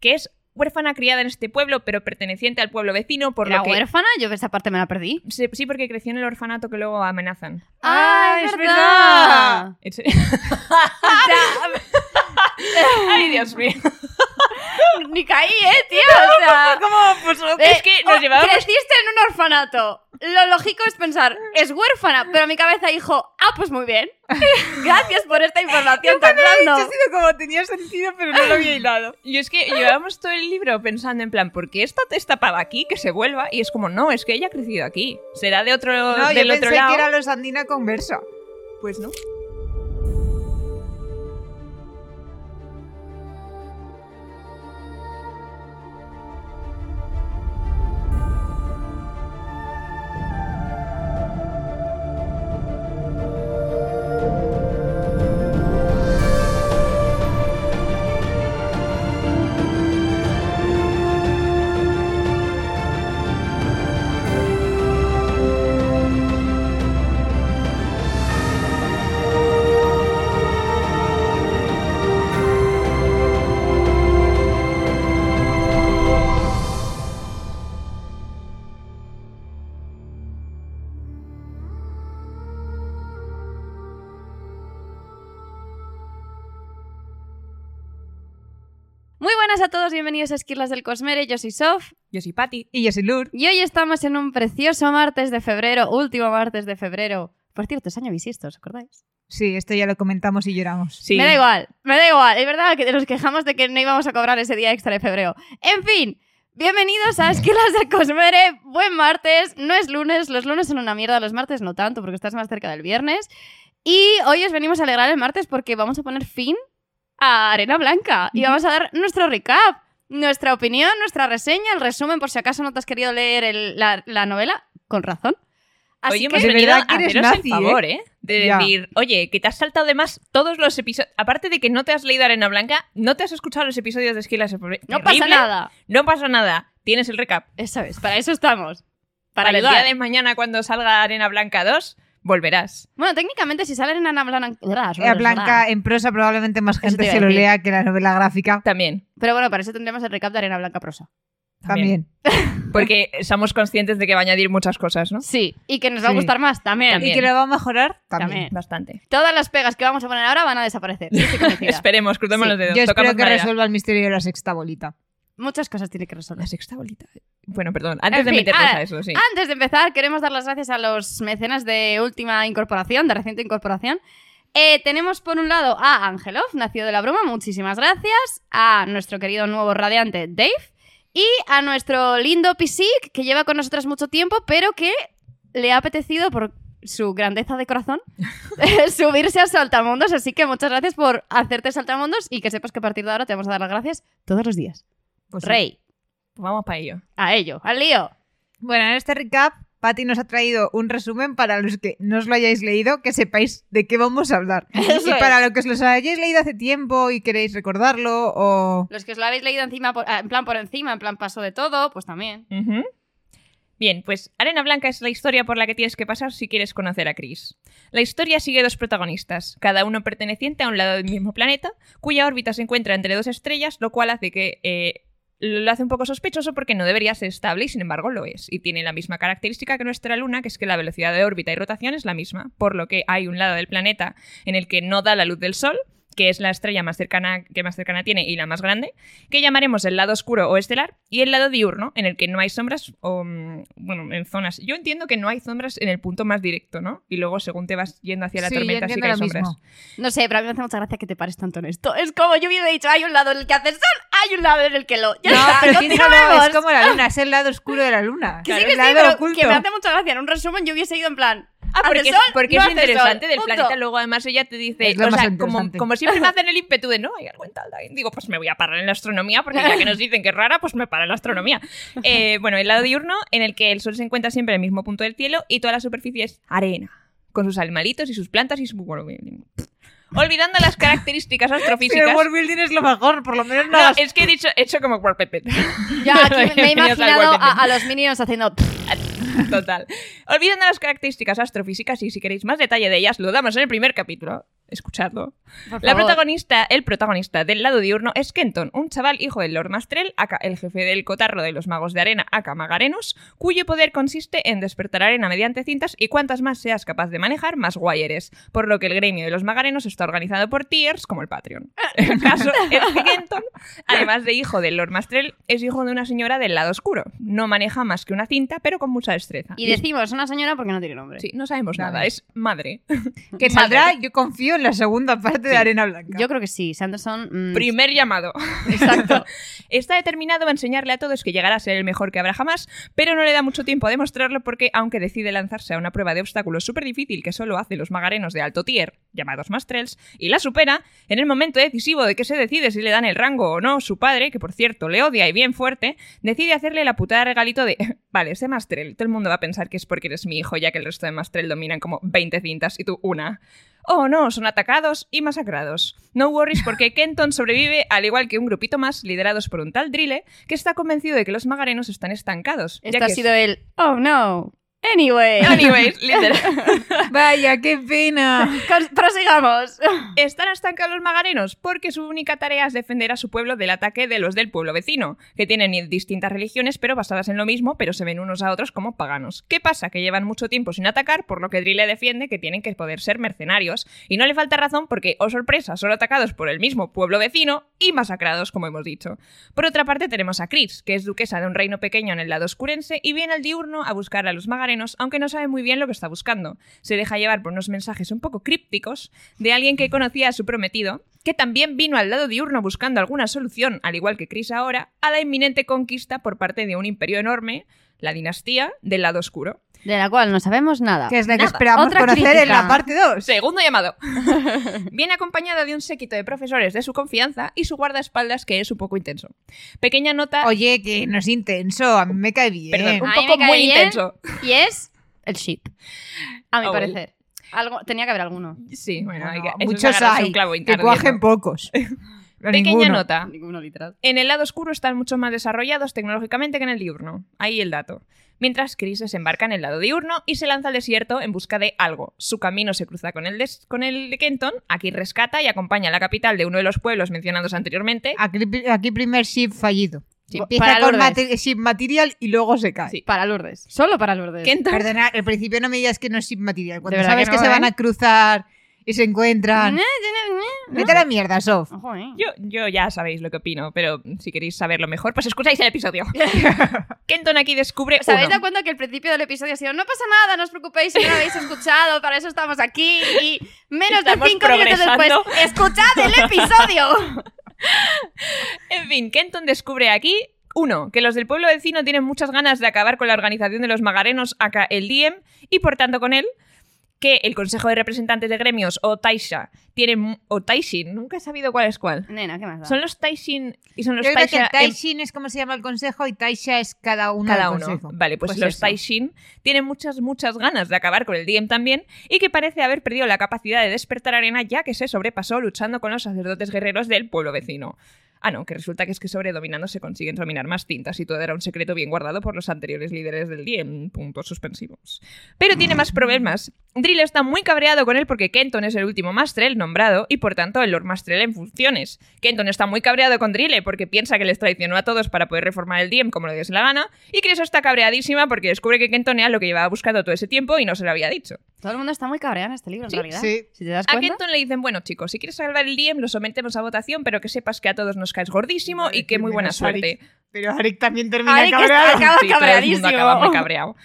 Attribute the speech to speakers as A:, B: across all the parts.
A: que es huérfana criada en este pueblo, pero perteneciente al pueblo vecino, por
B: ¿Era
A: lo que...
B: huérfana? Yo esa parte me la perdí.
A: Sí, sí, porque creció en el orfanato que luego amenazan.
B: ¡Ah, es verdad!
A: Es- Ay, Dios mío.
B: Ni caí, ¿eh, tío? O sea,
A: ¿Cómo? Pues
B: eh,
A: es que nos
B: oh,
A: llevábamos...
B: Creciste en un orfanato. Lo lógico es pensar, es huérfana, pero mi cabeza dijo, ah, pues muy bien. Gracias por esta información tan random.
C: sido como tenía sentido, pero no lo había hilado.
A: Y es que llevábamos todo el libro pensando en plan, ¿por qué esta te tapada aquí? Que se vuelva. Y es como, no, es que ella ha crecido aquí. Será de otro,
C: No, yo
A: del
C: pensé
A: otro lado.
C: que era los Andina Conversa. Pues no.
B: Muy buenas a todos, bienvenidos a Esquirlas del Cosmere, yo soy Sof.
A: Yo soy Patty.
C: Y yo soy Lur.
B: Y hoy estamos en un precioso martes de febrero, último martes de febrero. Por cierto, es año bisiesto, ¿os acordáis?
C: Sí, esto ya lo comentamos y lloramos. Eh,
A: Sí.
B: Me da igual, me da igual. Es verdad que nos quejamos de que no íbamos a cobrar ese día extra de febrero. En fin, bienvenidos a Esquilas del Cosmere. Buen martes, no es lunes, los lunes son una mierda, los martes no tanto porque estás más cerca del viernes. Y hoy os venimos a alegrar el martes porque vamos a poner fin a Arena Blanca y vamos a dar nuestro recap, nuestra opinión, nuestra reseña, el resumen por si acaso no te has querido leer el- la, la novela, con razón. Así
A: oye, pues,
B: que-
A: hemos
C: de
A: venido
C: verdad
A: a
C: que eres
A: haceros
C: nazi,
A: el favor, ¿eh? De
C: Ya.
A: decir, oye, que te has saltado de más todos los episodios. Aparte de que no te has leído Arena Blanca, no te has escuchado los episodios de Esquilas.
B: no pasa nada.
A: No pasa nada. Tienes el recap.
B: Eso es, para eso estamos. Para,
A: Para, el
B: ayudar.
A: día de mañana, cuando salga Arena Blanca 2, volverás.
B: Bueno, técnicamente si salen en Ana Blanca...
C: La Blanca eh. en prosa probablemente más
B: Eso te
C: gente
B: iba
C: se
B: a
C: lo
B: decir.
C: lea que la novela gráfica
A: También.
B: Pero bueno, para eso tendremos el recap de Arena Blanca Prosa.
C: también.
A: Porque somos conscientes de que va a añadir muchas cosas, ¿no?
B: Sí, y que nos va a
C: Sí.
B: gustar más también.
A: También.
C: Y que lo va a mejorar también.
B: También.
A: Bastante.
B: Todas las pegas que vamos a poner ahora van a desaparecer. estoy convencida.
A: Esperemos, cruzamos
B: Sí.
A: los dedos.
C: Yo espero
A: tocamos
C: que
A: madera.
C: resuelva el misterio de la sexta bolita.
B: Muchas cosas tiene que resolver.
A: La sexta bolita. Bueno, perdón. Antes
B: En
A: de
B: fin, ah,
A: meternos
B: ahora-
A: a eso, sí.
B: Antes de empezar, queremos dar las gracias a los mecenas de última incorporación, de reciente incorporación. Eh, tenemos por un lado a Angelov, nacido de la broma, muchísimas gracias. A nuestro querido nuevo radiante Dave. Y a nuestro lindo Pisic, que lleva con nosotras mucho tiempo, pero que le ha apetecido por su grandeza de corazón subirse a Saltamundos. Así que muchas gracias por hacerte Saltamundos y que sepas que a partir de ahora te vamos a dar las gracias todos los días.
C: Pues sí.
B: Rey,
A: Pues vamos para ello.
B: a ello, al lío.
C: Bueno, en este recap, Patti nos ha traído un resumen para los que no os lo hayáis leído, que sepáis de qué vamos a hablar.
B: Eso
C: y
B: es.
C: para los que os lo hayáis leído hace tiempo y queréis recordarlo, o
B: Los que os lo habéis leído encima, por- ah, en plan por encima, en plan paso de todo, pues también.
A: Ujú. Bien, pues Arena Blanca es la historia por la que tienes que pasar si quieres conocer a Chris. La historia sigue dos protagonistas, cada uno perteneciente a un lado del mismo planeta, cuya órbita se encuentra entre dos estrellas, lo cual hace que eh, lo hace un poco sospechoso porque no debería ser estable y sin embargo lo es, y tiene la misma característica que nuestra Luna, que es que la velocidad de órbita y rotación es la misma, por lo que hay un lado del planeta en el que no da la luz del Sol, que es la estrella más cercana que más cercana tiene y la más grande, que llamaremos el lado oscuro o estelar, y el lado diurno, en el que no hay sombras o, mm, bueno, en zonas. Yo entiendo que no hay sombras en el punto más directo, ¿no? Y luego, según te vas yendo hacia la
C: Sí, yo
A: tormenta, sí que
C: entiendo
A: hay
C: lo
A: sombras.
C: mismo.
B: No sé, pero a mí me hace mucha gracia que te pares tanto en esto. Es como yo hubiera dicho, hay un lado en el que haces sol, hay un lado en el que lo. Ya está,
C: piénsalo,
B: continuemos.
C: es como la luna, es el lado oscuro de la luna.
B: Que sí,
C: Claro,
B: que
C: el
B: sí,
C: lado
B: pero
C: oculto.
B: que me hace mucha gracia. En un resumen yo hubiese ido en plan,
A: Ah,
B: ¿Hace
A: porque, es-
B: sol?
A: porque
B: No
A: es
B: hace
A: lo interesante
B: sol,
A: del
B: punto.
A: planeta. Luego, además, ella te dice,
C: Es lo
A: o
C: más
A: sea, como,
C: interesante.
A: como siempre me hacen el ímpetu de no, hay algo en tal, tal". Digo, pues me voy a parar en la astronomía, porque ya que nos dicen que es rara, pues me paro en la astronomía. Eh, bueno, el lado diurno, en el que el sol se encuentra siempre en el mismo punto del cielo y toda la superficie es arena, con sus animalitos y sus plantas y su. bueno, bien. Olvidando las características
C: Pero el
A: astrofísicas.
C: world building es lo mejor, por lo menos no,
A: No,
C: hagas-
A: es que he dicho, he hecho como por Pepe.
B: ya aquí me he
A: Bienvenidos al
B: imaginado
A: Warped
B: a, a los minions haciendo.
A: Total. Olvidando las características astrofísicas y si queréis más detalle de ellas, lo damos en el primer capítulo. escuchadlo.
B: Por
A: La
B: favor.
A: protagonista, el protagonista del lado diurno es Kenton, un chaval hijo del Lord Mastrel, aka el jefe del cotarro de los magos de arena, aka Magarenos, cuyo poder consiste en despertar arena mediante cintas y cuantas más seas capaz de manejar, más guay eres. Por lo que el gremio de los Magarenos está organizado por tiers como el Patreon. El caso es que Kenton, además de hijo del Lord Mastrel, es hijo de una señora del lado oscuro. No maneja más que una cinta, pero con mucha destreza.
B: Y decimos una señora porque no tiene nombre.
A: Sí, no sabemos
C: Vale.
A: nada, es madre.
C: Que saldrá, yo confío, en la segunda parte de
A: Sí.
C: Arena Blanca.
B: Yo creo que sí, Sanderson. mm,
A: Primer llamado.
B: exacto.
A: Está determinado a enseñarle a todos que llegará a ser el mejor que habrá jamás, pero no le da mucho tiempo a demostrarlo porque, aunque decide lanzarse a una prueba de obstáculos súper difícil que solo hace los magarenos de alto tier, llamados Mastrels, y la supera, en el momento decisivo de que se decide si le dan el rango o no, su padre, que por cierto le odia y bien fuerte, decide hacerle la putada regalito de vale, sé Mastrel, todo el mundo va a pensar que es porque eres mi hijo, ya que el resto de Mastrel dominan como 20 cintas y tú una. Oh no, son atacados y masacrados. No worries porque Kenton sobrevive al igual que un grupito más liderados por un tal Drille que está convencido de que los magarenos están estancados. ya
B: Esto ha
A: que-
B: sido el. Oh no. Anyway.
A: Anyways, literal.
C: Vaya, qué pena.
B: Cos- Prosigamos.
A: Están estancados los magarenos porque su única tarea es defender a su pueblo del ataque de los del pueblo vecino, que tienen distintas religiones pero basadas en lo mismo, pero se ven unos a otros como paganos. ¿Qué pasa? Que llevan mucho tiempo sin atacar, por lo que Drille defiende que tienen que poder ser mercenarios, y no le falta razón porque, oh sorpresa, son atacados por el mismo pueblo vecino y masacrados, como hemos dicho. Por otra parte tenemos a Chris, que es duquesa de un reino pequeño en el lado oscurense y viene al diurno a buscar a los magarenos, aunque no sabe muy bien lo que está buscando. Se deja llevar por unos mensajes un poco crípticos de alguien que conocía a su prometido, que también vino al lado diurno buscando alguna solución, al igual que Chris ahora, a la inminente conquista por parte de un imperio enorme, la dinastía del lado oscuro.
B: De la cual no sabemos nada.
C: Que es la que
B: Nada.
C: esperamos
B: Otra
C: conocer en
B: crítica.
C: la parte 2.
A: Segundo llamado. Viene acompañada de un séquito de profesores de su confianza y su guardaespaldas que es un poco intenso. Pequeña nota...
C: Oye, que no es intenso, a mí me cae bien.
A: Perdón, un
B: A mí
A: poco
B: me cae
A: muy
B: bien.
A: intenso.
B: Y es el ship. A mi
A: Oh, well.
B: parecer. Algo, tenía que haber alguno.
A: Sí, bueno, hay que-
C: Bueno,
A: eso es
C: muchos
A: agarrarse
C: hay
A: un clavo y
C: que
A: ardiendo.
C: cuajen pocos. No,
A: Pequeña
C: ninguno.
A: nota.
B: Ninguno literal.
A: En el lado oscuro están mucho más desarrollados tecnológicamente que en el diurno. Ahí el dato. Mientras Chris desembarca en el lado diurno y se lanza al desierto en busca de algo. Su camino se cruza con el, des- con el de Kenton, aquí rescata y acompaña a la capital de uno de los pueblos mencionados anteriormente.
C: Aquí, aquí primer ship fallido.
B: ¿eh? Sí,
C: Empieza
B: para
C: con
B: Lourdes.
C: mate- ship material y luego se cae.
A: Sí.
B: Para Lourdes. Solo para Lourdes.
A: Kenton
C: Perdona, al principio no me digas que no es ship material. Cuando
B: verdad
C: sabes
B: que
C: que,
B: no,
C: se
B: ¿eh?
C: van a cruzar y se encuentran. Vete a la mierda, Sof.
B: Ojo, eh.
A: Yo, yo ya sabéis lo que opino, pero si queréis saberlo mejor, pues escucháis el episodio. Kenton aquí descubre.
B: ¿Os habéis
A: uno.
B: dado cuenta que el principio del episodio ha sido no pasa nada, no os preocupéis si no lo habéis escuchado, para eso estamos aquí y menos de
A: Estamos
B: cinco minutos después,
A: progresando.
B: escuchad el episodio.
A: En fin, Kenton descubre aquí, uno, que los del pueblo vecino tienen muchas ganas de acabar con la organización de los magarenos, acá el Diem, y por tanto con él, que el Consejo de Representantes de Gremios, o Taisha, tienen, mu- o Taishin, nunca he sabido cuál es cuál.
B: Nena, ¿qué más da?
A: Son los Taishin y son los
C: Yo creo que
A: Taisha
C: el
A: en
C: Taishin es como se llama el consejo y Taisha es cada uno
A: cada
C: del
A: uno.
C: consejo.
A: Vale, pues,
B: Pues
A: los
B: eso.
A: Taishin tienen muchas, muchas ganas de acabar con el Diem también, y que parece haber perdido la capacidad de despertar arena ya que se sobrepasó luchando con los sacerdotes guerreros del pueblo vecino. Ah, no, que resulta que es que sobredominando se consiguen dominar más tintas y todo era un secreto bien guardado por los anteriores líderes del Diem. Puntos suspensivos. Pero tiene más problemas. Drill está muy cabreado con él porque Kenton es el último Mastrel nombrado y por tanto el Lord Mastrel en funciones. Kenton está muy cabreado con Drille porque piensa que les traicionó a todos para poder reformar el Diem como le des la gana y Chris está cabreadísima porque descubre que Kenton era lo que llevaba buscando todo ese tiempo y no se lo había dicho.
B: Todo el mundo está muy cabreado en este libro, en
A: Sí,
B: realidad.
C: sí.
B: Si te das
A: A
B: cuenta.
A: Kenton le dicen, bueno chicos, si quieres salvar el Diem lo sometemos a votación pero que sepas que a todos nos caes gordísimo
C: Vale,
A: y que muy buena
C: menos Arik.
A: suerte.
C: Pero Arik también termina
B: Arik está-
C: cabreado.
B: acaba
A: Sí, todo el mundo
B: cabreadísimo.
A: acaba muy cabreado.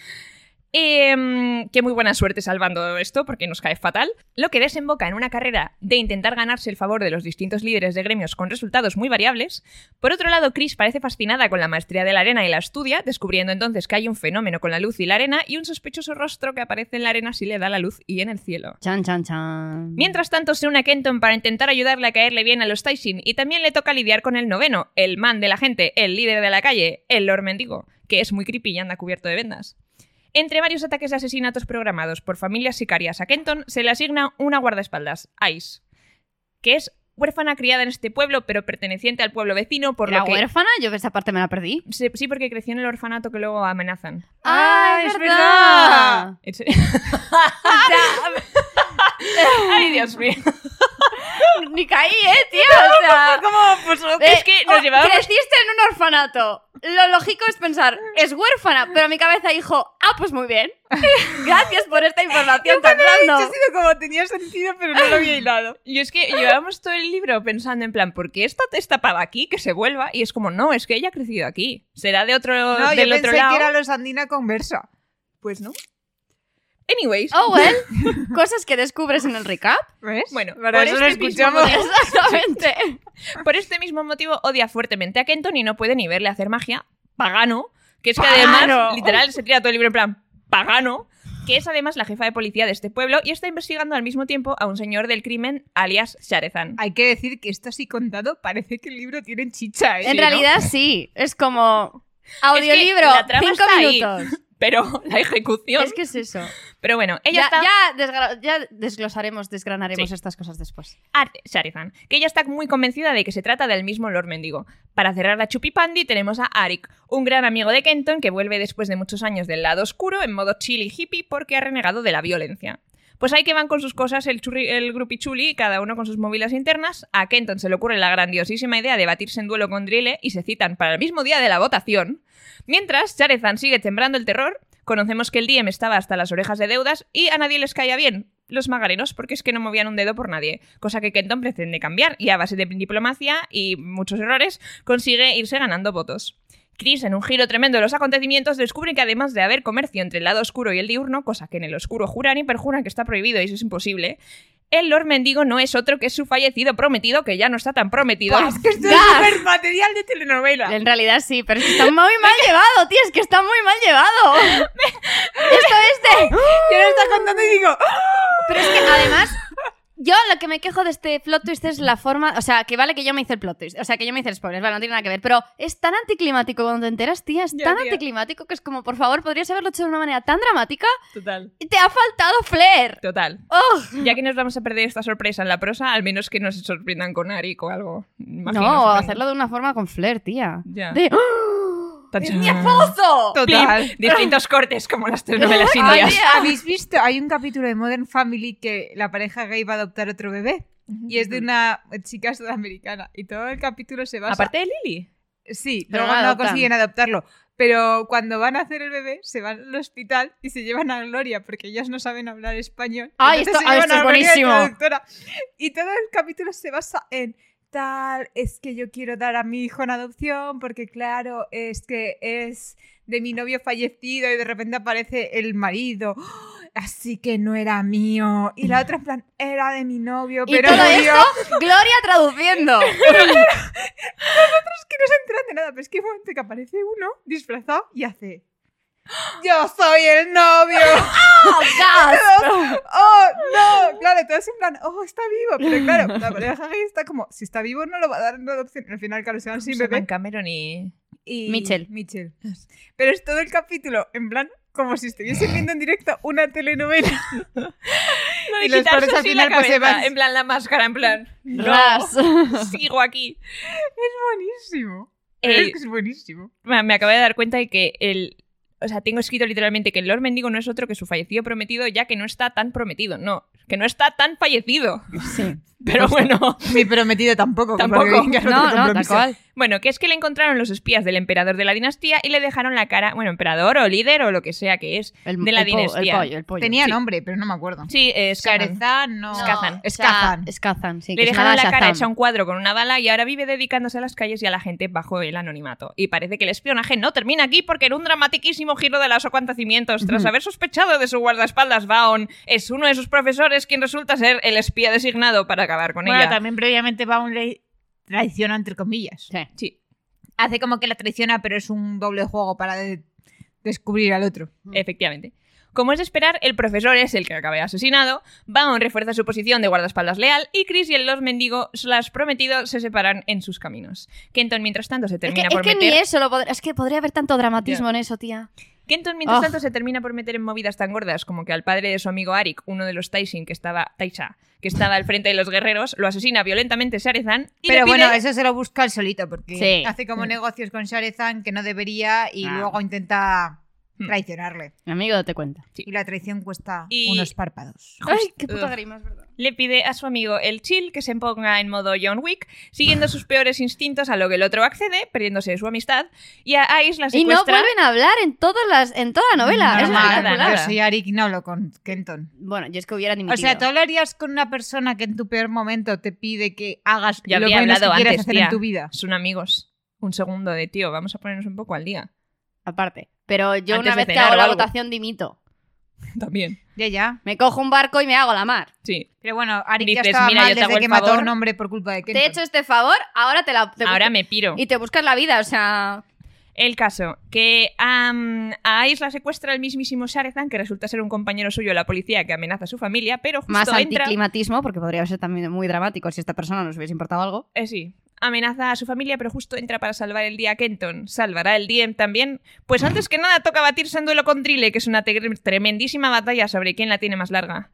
A: Em, que muy buena suerte salvando esto porque nos cae fatal. Lo que desemboca en una carrera de intentar ganarse el favor de los distintos líderes de gremios con resultados muy variables. Por otro lado, Chris parece fascinada con la maestría de la arena y la estudia, descubriendo entonces que hay un fenómeno con la luz y la arena y un sospechoso rostro que aparece en la arena si le da la luz y en el cielo.
B: Chan, chan, chan.
A: Mientras tanto, se une a Kenton para intentar ayudarle a caerle bien a los Taishin y también le toca lidiar con el noveno, el man de la gente, el líder de la calle, el Lord Mendigo, que es muy creepy y anda cubierto de vendas. Entre varios ataques de asesinatos programados por familias sicarias a Kenton, se le asigna una guardaespaldas, Ice, que es huérfana criada en este pueblo, pero perteneciente al pueblo vecino, por
B: ¿Era
A: lo que...
B: huérfana? Yo esa parte me la perdí.
A: Sí, sí, porque creció en el orfanato que luego amenazan.
B: ¡Ah, es verdad!
A: ¿En serio? Ay, Dios mío.
B: ni caí, ¿eh, tío? O sea,
A: ¿Cómo? Pues es
B: eh,
A: que nos
B: oh,
A: llevábamos.
B: Creciste en un orfanato. Lo lógico es pensar, es huérfana, pero mi cabeza dijo, ah, pues muy bien. Gracias por esta información tan
C: Ha
B: random.
C: sido como tenía sentido, pero no lo había hilado.
A: Y es que llevábamos todo el libro pensando en plan, ¿por qué esta está para aquí? Que se vuelva. Y es como, no, es que ella ha crecido aquí. Será de otro,
C: No, yo
A: del
C: pensé
A: otro lado.
C: que era los Andina Conversa.
A: Pues no. Anyways.
B: Oh, well. Cosas que descubres en el recap.
C: ¿Ves?
A: Bueno,
C: para
A: por
C: eso lo
A: este mismo
C: escuchamos.
A: motivo-
B: Exactamente.
A: Por este mismo motivo odia fuertemente a Kenton y no puede ni verle hacer magia. Pagano, que es que además,
B: Pagano.
A: literal, se tira todo el libro en plan pagano, que es además la jefa de policía de este pueblo y está investigando al mismo tiempo a un señor del crimen alias Sharezan.
C: Hay que decir que esto así contado parece que el libro tiene chicha, ¿eh?
B: En
A: Sí, ¿no?
B: realidad sí. Es como audiolibro,
A: la trama
B: cinco
A: está ahí.
B: minutos.
A: Pero la ejecución.
B: Es que es eso.
A: Pero bueno, ella
B: ya,
A: está.
B: ya desgra- ya desglosaremos, desgranaremos estas cosas después.
A: Arte Sharezan, que ella está muy convencida de que se trata del mismo Lord Mendigo. Para cerrar la chupipandi tenemos a Arik, un gran amigo de Kenton que vuelve después de muchos años del lado oscuro en modo chill y hippie porque ha renegado de la violencia. Pues ahí que van con sus cosas el, churri, el grupichuli, cada uno con sus móviles internas. A Kenton se le ocurre la grandiosísima idea de batirse en duelo con Drille y se citan para el mismo día de la votación. Mientras, Sharezan sigue tembrando el terror. Conocemos que el Diem estaba hasta las orejas de deudas y a nadie les caía bien. Los magarenos, porque es que no movían un dedo por nadie, cosa que Kenton pretende cambiar y a base de diplomacia y muchos errores consigue irse ganando votos. Chris, en un giro tremendo de los acontecimientos, descubre que además de haber comercio entre el lado oscuro y el diurno, cosa que en el oscuro juran y perjuran que está prohibido y eso es imposible, el Lord Mendigo no es otro que su fallecido prometido, que ya no está tan prometido. ¡Ah!
C: Buah, es que esto es
B: Gas.
C: súper material de telenovela.
B: En realidad sí, pero es que está muy mal llevado, tío, es que está muy mal llevado. este, Esto es de...
C: Yo lo está contando y digo, ¡ah!
B: Pero es que además, yo lo que me quejo de este plot twist es la forma... O sea, que vale que yo me hice el plot twist, o sea, que yo me hice el spoiler, vale, no tiene nada que ver, pero es tan anticlimático cuando te enteras, tía, es
A: Ya,
B: tan
A: tía.
B: anticlimático que es como, por favor, podrías haberlo hecho de una manera tan dramática
A: Total.
B: y te ha faltado flair.
A: Total.
B: ¡Oh!
A: Ya que nos vamos a perder esta sorpresa en la prosa, al menos que nos sorprendan con Arik o algo. Imagino,
B: No,
A: supongo.
B: hacerlo de una forma con flair, tía.
A: Ya.
B: De... ¡oh,
A: Tan-
B: ¡Es mi esposo!
A: Plim,
C: Total.
A: Distintos cortes como las telenovelas
B: Ay,
A: indias.
B: tía.
C: ¿Habéis visto? Hay un capítulo de Modern Family que la pareja gay va a adoptar otro bebé. Y es de una chica sudamericana. Y todo el capítulo se basa.
A: Aparte de Lily.
C: Sí,
B: Pero
C: luego
B: no
C: no
B: adoptan.
C: consiguen adoptarlo. Pero cuando van a hacer el bebé, se van al hospital y se llevan a Gloria porque ellas no saben hablar español.
B: Ay,
C: Entonces
B: esto-
C: se
B: ah,
C: llevan
B: esto
C: a
B: es
C: Gloria de
B: buenísimo.
C: traductora. Y todo el capítulo se basa en tal, es que yo quiero dar a mi hijo en adopción porque claro, es que es de mi novio fallecido y de repente aparece el marido. Así que no era mío. Y la otra en plan, era de mi novio,
B: Y
C: pero
B: todo
C: murió.
B: esto, Gloria traduciendo.
C: Es que no se enteran de nada, pero es que hay un momento que aparece uno disfrazado y hace. ¡Yo soy el novio!
B: ¡Oh, gas!
C: ¡Oh, no! Claro, todo es en plan, ¡oh, está vivo! Pero claro, la pareja gay está como, si está vivo no lo va a dar en adopción. Al final, claro, se van sin
A: Susan
C: bebé.
A: Cameron y...
C: Y...
B: Mitchell.
C: Mitchell. Pero es todo el capítulo, en plan, como si estuviese viendo en directo una telenovela.
A: y
C: Y los
A: quitarse
C: padres al
A: así la
C: final, pues, se
A: cabeza,
C: van.
A: en plan la máscara, en plan... No,
B: Ras.
A: sigo aquí.
C: Buenísimo.
A: Eh,
C: Es que es buenísimo.
A: me me acabo de dar cuenta de que el... O sea, tengo escrito literalmente que el Lord Mendigo no es otro que su fallecido prometido, ya que no está tan prometido. No, que no está tan fallecido.
B: Sí.
A: Pero bueno...
C: Mi prometido tampoco.
A: que Tampoco. porque tenga
B: No, no, tal cual.
A: Bueno, que es que le encontraron los espías del emperador de la dinastía y le dejaron la cara, bueno, emperador o líder o lo que sea que es.
B: El,
A: De la
B: el po-
A: dinastía.
B: el pollo, el pollo.
C: Tenía
A: Sí.
C: nombre, pero no me acuerdo.
A: Sí, es
C: Scarezán, no.
A: Escazan.
C: Escazan.
B: Escazan, sí.
A: Le
B: que se
A: dejaron
B: llama
A: la cara
B: Shazam.
A: hecha un cuadro con una bala y ahora vive dedicándose a las calles y a la gente bajo el anonimato. Y parece que el espionaje no termina aquí porque en un dramatiquísimo giro de los acontecimientos, tras
B: Ujú.
A: haber sospechado de su guardaespaldas Vaon, es uno de sus profesores quien resulta ser el espía designado para acabar con
C: Bueno,
A: ella.
C: también previamente Boundley traiciona entre comillas.
B: Sí.
A: Sí,
C: Hace como que la traiciona, pero es un doble juego para de- descubrir al otro.
B: Mm.
A: Efectivamente. Como es de esperar, el profesor es el que acaba asesinado, Vaughn refuerza su posición de guardaespaldas leal y Chris y el Los Mendigo slash prometido se separan en sus caminos. Kenton, mientras tanto, se
B: Es que,
A: termina
B: es
A: por
B: que
A: meter...
B: ni eso lo podría... Es que podría haber tanto dramatismo en eso, tía.
A: Kenton, mientras
B: Oh.
A: tanto, se termina por meter en movidas tan gordas como que al padre de su amigo Arik, uno de los Taishin que estaba... Taisha, que estaba al frente de los guerreros, lo asesina violentamente Sarezan y le
C: Pero
A: pide-
C: bueno, eso se lo busca él solito, porque
B: Sí.
C: hace como
B: Sí.
C: negocios con Sharezan que no debería y
B: Ah.
C: luego intenta
A: Hmm.
C: traicionarle.
B: Mi amigo, date cuenta.
C: Y la traición cuesta
A: Y-
C: unos párpados.
B: Ay, qué puta grima, es verdad.
A: le pide a su amigo el chill que se ponga en modo John Wick, siguiendo sus peores instintos a lo que el otro accede, perdiéndose de su amistad, y a Ice la
B: Y
A: secuestra...
B: no vuelven a hablar en todas las en toda la novela. Ah, es
A: Normal.
B: espectacular.
A: nada.
C: Yo soy Arik, no hablo con Kenton.
B: Bueno, yo es que hubiera dimitido.
C: O sea, tú hablarías con una persona que en tu peor momento te pide que hagas
A: Ya
C: lo
A: habría
C: menos que
A: hablado
C: quieras
A: antes,
C: hacer
A: tía.
C: en tu vida.
A: Son amigos. Un segundo de tío, vamos a ponernos un poco al día.
B: Aparte. Pero yo
A: Antes
B: una
A: de
B: vez que
A: cenar
B: hago
A: o
B: la
A: algo.
B: votación dimito.
A: También.
C: Ya, ya.
B: Me cojo un barco y me hago la mar.
A: Sí.
C: Pero bueno, Arik
A: Dices,
C: ya estaba
A: "Mira, yo
C: mal
A: te hago
C: desde
A: el
C: que mató a
A: favor".
C: un hombre por culpa de Kenton.
B: Te he hecho este favor, ahora te la. te-
A: Ahora me piro.
B: Y te buscas la vida, o sea.
A: El caso, que am, a Isla secuestra el mismísimo Sharedan, que resulta ser un compañero suyo de la policía que amenaza a su familia, pero justo
B: Más
A: entra...
B: anticlimatismo, porque podría ser también muy dramático si a esta persona nos hubiese importado algo.
A: Eh, sí, amenaza a su familia, pero justo entra para salvar el día a Kenton. ¿Salvará el día también? Pues antes que nada toca batirse en duelo con Drille, que es una te- tremendísima batalla sobre quién la tiene más larga.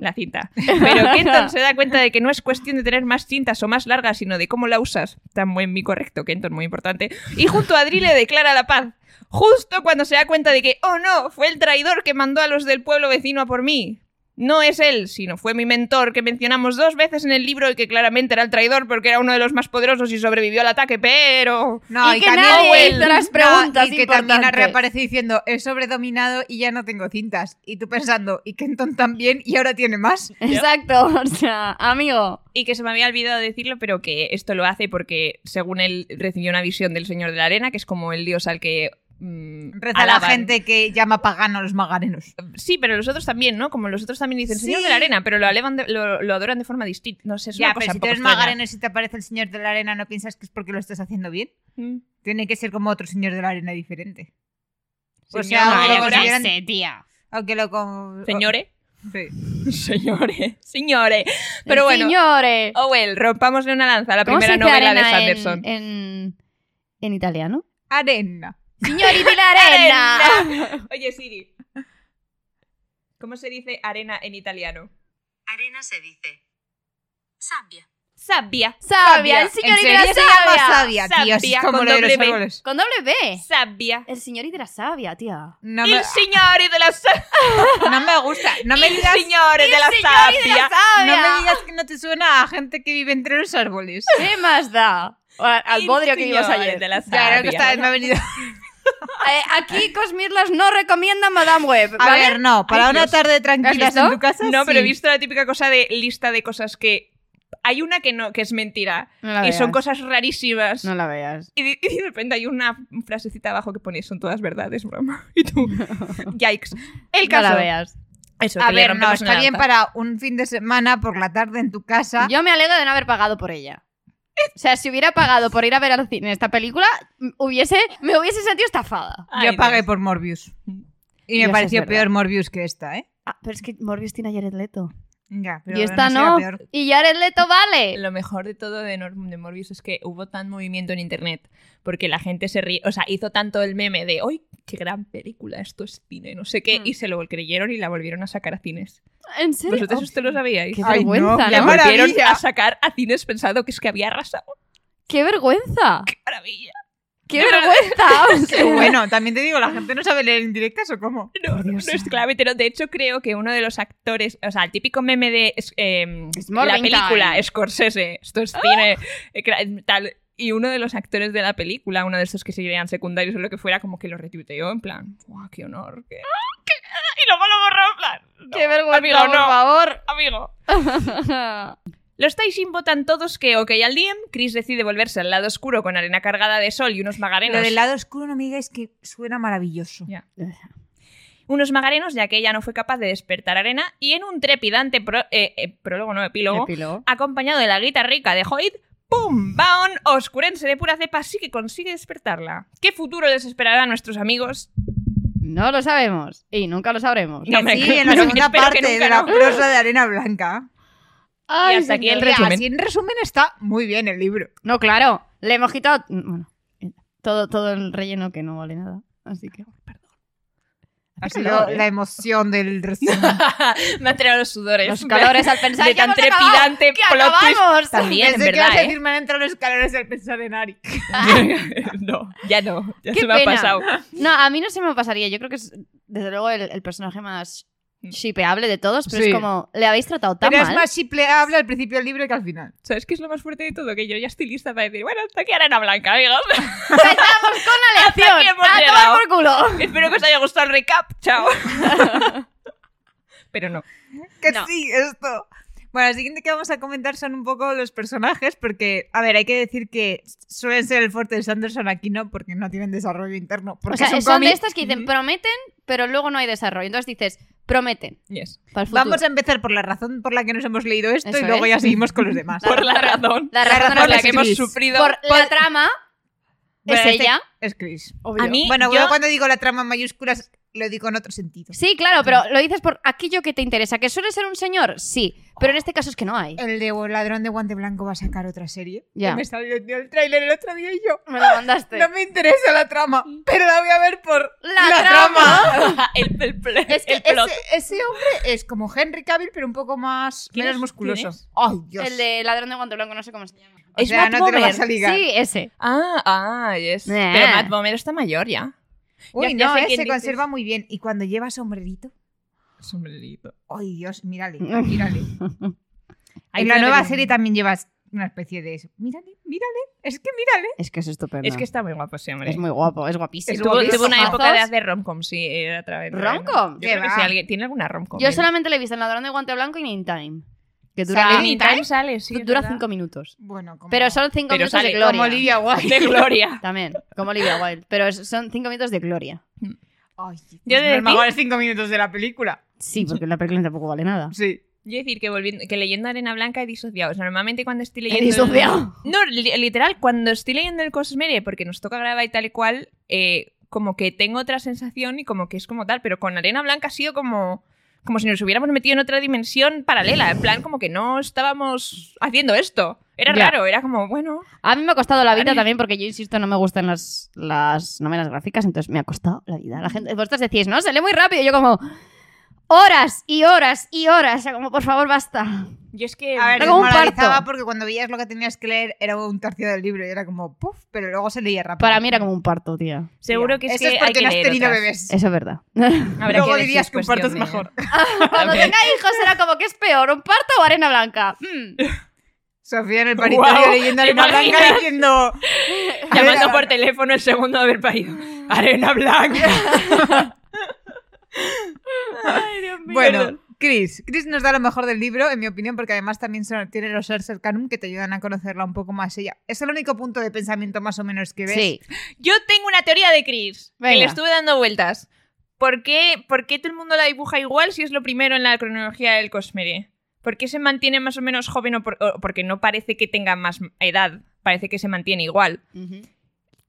A: La cinta. Pero Kenton se da cuenta de que no es cuestión de tener más cintas o más largas, sino de cómo la usas. Tan buen mi correcto, Kenton, muy importante. Y junto a Drille declara la paz. Justo cuando se da cuenta de que, oh no, fue el traidor que mandó a los del pueblo vecino a por mí. No es él, sino fue mi mentor que mencionamos dos veces en el libro y que claramente era el traidor porque era uno de los más poderosos y sobrevivió al ataque, pero...
B: Y que nadie hizo las preguntas
C: y que también
B: importantes.
C: reaparece diciendo, he sobredominado y ya no tengo cintas. Y tú pensando, y Kenton también, y ahora tiene más.
B: Exacto, o sea, amigo.
A: Y que se me había olvidado decirlo, pero que esto lo hace porque, según él, recibió una visión del Señor de la Arena, que es como el dios al que... mm,
C: Reza la
A: alaban.
C: gente que llama pagano a los magarenos.
A: Sí, pero los otros también, ¿no? Como los otros también dicen
C: Sí.
A: Señor de la Arena, pero lo, elevan de- lo, lo adoran de forma distinta. No sé, es una
C: Ya,
A: cosa
C: pero si
A: poco
C: tú eres
A: extraña.
C: magareno y si te aparece el señor de la arena, ¿no piensas que es porque lo estás haciendo bien?
A: Mm.
C: Tiene que ser como otro señor de la arena diferente. O
A: Señor de
C: sea,
A: la
C: aunque Pues lo
A: Arena.
C: consideran-
B: tía.
C: aunque lo con-
A: Señores.
C: o- sí.
A: Señores. Señores. Pero bueno.
B: Señores.
A: Owell, rompámosle una lanza a la
B: ¿Cómo se
A: primera
B: dice
A: novela de
B: arena
A: Sanderson.
B: En, en, en italiano.
C: Arena.
B: Señorita la arena.
A: Oye, Siri. ¿Cómo se dice arena en italiano?
D: Arena se dice. Zambia.
A: Sabia.
B: Sabia, el
C: ¿En
B: señorita
C: serio
B: la
C: se llama
B: sabia.
C: sabia, tío? Es
A: Sabia
C: como
A: con
C: lo de los
A: doble B.
C: árboles.
B: Con doble
A: Eh.
B: B.
A: Sabia.
B: El señorita la sabia, tía.
C: No
A: El
C: me,
A: señor de la sabia.
C: no me gusta. No me
A: el
C: digas
A: señor de la sabia.
C: No me digas que no te suena a gente que vive entre los árboles.
B: ¿Qué más da? O a- Al
A: El
B: bodrio que vimos
A: señor
B: ayer.
A: de la
C: Ya, creo
A: sabia.
C: que esta vez me ha venido.
B: Eh, aquí Cosmirlas no recomienda Madame Web.
C: A
B: ¿vale?
C: ver, no, para
A: Ay,
C: una
A: Dios.
C: tarde
B: ¿Has
C: tranquila
B: visto?
C: en tu casa.
A: No, pero he
C: sí.
A: visto la típica cosa de lista de cosas que. Hay una que no, que es mentira.
B: No la
A: y son
B: veas.
A: cosas rarísimas.
B: No la veas.
A: Y, de- y de repente hay una frasecita abajo que pone son todas verdades, broma. Y tú, yikes. El
B: No
A: caso.
B: la veas.
A: Eso,
C: A
A: que le
C: ver, no,
A: rompemos una
C: está bien
A: lanza.
C: para un fin de semana por la tarde en tu casa.
B: Yo me alegro de no haber pagado por ella. O sea, si hubiera pagado por ir a ver al cine esta película, m- hubiese, me hubiese sentido estafada.
A: Ay,
C: Yo pagué
A: Dios.
C: por Morbius. Y
B: Dios,
C: me
B: es
C: pareció
B: verdad.
C: peor Morbius que esta, ¿eh?
B: Ah, pero es que Morbius tiene a Jared Leto.
C: Ya, pero
B: y esta
C: sé, era
B: no.
C: peor.
B: Y Jared Leto vale.
A: Lo mejor de todo de, Nor- de Morbius es que hubo tan movimiento en internet porque la gente se ríe, o sea, hizo tanto el meme de hoy qué gran película, esto es cine, no sé qué,
B: Mm.
A: y se lo creyeron y la volvieron a sacar a cines.
B: ¿En serio? Oh,
A: ¿Vosotros esto lo sabíais?
B: Qué
C: Ay,
B: vergüenza,
C: no,
A: La
C: qué
B: ¿no?
C: maravilla.
A: volvieron a sacar a cines pensando que es que había arrasado.
B: ¡Qué vergüenza!
A: ¡Qué maravilla!
B: ¡Qué vergüenza! O sea,
C: Qué bueno, también te digo, la gente no sabe leer indirectas o cómo.
A: No, no, no es clave, pero de hecho creo que uno de los actores, o sea, el típico meme de es- eh,
B: It's
A: la
B: morning
A: película
B: time.
A: Scorsese, esto es cine, eh, cra- tal, y uno de los actores de la película, uno de esos que serían secundarios o lo que fuera, como que lo retuiteó en plan, ¡guau, qué honor! qué- ¡Ah, qué- Y luego lo borró en plan, "No,
B: ¡Qué vergüenza,
A: Amigo,
B: por
A: no.
B: favor!
A: amigo. Los Taishin votan todos que ok al diem, Chris decide volverse al lado oscuro con arena cargada de sol y unos
C: Lo
A: magarenos.
C: del lado oscuro no me digáis que suena maravilloso.
A: Ya. unos magarenos, ya que ella no fue capaz de despertar arena, y en un trepidante pro- eh, eh, prólogo, no epílogo,
B: Epílogo.
A: acompañado de la guitarrica de Hoyt, ¡pum! Baon, oscurense de pura cepa, sí que consigue despertarla. ¿Qué futuro les esperará a nuestros amigos?
B: No lo sabemos. Y nunca lo sabremos.
A: No, hombre,
C: Sí, en la
A: pero
C: segunda
A: espero que
C: parte de
A: nunca,
C: la
A: ¿no?
C: prosa de arena blanca.
B: Ay,
A: Y hasta aquí el
B: señor.
A: re- resumen.
C: Así en resumen está muy bien el libro.
B: No, claro. Le hemos quitado mm, bueno, todo, todo el relleno que no vale nada. Así que...
C: Ha
B: Hace
C: sido
B: calor, ¿eh?
C: la emoción del resumen.
A: Me han tirado los sudores.
B: Los calores al pensar
A: de
B: que
A: tan
B: hemos acabado,
A: trepidante
B: que
A: plot twist.
B: acabamos.
A: También, en
C: Pensé que
A: verdad,
C: ibas a
A: ¿eh?
C: decir, me han entrado los calores al pensar en Ari.
A: ¿eh? no, ya no, ya
B: Qué
A: se me
B: pena.
A: ha pasado.
B: No, a mí no se me pasaría. Yo creo que es, desde luego, el, el personaje más shipeable de todos, pero
C: Sí.
B: es como, ¿le habéis tratado tan
C: Pero es
B: mal?
C: más habla al principio del libro que al final.
A: ¿Sabes qué es lo más fuerte de todo? Que yo ya estoy lista para decir, bueno, hasta aquí arena blanca, amigos.
B: ¡Empezamos con
A: Hasta
B: la lección!
A: aquí hemos
B: ¡A
A: llegado.
B: tomar por culo!
A: Espero que os haya gustado el recap. Chao. Pero no.
C: Que
B: No.
C: sí, esto. Bueno, lo siguiente que vamos a comentar son un poco los personajes, porque, a ver, hay que decir que suelen ser el fuerte de Sanderson aquí no, porque no tienen desarrollo interno.
B: O
C: Porque
B: sea,
C: es un
B: son de
C: cómic.
B: estas que
A: Ujú.
B: dicen, prometen, pero luego no hay desarrollo. Entonces dices, prometen,
A: Yes.
B: para el futuro.
C: Vamos a empezar por la razón por la que nos hemos leído esto
B: Eso
C: y luego
B: es.
C: ya seguimos con los demás.
A: Por la razón.
B: La
C: la
B: razón
C: razón
A: Por la que
B: es que
A: hemos
C: Chris.
A: sufrido.
B: por la trama es
C: Bueno, este
B: ella.
C: Es Chris.
A: A mí,
C: Bueno,
A: yo-
C: yo cuando digo la trama en mayúsculas lo digo en otro sentido.
B: Sí, claro, pero lo dices por aquello que te interesa. ¿Que suele ser un señor? Sí, pero en este caso es que no hay.
C: El de Ladrón de Guante Blanco va a sacar otra serie.
B: Ya.
C: Que Me salió el tráiler el otro día y yo.
B: Me lo mandaste.
C: No me interesa la trama, pero la voy a ver por
B: La trama.
A: el, el, el-
C: Es que
A: el plot.
C: ese, ese hombre es como Henry Cavill, pero un poco más
A: ¿Quién
C: menos
A: es?
C: musculoso.
A: ¿Quién es?
C: Ay, Dios.
B: El de ladrón de guante blanco, no sé cómo se llama.
C: O sea, no te lo vas a ligar.
B: Sí, ese.
A: Ah, ah, yes.
B: Eh.
A: Pero Matt Bomer está mayor ya.
C: Uy,
A: Ya- ya
C: no,
A: sé
C: eh,
A: quién
C: se
A: dices.
C: conserva muy bien. Y cuando lleva sombrerito.
A: Sombrerito.
C: Ay, Dios, mírale, mírale.
A: Ahí
C: en la
A: puede
C: nueva
A: haber un-
C: serie también llevas una especie de eso. Mírale, mírale. Es que mírale.
B: Es que es estupendo.
A: Es que está muy guapo ese hombre.
B: muy guapo, es guapísimo.
A: Estuvo,
C: guapísimo.
A: tuvo una época de
B: Ojazos.
A: hacer romcom, sí, era a través de-
B: ¿Romcom?
A: Yo
C: ¿Qué
A: creo que
C: va?
A: si alguien tiene alguna romcom.
B: Yo
A: mira.
B: solamente le he visto en ladrón de guante blanco y en In Time. Que
A: Sale
B: dura,
A: en In Time, sale, sí. es
B: dura
A: verdad.
B: cinco minutos.
C: Bueno, como...
B: Pero son cinco
A: Pero
B: minutos
A: sale
B: de
A: como
B: gloria.
C: Como Olivia Wilde.
A: De gloria.
B: También, como Olivia Wilde. Pero es- son cinco minutos de gloria.
C: Ay,
A: Yo he de
C: pues,
A: decir-
C: mejor cinco minutos de la película.
B: Sí, porque la película tampoco vale nada.
C: Sí.
A: Yo decir que, volviendo, que leyendo Arena Blanca he disociado. O sea, normalmente cuando estoy leyendo...
B: He disociado.
A: No, li- literal, cuando estoy leyendo el Cosmere, porque nos toca grabar y tal y cual, eh, como que tengo otra sensación y como que es como tal, pero con Arena Blanca ha sido como, como si nos hubiéramos metido en otra dimensión paralela, en plan como que no estábamos haciendo esto. Era
B: Ya.
A: raro, era como, bueno,
B: A mí me ha costado la vida también porque yo, insisto, no me gustan las, las novelas gráficas, entonces me ha costado la vida. La gente, vosotros decís, no, se lee muy rápido. y Yo como, horas y horas y horas. O sea, como, por favor, basta.
A: yo es que...
C: A ver,
B: Era como un
C: desmoralizaba
B: parto.
C: porque cuando veías lo que tenías que leer era un tercio del libro y era como puff, pero luego se leía rápido.
B: Para mí era como un parto, tía.
A: seguro que
C: Eso
A: es
C: es
A: que
C: porque
A: hay que
C: no has
A: leer
C: tenido
A: otras.
C: bebés.
B: Eso es verdad.
A: Habrá
C: Luego
A: decir,
C: dirías que un parto es
A: cuestión
C: mejor.
A: de-
B: Cuando tenga hijos era como, ¿qué es peor? ¿Un parto o arena blanca? Mm.
C: Sofía en el paritorio
A: Guau,
C: leyendo
A: ¿te
C: Arena Blanca
A: imaginas?
C: diciendo
A: Llamando por teléfono el segundo de haber parido. Arena Blanca.
C: Bueno, Chris. Chris nos da lo mejor del libro, en mi opinión, porque además también son- tiene los Ars Arcanum que te ayudan a conocerla un poco más ella. Es el único punto de pensamiento más o menos que ves.
B: Sí.
A: Yo tengo una teoría de Chris, que le
B: Venga.
A: estuve dando vueltas. ¿Por qué, por qué todo el mundo la dibuja igual si es lo primero en la cronología del Cosmere? ¿Por qué se mantiene más o menos joven o, por- o porque no parece que tenga más edad? Parece que se mantiene igual.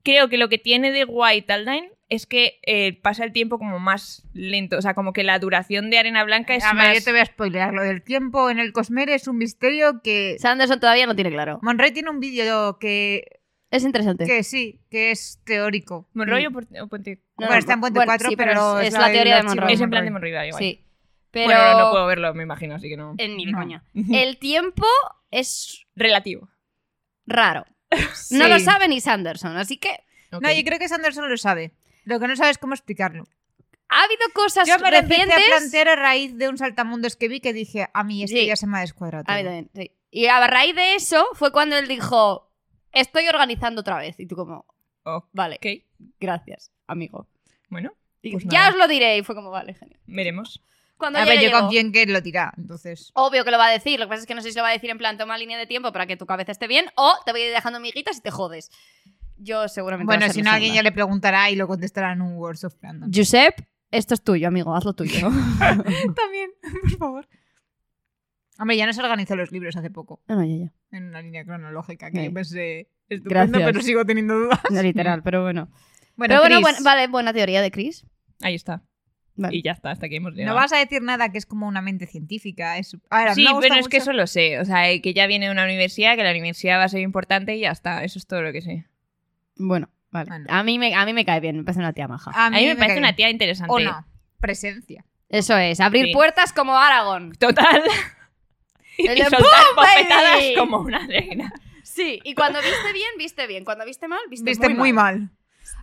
A: Creo que lo que tiene de guay Taldain es que eh, pasa el tiempo como más lento. O sea, como que la duración de Arena Blanca es
C: A ver,
A: más...
C: yo te voy a spoilear. Lo del tiempo en el Cosmere es un misterio que.
B: Sanderson todavía no tiene claro.
C: Monroy tiene un vídeo que,
B: Es interesante.
C: que sí, que es teórico.
A: ¿Monroy o Puente- o Puente-
B: No,
C: bueno,
B: no,
C: está en Puente
B: bueno,
C: 4,
B: sí,
C: pero,
B: es, es la teoría de Monroe.
A: Es en plan de Monroy, vale, igual.
B: Sí. Pero
A: Bueno, no, no puedo verlo, me imagino, así que no...
B: Eh, ni de
C: No.
B: coña. El tiempo es
A: Relativo.
B: raro. No lo sabe ni Sanderson, así que
A: Ok.
C: No, yo creo que Sanderson lo sabe. Lo que no sabe es cómo explicarlo.
B: ha habido cosas
C: Yo me lo empecé a
B: recientes.
C: plantear a raíz de un saltamundos que vi que dije, a mí esto
B: Sí.
C: ya se me ha descuadrado.
B: A mí también, sí. Y a raíz de eso fue cuando él dijo, estoy organizando otra vez. Y tú como,
A: Ok.
B: vale, gracias, amigo.
A: Bueno,
B: Y
A: Pues
B: ya
A: nada.
B: os lo diré. Y fue como, vale, genial.
A: veremos.
B: Cuando
C: A
B: llegue,
C: ver, yo
B: llegó.
C: confío en que lo dirá, entonces.
B: Obvio que lo va a decir, lo que pasa es que no sé si lo va a decir en plan, toma línea de tiempo para que tu cabeza esté bien o te voy a ir dejando miguitas y te jodes. Yo seguramente... va a
C: Bueno,
B: ser
C: si
B: la
C: no, alguien ya
B: segunda.
C: le preguntará y lo contestará en un Words of Random.
B: Josep, esto es tuyo, amigo, hazlo tuyo.
C: también, por favor. Hombre, ya nos organizó los libros hace poco,
B: no, no, ya,
C: en una línea cronológica que
B: Sí.
C: pensé estupendo,
B: Gracias.
C: pero sigo teniendo dudas.
B: ya. No literal, pero bueno.
C: Bueno,
B: pero bueno,
C: Chris,
B: buen- vale, buena teoría de Chris.
A: Ahí está.
B: Vale.
A: Y ya está, hasta aquí hemos llegado.
C: no vas a decir nada que es como una mente científica. Es... A ver, a mí
A: Sí,
C: me gusta
A: pero es que
C: mucho-
A: eso lo sé. O sea, eh, que ya viene de una universidad, que la universidad va a ser importante y ya está. Eso es todo lo que sé.
B: Bueno, vale.
C: Bueno.
B: A, mí me, a mí me cae bien, me parece una tía maja.
A: A mí, me, parece
C: cae
A: una
C: bien.
A: tía interesante.
C: O no, presencia.
B: Eso es, abrir
A: Sí.
B: puertas como Aragón.
A: Total. y
B: El de
A: soltar
B: ¡Boom, baby!
A: bofetadas como una reina.
B: Sí, y cuando viste bien, viste bien. Cuando viste mal, viste,
C: Viste muy mal.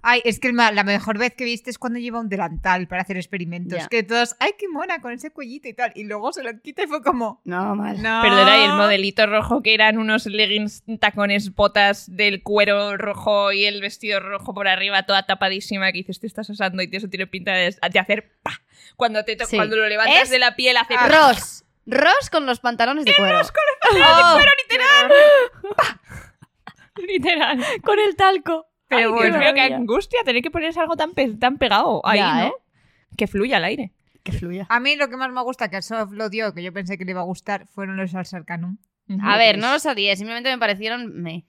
C: Ay, es que el ma- la mejor vez que viste es cuando lleva un delantal para hacer experimentos.
B: Ya.
C: Que todos, ay, qué mona, con ese cuellito y tal. Y luego se lo quita y fue como,
B: No, mal.
C: no.
A: Perdona,
B: Ah.
A: y el modelito rojo que eran unos leggings, tacones, botas del cuero rojo y el vestido rojo por arriba, toda tapadísima, que dices, te estás asando y eso tiene pinta de, de hacer pa. Cuando, te to-
B: Sí.
A: cuando lo levantas
B: Es
A: de la piel hace
C: Ah.
A: pa.
B: Ross. Ross con los pantalones de cuero. Oh, Ross con los pantalones
A: literal. literal.
B: Con el talco.
A: Pero
B: Ay,
A: Dios
B: qué
A: mío, qué
B: maravilla.
A: angustia tener que ponerse algo tan, pe- tan pegado ahí,
B: Ya,
A: ¿no?
B: ¿eh?
A: Que fluya el aire.
B: Que fluya.
C: A mí lo que más me gusta, que el Sof lo dio, que yo pensé que le iba a gustar, fueron los al Sarcanum.
B: A ver, no los odié, simplemente me parecieron me.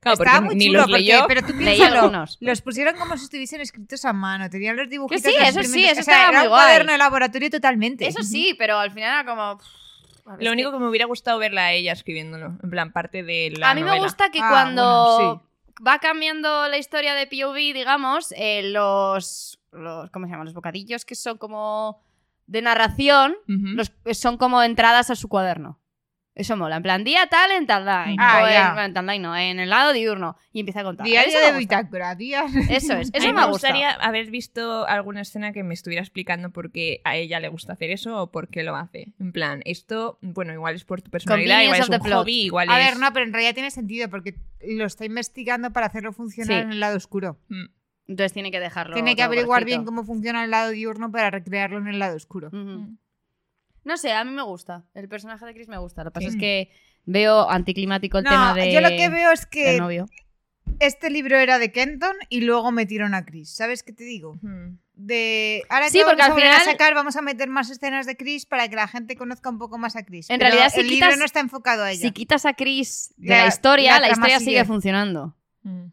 A: Claro, porque
C: Estaba muy
A: ni
C: chulo,
A: los
C: porque-
A: leyó.
C: pero tú
B: Leí
C: piénsalo,
B: algunos.
C: Los pusieron como si estuviesen escritos a mano, tenían los dibujitos.
B: sí,
C: los
B: eso sí,
C: experimentos.
B: eso
C: o sea,
B: estaba
C: era
B: muy
C: un
B: guay.
C: cuaderno de laboratorio totalmente.
B: Eso sí, pero al final era como. pff, a ver,
A: Lo
B: es
A: único
B: que-
A: que me hubiera gustado verla a ella escribiéndolo. En plan, parte de la
B: A mí me
A: novela.
B: gusta que
C: Ah,
B: cuando
C: bueno,
B: va cambiando la historia de POV, digamos, eh, los, los. ¿Cómo se llaman? Los bocadillos que son como. de narración,
A: Ujú.
B: los, eh, son como entradas a su cuaderno. Eso mola. En plan, día tal en tal line.
C: Ah,
B: o en-
C: ya.
B: bueno, en tal line no, en el lado diurno. Y empieza a contar.
C: Diario
B: Eso
C: de
B: me gusta.
C: bitácora, día-
B: Eso es,
A: a mí
B: eso me ha
A: me
B: gustado.
A: gustaría haber visto alguna escena que me estuviera explicando por qué a ella le gusta hacer eso o por qué lo hace. En plan, esto, bueno, igual es por tu personalidad, igual
B: Convenience
A: es
B: of
A: un
B: the plot.
A: hobby, igual
C: A
A: es...
C: ver, no, pero en realidad tiene sentido porque lo está investigando para hacerlo funcionar
B: Sí.
C: en el lado oscuro.
A: Mm.
B: Entonces tiene que dejarlo.
C: tiene que
B: todo
C: averiguar
B: cortito.
C: bien cómo funciona el lado diurno para recrearlo en el lado oscuro.
B: Ujú. No sé, a mí me gusta. El personaje de Chris me gusta. Lo que pasa
A: Sí.
B: es que veo anticlimático el
C: No,
B: tema de.
C: yo lo que veo
B: del
C: es que
B: novio.
C: este libro era de Kenton y luego metieron a Chris. ¿Sabes qué te digo?
A: Mm.
C: De ahora
B: Sí,
C: que
B: porque
C: vamos
B: al
C: a volver a
B: final-
C: sacar, vamos a meter más escenas de Chris para que la gente conozca un poco más a Chris.
B: En
C: Pero
B: realidad, si
C: el libro
B: quitas-
C: no está enfocado a ella.
B: Si quitas a Chris de
C: La-
B: la historia,
C: la
B: la,
C: trama
B: historia sigue.
C: sigue.
B: funcionando.
A: Mm.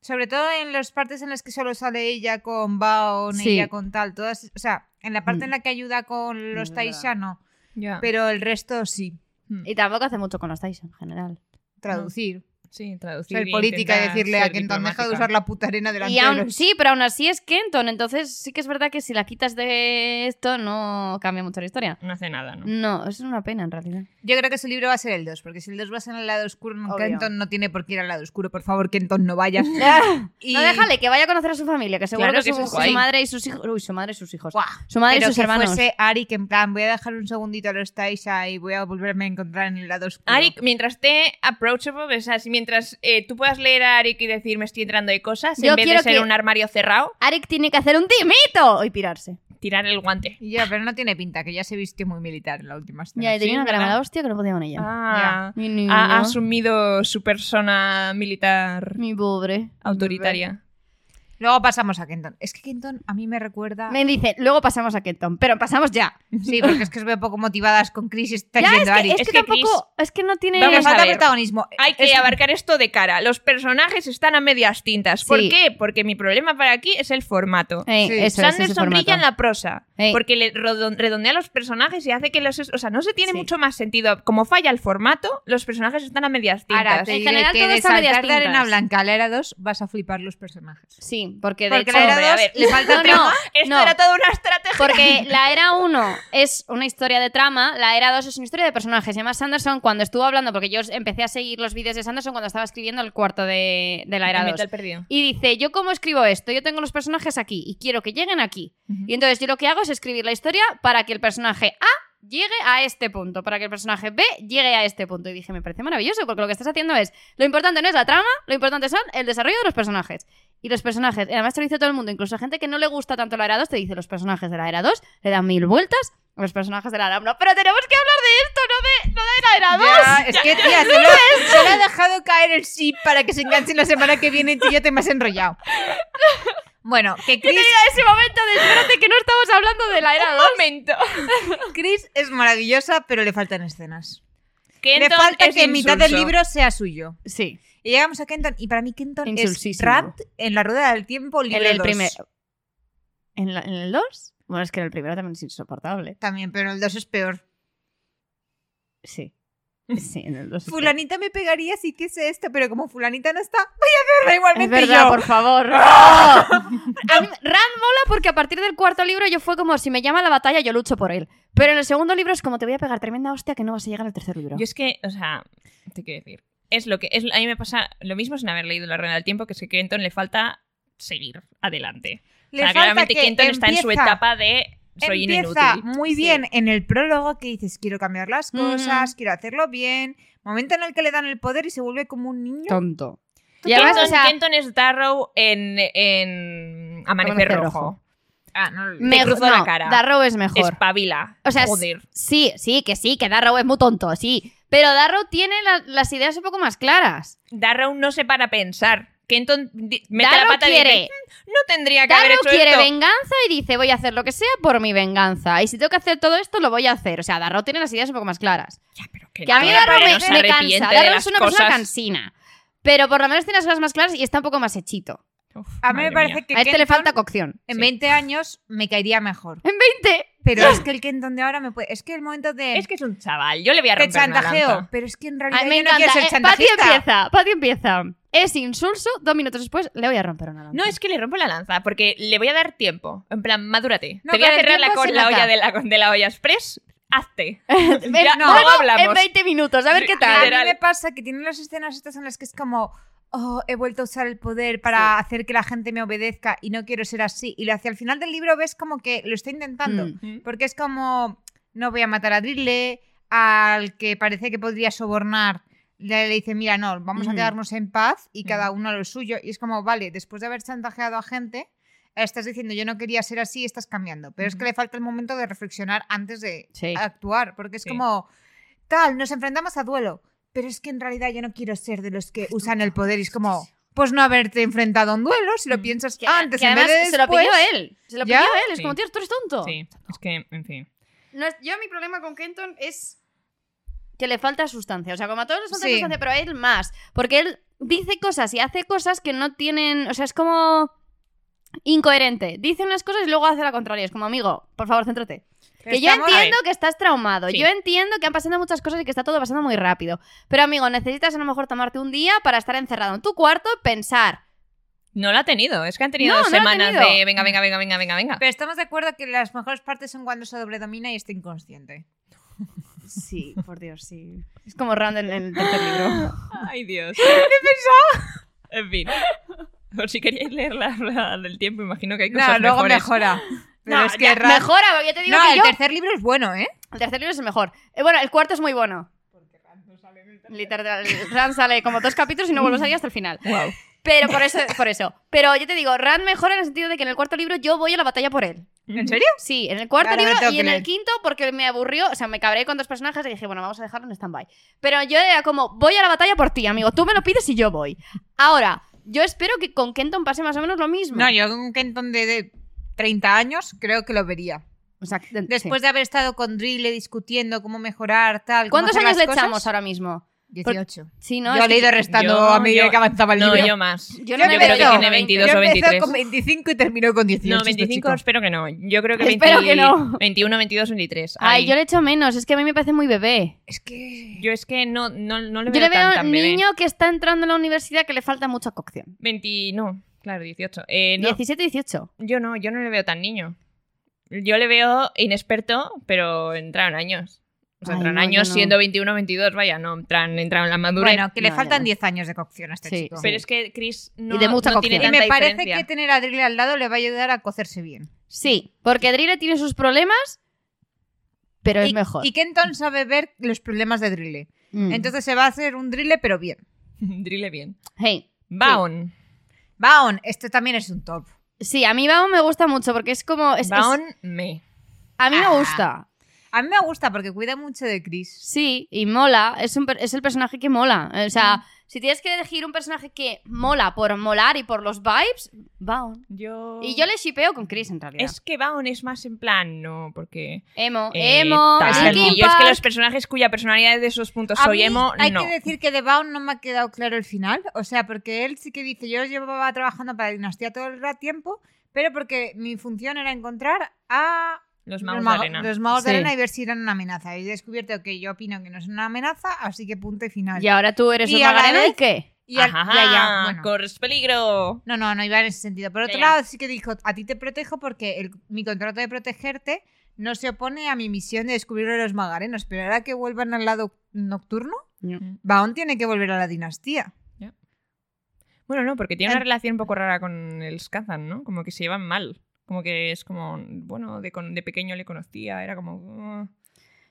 C: Sobre todo en las partes en las que solo sale ella con Baon,
B: Sí.
C: ella con tal, todas, o sea, en la parte
B: Mm.
C: en la que ayuda con los
B: Es verdad.
C: Taisha no,
A: Ya.
C: pero el resto sí,
A: Mm.
B: Y tampoco hace mucho con los Tyson en general.
C: traducir,
A: Sí,
B: Mm.
A: traducir
C: ser
A: e
C: política y
A: intentar
C: decirle a
A: ser
C: Kenton deja de
A: diplomática.
C: usar la puta arena delante
B: Y
C: de
B: aún-
C: los...
B: sí, pero aún así es Kenton. Entonces sí que es verdad que si la quitas de esto no cambia mucho la historia.
A: No hace nada, ¿no?
B: No, eso es una pena en realidad.
C: Yo creo que su libro va a ser el 2, porque si el 2 va a ser en el lado oscuro, no,
B: Obvio.
C: Kenton no tiene por qué ir al lado oscuro, por favor, Kenton no vayas. Ah, Y-
B: No, déjale que vaya a conocer a su familia, que seguro
A: Claro
B: que,
A: que
B: su,
A: eso es
B: su
A: guay.
B: madre y sus hijos. Uy, su madre y sus hijos.
C: Guau.
B: Su madre
C: Pero
B: y sus
C: que
B: hermanos.
C: fuese Ari que en plan, voy a dejar un segundito a los Taisha y voy a volverme a encontrar en el lado oscuro.
A: Arik, mientras esté approachable, o sea, si mientras eh, tú puedas leer a Arik y decir me estoy entrando de cosas,
B: Yo
A: en vez de
B: quiero
A: ser
B: que-
A: un armario cerrado,
B: Arik tiene que hacer un timito y pirarse.
A: tirar el guante.
C: Y Ya, pero no tiene pinta, que ya se vistió muy militar en la última escena.
B: Ya, y
A: sí,
B: tenía una cara
A: ¿verdad?
B: mala hostia que no podía con ella.
A: Ah,
B: Mi niño.
A: ha ha asumido su persona militar
B: Mi pobre.
A: autoritaria.
C: Luego pasamos a Kenton. Es que Kenton a mí me recuerda.
B: Me dice, luego pasamos a Kenton, pero pasamos ya.
C: Sí, porque es que os veo poco motivadas con Chris y está
B: Ya,
C: yendo
B: es que,
C: Ari.
B: es
A: Es
B: que
A: que
B: tampoco, es que no tiene...
A: Vamos
C: Le
A: a
C: falta
A: ver.
C: protagonismo.
A: Hay que
C: Es-
A: abarcar esto de cara. Los personajes están a medias tintas. ¿Por
B: Sí.
A: qué? Porque mi problema para aquí es el formato.
B: Ey,
C: Sí.
B: eso es, ese
A: Sanderson
B: formato.
A: brilla en la prosa,
B: Ey.
A: porque le rodon- redondea los personajes y hace que los... O sea, no se tiene
B: Sí.
A: mucho más sentido. Como falla el formato, los personajes están a medias tintas.
C: Ahora, te
B: En
C: diré
B: general,
C: que
B: todo
C: de
B: está a medias
C: saltar de arena
B: tintas.
C: blanca a la era 2 vas a flipar los personajes.
B: Sí, porque de
C: Porque
B: hecho...
C: la
A: hombre, a
C: era 2
A: ver.
C: le falta
B: No,
C: trama.
A: Esto
B: no.
A: era toda una estrategia.
B: Porque la era 1 es una historia de trama, la era 2 es una historia de personajes. Y además Sanderson cuando estuvo hablando, porque yo empecé a seguir los vídeos de Sanderson cuando estaba escribiendo el cuarto de, de la era
A: Me
B: 2.
A: meto al perdido.
B: Y dice, yo cómo escribo esto, yo tengo los personajes aquí y quiero que lleguen aquí.
A: Ujú.
B: Y entonces yo lo que hago es escribir la historia para que el personaje A llegue a este punto, para que el personaje B llegue a este punto. Y dije, me parece maravilloso, porque lo que estás haciendo es, lo importante no es la trama, lo importante son el desarrollo de los personajes. Y los personajes, además te lo dice todo el mundo, incluso gente que no le gusta tanto la era 2, te dice, los personajes de la era 2 le dan mil vueltas. a Los personajes de la era 1. Pero tenemos que hablar de esto, no de, no de la era 2.
C: Ya, es que tía, solo, solo ha dejado caer el sí para que se enganchen la semana que viene y tú ya te me has enrollado. Bueno, que
B: Yo
C: Chris,
B: tenía ese momento de espérate que no estamos hablando de la era 2.
A: Momento.
C: Chris es maravillosa, pero le faltan escenas.
A: Kenton
C: le falta
A: es
C: que mitad del
A: insulso.
C: libro sea suyo.
B: Sí,
C: Y llegamos a Kenton, y para mí Kenton es
B: Insulsísimo.
C: Rand en la rueda del tiempo
B: en
C: libre
B: el
C: dos.
B: primero. ¿En, la- en el 2? Bueno, es que en el primero también es insoportable.
C: También, pero el 2 es peor.
B: Sí. Sí, en el 2.
C: Fulanita me pegaría si hiciese esto, pero como fulanita no está, voy a hacerla
B: Es
C: igualmente
B: verdad,
C: yo.
B: por favor. A mí- Rand mola porque a partir del cuarto libro yo fue como, si me llama a la batalla, yo lucho por él. Pero en el segundo libro es como, te voy a pegar tremenda hostia que no vas a llegar al tercer libro.
A: Yo es que, o sea, te quiero decir. Es lo que. Es, a mí me pasa lo mismo sin haber leído La Rueda del Tiempo, que es que a Kenton le falta seguir adelante.
C: Le
A: o sea,
C: falta
A: claramente
C: que
A: Kenton está en su
C: empieza-
A: etapa de soy un
C: empieza
A: inútil.
C: muy
B: Sí.
C: bien en el prólogo que dices quiero cambiar las
B: Ujú.
C: cosas, quiero hacerlo bien. Momento en el que le dan el poder y se vuelve como un niño.
B: Tonto.
A: Tú,
B: Y además,
A: Kenton,
B: o sea,
A: Kenton es Darrow en, en Amanecer,
B: Amanecer
A: Rojo.
B: Rojo.
C: Ah, no,
A: Me-
B: mejo-
A: cruzó la
B: no,
A: cara.
B: Darrow es mejor.
A: Espabila.
B: O sea,
A: Joder.
B: Sí, sí, que sí, que Darrow es muy tonto, sí. Pero Darrow tiene la- las ideas un poco más claras.
A: Darrow no se para a pensar. Kenton di- mete la
B: Darrow
A: pata y
B: quiere,
A: dice, no tendría que haber
B: Darrow
A: hecho
B: quiere
A: esto.
B: venganza y dice voy a hacer lo que sea por mi venganza. Y si tengo que hacer todo esto, lo voy a hacer. O sea, Darrow tiene las ideas un poco más claras.
A: Ya, pero que
B: Que a mí
A: la
B: Darrow
A: pobre
B: me,
A: no se
B: me
A: arrepiente
B: cansa.
A: de
B: Darrow
A: las
B: es una persona
A: cosas.
B: cansina. Pero por lo menos tiene las cosas más claras y está un poco más hechito.
A: Uf,
C: a mí me
A: madre
C: parece
A: mía.
C: que
B: a este le
C: Kenton
B: falta cocción.
C: en
A: sí.
C: 20 años me caería mejor.
B: En 20.
C: Pero es que el Kenton de ahora me puede... Es que el momento de...
A: Es que es un chaval, yo le voy a
C: te
A: romper una
C: chantajeo.
A: lanza.
C: Pero es que en realidad
B: A mí me
C: yo no
B: encanta.
C: quiero ser
B: Eh, Patio
C: chantajista.
B: empieza, Patio empieza. Es insulso, dos minutos después le voy a romper una lanza.
A: No, es que le rompo la lanza, porque le voy a dar tiempo. En plan, madúrate.
C: No,
A: Te voy a
C: con el
A: cerrar la,
C: tiempo
A: co-
C: se
A: la
C: nota.
A: olla de la, de la olla express. Hazte. Ya,
B: En- Eh, no,
A: luego
B: en
A: hablamos. Mm,
B: 20 minutos, a ver qué tal.
C: A mí me
A: Literal.
C: pasa que tienen las escenas estas en las que es como, oh, he vuelto a usar el poder para hacer que la gente me obedezca y no quiero ser así. Y lo- hacia el final del libro ves como que lo está intentando.
B: Mm.
C: Porque es como, no voy a matar a Drille, al que parece que podría sobornar. Le, le dice, mira, no, vamos a
B: Ujú.
C: quedarnos en paz y cada
A: Ujú.
C: uno a lo suyo. Y es como, vale, después de haber chantajeado a gente, estás diciendo, yo no quería ser así, estás cambiando. Pero es que
A: Ujú.
C: le falta el momento de reflexionar antes de
B: Sí.
C: actuar, porque es
A: Sí.
C: como, tal, nos enfrentamos a duelo. Pero es que en realidad yo no quiero ser de los que usan el poder. Y es como, pues no haberte enfrentado a un duelo, si lo
A: Mm.
C: piensas
B: Que-
C: antes,
B: que
C: en vez
B: además
C: de
B: se lo
C: después.
B: pidió él. Se lo
C: ¿Ya?
B: pidió él. Es
A: Sí.
B: como, tío, tú eres tonto.
A: Sí, es que, en fin.
B: No es- yo mi problema con Kenton es que le falta sustancia. O sea, como a todos les falta
C: Sí.
B: sustancia, pero a él más. Porque él dice cosas y hace cosas que no tienen... O sea, es como incoherente. Dice unas cosas y luego hace la contraria. Es como, amigo, por favor, céntrate. Que yo
C: Estamos-
B: entiendo que estás traumado,
A: Sí.
B: yo entiendo que han pasado muchas cosas y que está todo pasando muy rápido. Pero amigo, necesitas a lo mejor tomarte un día para estar encerrado en tu cuarto, pensar.
A: No la ha tenido, es que han tenido
B: No,
A: dos
B: no la ha
A: semanas
B: tenido.
A: de venga, venga, venga, venga, venga, venga.
C: Pero estamos de acuerdo que las mejores partes son cuando se dobledomina y está inconsciente.
B: Sí, por Dios, sí. Es como Rand en el tercer libro.
A: Ay, Dios. En fin. Por si queríais leer la, la del tiempo, imagino que hay cosas
C: No, luego
A: mejores.
C: mejora. Pero
B: No,
C: es que
B: ya,
C: Ra-
B: mejora, porque yo te digo
C: No,
B: que
C: el
B: yo-
C: tercer libro es bueno, ¿eh?
B: El tercer libro es el mejor. Eh, bueno, el cuarto es muy bueno. Literal, Rand sale como dos capítulos y no vuelve a salir hasta el final.
A: Guau.
B: Pero por eso, por eso. Pero yo te digo, Rand mejora en el sentido de que en el cuarto libro yo voy a la batalla por él.
C: ¿En serio?
B: Sí, en el cuarto
C: Ahora me
B: libro
C: tengo
B: y
C: que
B: en el
C: leer.
B: quinto porque me aburrió, o sea, me cabré con dos personajes y dije, bueno, vamos a dejarlo en stand-by. Pero yo era como, voy a la batalla por ti, amigo, tú me lo pides y yo voy. Ahora, yo espero que con Kenton pase más o menos lo mismo.
C: No, yo con un Kenton de, de 30 años creo que lo vería.
B: O sea, de-
C: Después
B: sí.
C: de haber estado con Drille discutiendo cómo mejorar, tal. cómo
B: ¿Cuántos
C: hacer
B: años
C: las
B: le
C: cosas,
B: echamos ahora mismo?
C: 18.
B: Sí, ¿no?
C: yo
B: Es
C: he
B: que-
C: ido restando
A: yo-
C: a medida
A: yo-
C: que avanzaba el
A: No,
C: libro.
A: yo más.
B: Yo
C: Yo
B: no me
A: creo que
B: creo.
A: tiene 22 o 23.
C: con 25 y terminó con 18.
A: No, 25
C: este chico.
A: espero que no. Yo creo que,
B: Espero
A: 20
B: que no.
A: 21, 22, 23.
B: Ay,
A: Ahí.
B: yo le echo menos, es que a mí me parece muy bebé.
C: Es que...
A: Yo es que no, no, no le
B: Yo
A: veo
B: le veo
A: tan,
B: a
A: tan
B: un
A: bebé.
B: niño que está entrando en la universidad que le falta mucha cocción.
A: 20, no, claro, 18. Eh, no,
B: 17, 18.
A: yo no, yo no le veo tan niño. Yo le veo inexperto, pero entraron años. O sea,
B: Ay,
A: entran
B: no, yo
A: años
B: no.
A: siendo 21, 22, vaya, no entran, entraron la madurez.
C: Bueno, que le
B: No,
C: faltan
B: ya.
C: 10 años de cocción a este
B: Sí,
C: chico.
B: sí.
A: pero es que Chris no,
B: Y de mucha
A: no tiene
B: cocción.
C: y
A: tanta
C: me parece
A: diferencia.
C: que tener a Drille al lado le va a ayudar a cocerse bien.
B: Sí, porque Drille tiene sus problemas, pero es
C: y,
B: mejor.
C: y Kenton sabe ver los problemas de Drille.
B: Mm.
C: Entonces se va a hacer un Drille, pero bien.
A: Drile bien.
B: Hey.
A: Baon.
C: Baon, este también es un top.
B: Sí, a mí Baon me gusta mucho porque es como. es- es-
A: Baon me.
B: a mí me
C: Ah.
B: gusta.
C: A mí me gusta porque cuida mucho de Chris.
B: Sí, y mola. Es, un per- es el personaje que mola. O sea, si tienes que elegir un personaje que mola por molar y por los vibes, Baon.
A: Yo...
B: Y yo le shipeo con Chris en realidad.
A: Es que Baon es más en plan, no, porque...
B: emo,
A: eh,
B: emo,
A: tal.
B: Linkin
A: Y yo es que
B: Park.
A: los personajes cuya personalidad es de esos puntos
C: A
A: soy
C: mí
A: emo,
C: hay
A: no.
C: que decir que de Baon no me ha quedado claro el final. O sea, porque él sí que dice, yo llevaba trabajando para Dinastía todo el ra- tiempo, pero porque mi función era encontrar a
A: Los magos
C: mago-
A: de arena.
C: los magos de
B: Sí.
C: arena y ver si eran una amenaza. He descubierto que yo opino que no es una amenaza, así que punto y final.
B: Y ahora tú eres
C: Y
B: un
C: a la
B: magarena
C: vez-
B: y qué?
C: Y al-
A: Ajá,
C: ya, ya, bueno.
A: corres peligro.
C: No, no, no iba en ese sentido. Por otro
A: Ya, ya.
C: lado, sí que dijo, a ti te protejo porque el- mi contrato de protegerte no se opone a mi misión de descubrir a los magarenos, pero ahora que vuelvan
A: Mm.
C: al lado nocturno, Baon tiene que volver a la dinastía.
A: Bueno, no, porque tiene una
B: En-
A: relación un poco rara con el Skazan, ¿no? Como que se llevan mal. Como que es como, bueno, de, con- de pequeño le conocía, era como... uh.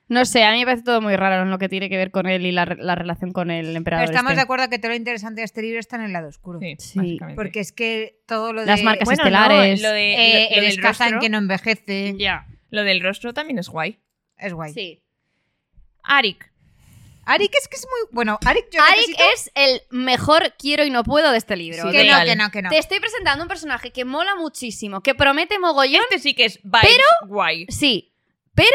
B: No sé, a mí me parece todo muy raro en lo que tiene que ver con él y la, re- la relación con el emperador.
C: Estamos
B: este.
C: de acuerdo que todo lo interesante de este libro está en el lado oscuro.
A: Sí,
B: Sí,
A: básicamente.
C: Porque es que todo lo de
B: Las marcas
A: Bueno, no,
B: estelares.
A: lo, de-
C: eh,
A: lo- lo
C: el
A: del
C: Skazan
A: rostro,
C: que no envejece,
B: Ya.
A: lo del rostro también es guay.
C: es guay.
B: Sí.
A: Arik,
C: Arik es que es muy bueno. Arik yo
B: Arik
C: necesito-
B: es el mejor quiero y no puedo de este libro.
A: Sí,
B: De-
C: que no,
A: total.
C: que no, que no.
B: Te estoy presentando un personaje que mola muchísimo, que promete mogollón.
A: este sí que es vibes guay.
B: Sí, pero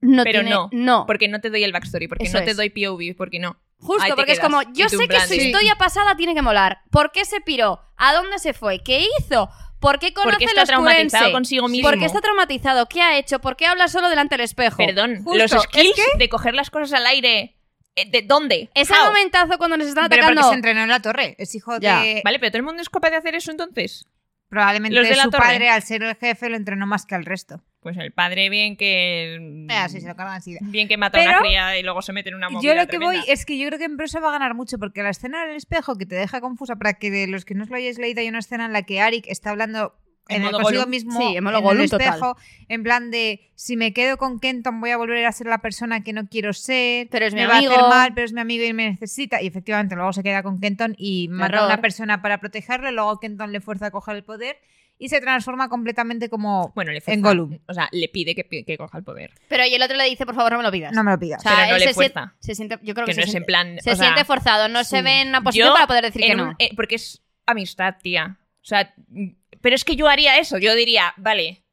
B: no
A: Pero
B: tiene.
A: no, Porque no te doy el backstory, porque
B: Eso
A: no te
B: es.
A: doy POV, porque no.
B: Justo,
A: Ahí te
B: porque es
A: quedas.
B: como,
A: Y
B: yo
A: tú
B: sé
A: en
B: que
A: plan
B: su
A: de-
B: historia pasada tiene que molar. ¿Por qué se piró? ¿A dónde se fue? ¿Qué hizo? ¿Por qué conoce
A: Porque está
B: los
A: traumatizado
B: Cuense?
A: consigo mismo.
B: ¿Por qué está traumatizado? ¿Qué ha hecho? ¿Por qué habla solo delante del espejo?
A: Perdón,
C: Justo,
A: los
C: es
A: skills de coger las cosas al aire. eh, ¿De dónde?
B: Ese
A: How?
B: momentazo cuando nos están
C: Pero porque
B: atacando.
C: se entrenó en la torre. Es hijo
B: Ya.
C: de.
A: Vale, pero todo el mundo es capaz de hacer eso entonces.
C: Probablemente
A: Los de la
C: su
A: torre.
C: padre, al ser el jefe, lo entrenó más que al resto.
A: Pues el padre bien que. mm,
C: Ah, sí, se lo cargan así.
A: Bien que mata a una
C: Pero-
A: cría y luego se mete en una movida
C: Yo lo que
A: tremenda.
C: voy es que yo creo que en prosa va a ganar mucho porque la escena del espejo que te deja confusa para que de los que no os lo hayáis leído hay una escena en la que Arik está hablando
A: En
C: en el
A: modo
C: consigo
A: Gollum.
C: mismo
B: Sí, en
C: en,
B: modo
C: el
B: Gollum total.
C: espejo en plan de si me quedo con Kenton voy a volver a ser la persona que no quiero ser
B: Pero es mi
C: me
B: amigo.
C: va a hacer mal pero es mi amigo y me necesita y efectivamente luego se queda con Kenton y mata a
B: Error.
C: una persona para protegerle luego Kenton le fuerza a coger el poder y se transforma completamente como
A: Bueno, le fuerza-
C: en Gollum.
A: O sea, le pide que, pi- que coja el poder.
B: Pero y el otro le dice, por favor, no me lo pidas.
C: no me lo pidas
B: O sea,
A: Pero no
B: él
A: le
B: se siente-
A: fuerza.
B: se siente, yo creo que,
A: que
B: se
A: no es en
B: siente-
A: plan.
B: Se
A: o sea,
B: siente forzado, no se
C: sí.
B: ve en una posición
A: Yo,
B: para poder decir
A: en
B: que
A: un-
B: no.
A: eh, porque es amistad, tía. O sea, mm, pero es que yo haría eso. Yo diría, vale,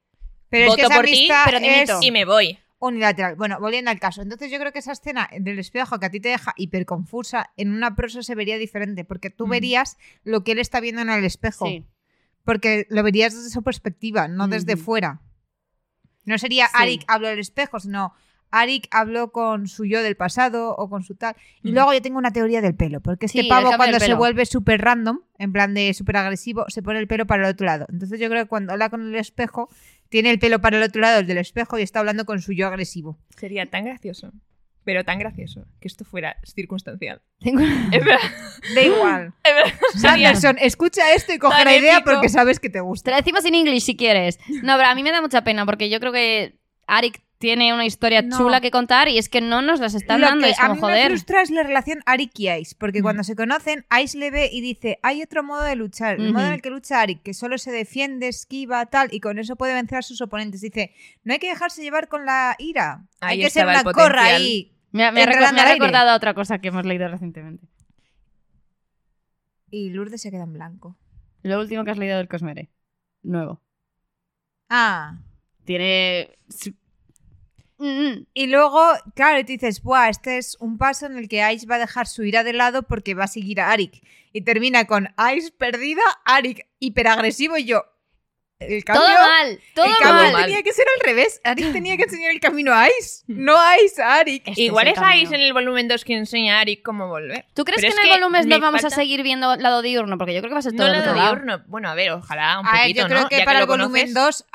C: pero es que
A: voto
C: esa
A: por ti,
C: amistad
B: pero dimito.
C: es
A: y me voy.
C: unilateral. Bueno, volviendo al caso. Entonces yo creo que esa escena del espejo que a ti te deja hiperconfusa, en una prosa se vería diferente, porque tú
A: Mm.
C: verías lo que él está viendo en el espejo,
B: Sí.
C: porque lo verías desde su perspectiva, no desde
B: Ujú.
C: fuera. No sería
B: Sí.
C: Arik habló al espejo, sino Arik habló con su yo del pasado o con su tal. Y
A: Mm.
C: luego yo tengo una teoría del pelo, porque este
B: Sí, el
C: pavo
B: cambio del
C: cuando se
B: pelo.
C: vuelve súper random, en plan de súper agresivo, se pone el pelo para el otro lado. Entonces yo creo que cuando habla con el espejo, tiene el pelo para el otro lado, el del espejo, y está hablando con su yo agresivo.
A: Sería tan gracioso. Pero tan gracioso que esto fuera circunstancial.
B: Tengo-
A: Es verdad.
C: Da igual.
A: es verdad, sería-
C: Anderson, escucha esto y coge
A: Tan
C: la idea
A: épico.
C: porque sabes que te
B: Te
C: gusta.
B: la decimos en inglés si quieres. No, pero a mí me da mucha pena porque yo creo que Arik tiene una historia
C: No.
B: chula que contar y es que no nos las están
C: Lo
B: dando.
C: que
B: y es
C: a
B: como,
C: mí me
B: joder.
C: frustra es la relación Arik y Ice, porque
A: Mm.
C: cuando se conocen, Ice le ve y dice, hay otro modo de luchar, el
B: Ujú.
C: modo en el que lucha Arik, que solo se defiende, esquiva, tal, y con eso puede vencer a sus oponentes. Dice, no hay que dejarse llevar con la ira,
A: Ahí
C: hay que ser
A: estaba
C: una
A: el
C: corra
A: potencial.
C: ahí.
B: Me, me ha
C: Entra
B: reco-
C: al
B: me ha
C: aire.
B: recordado a otra cosa que hemos leído recientemente.
C: Y Lourdes se queda en blanco.
B: Lo último que has leído del Cosmere. Nuevo.
C: Ah.
B: Tiene. su- Mm,
C: Y luego, claro, y te dices, Buah, este es un paso en el que Ice va a dejar su ira de lado porque va a seguir a Arik. Y termina con Ice perdida, Arik hiperagresivo y yo. El cambio,
B: Todo mal, todo
C: el
B: mal.
C: cambio tenía que ser al revés. Arik tenía que enseñar el camino a Ice, no a Ice, a Arik.
B: Este
A: Igual
B: es
A: es
B: el camino.
A: Ice en el volumen 2 que enseña a Arik cómo volver.
B: ¿Tú crees
A: Pero
B: que
A: es
B: en el
A: que
B: volumen
A: me
B: 2 vamos a
A: falta-
B: seguir viendo lado diurno? Porque yo creo que va a ser todo
A: No
B: el
A: lo
B: otro
A: de
B: lado.
A: diurno. Bueno, a ver, ojalá un
C: A ver,
A: poquito,
C: yo creo
A: ¿no?
C: que
A: Ya
C: para
A: lo
C: el volumen
A: conoces.
C: 2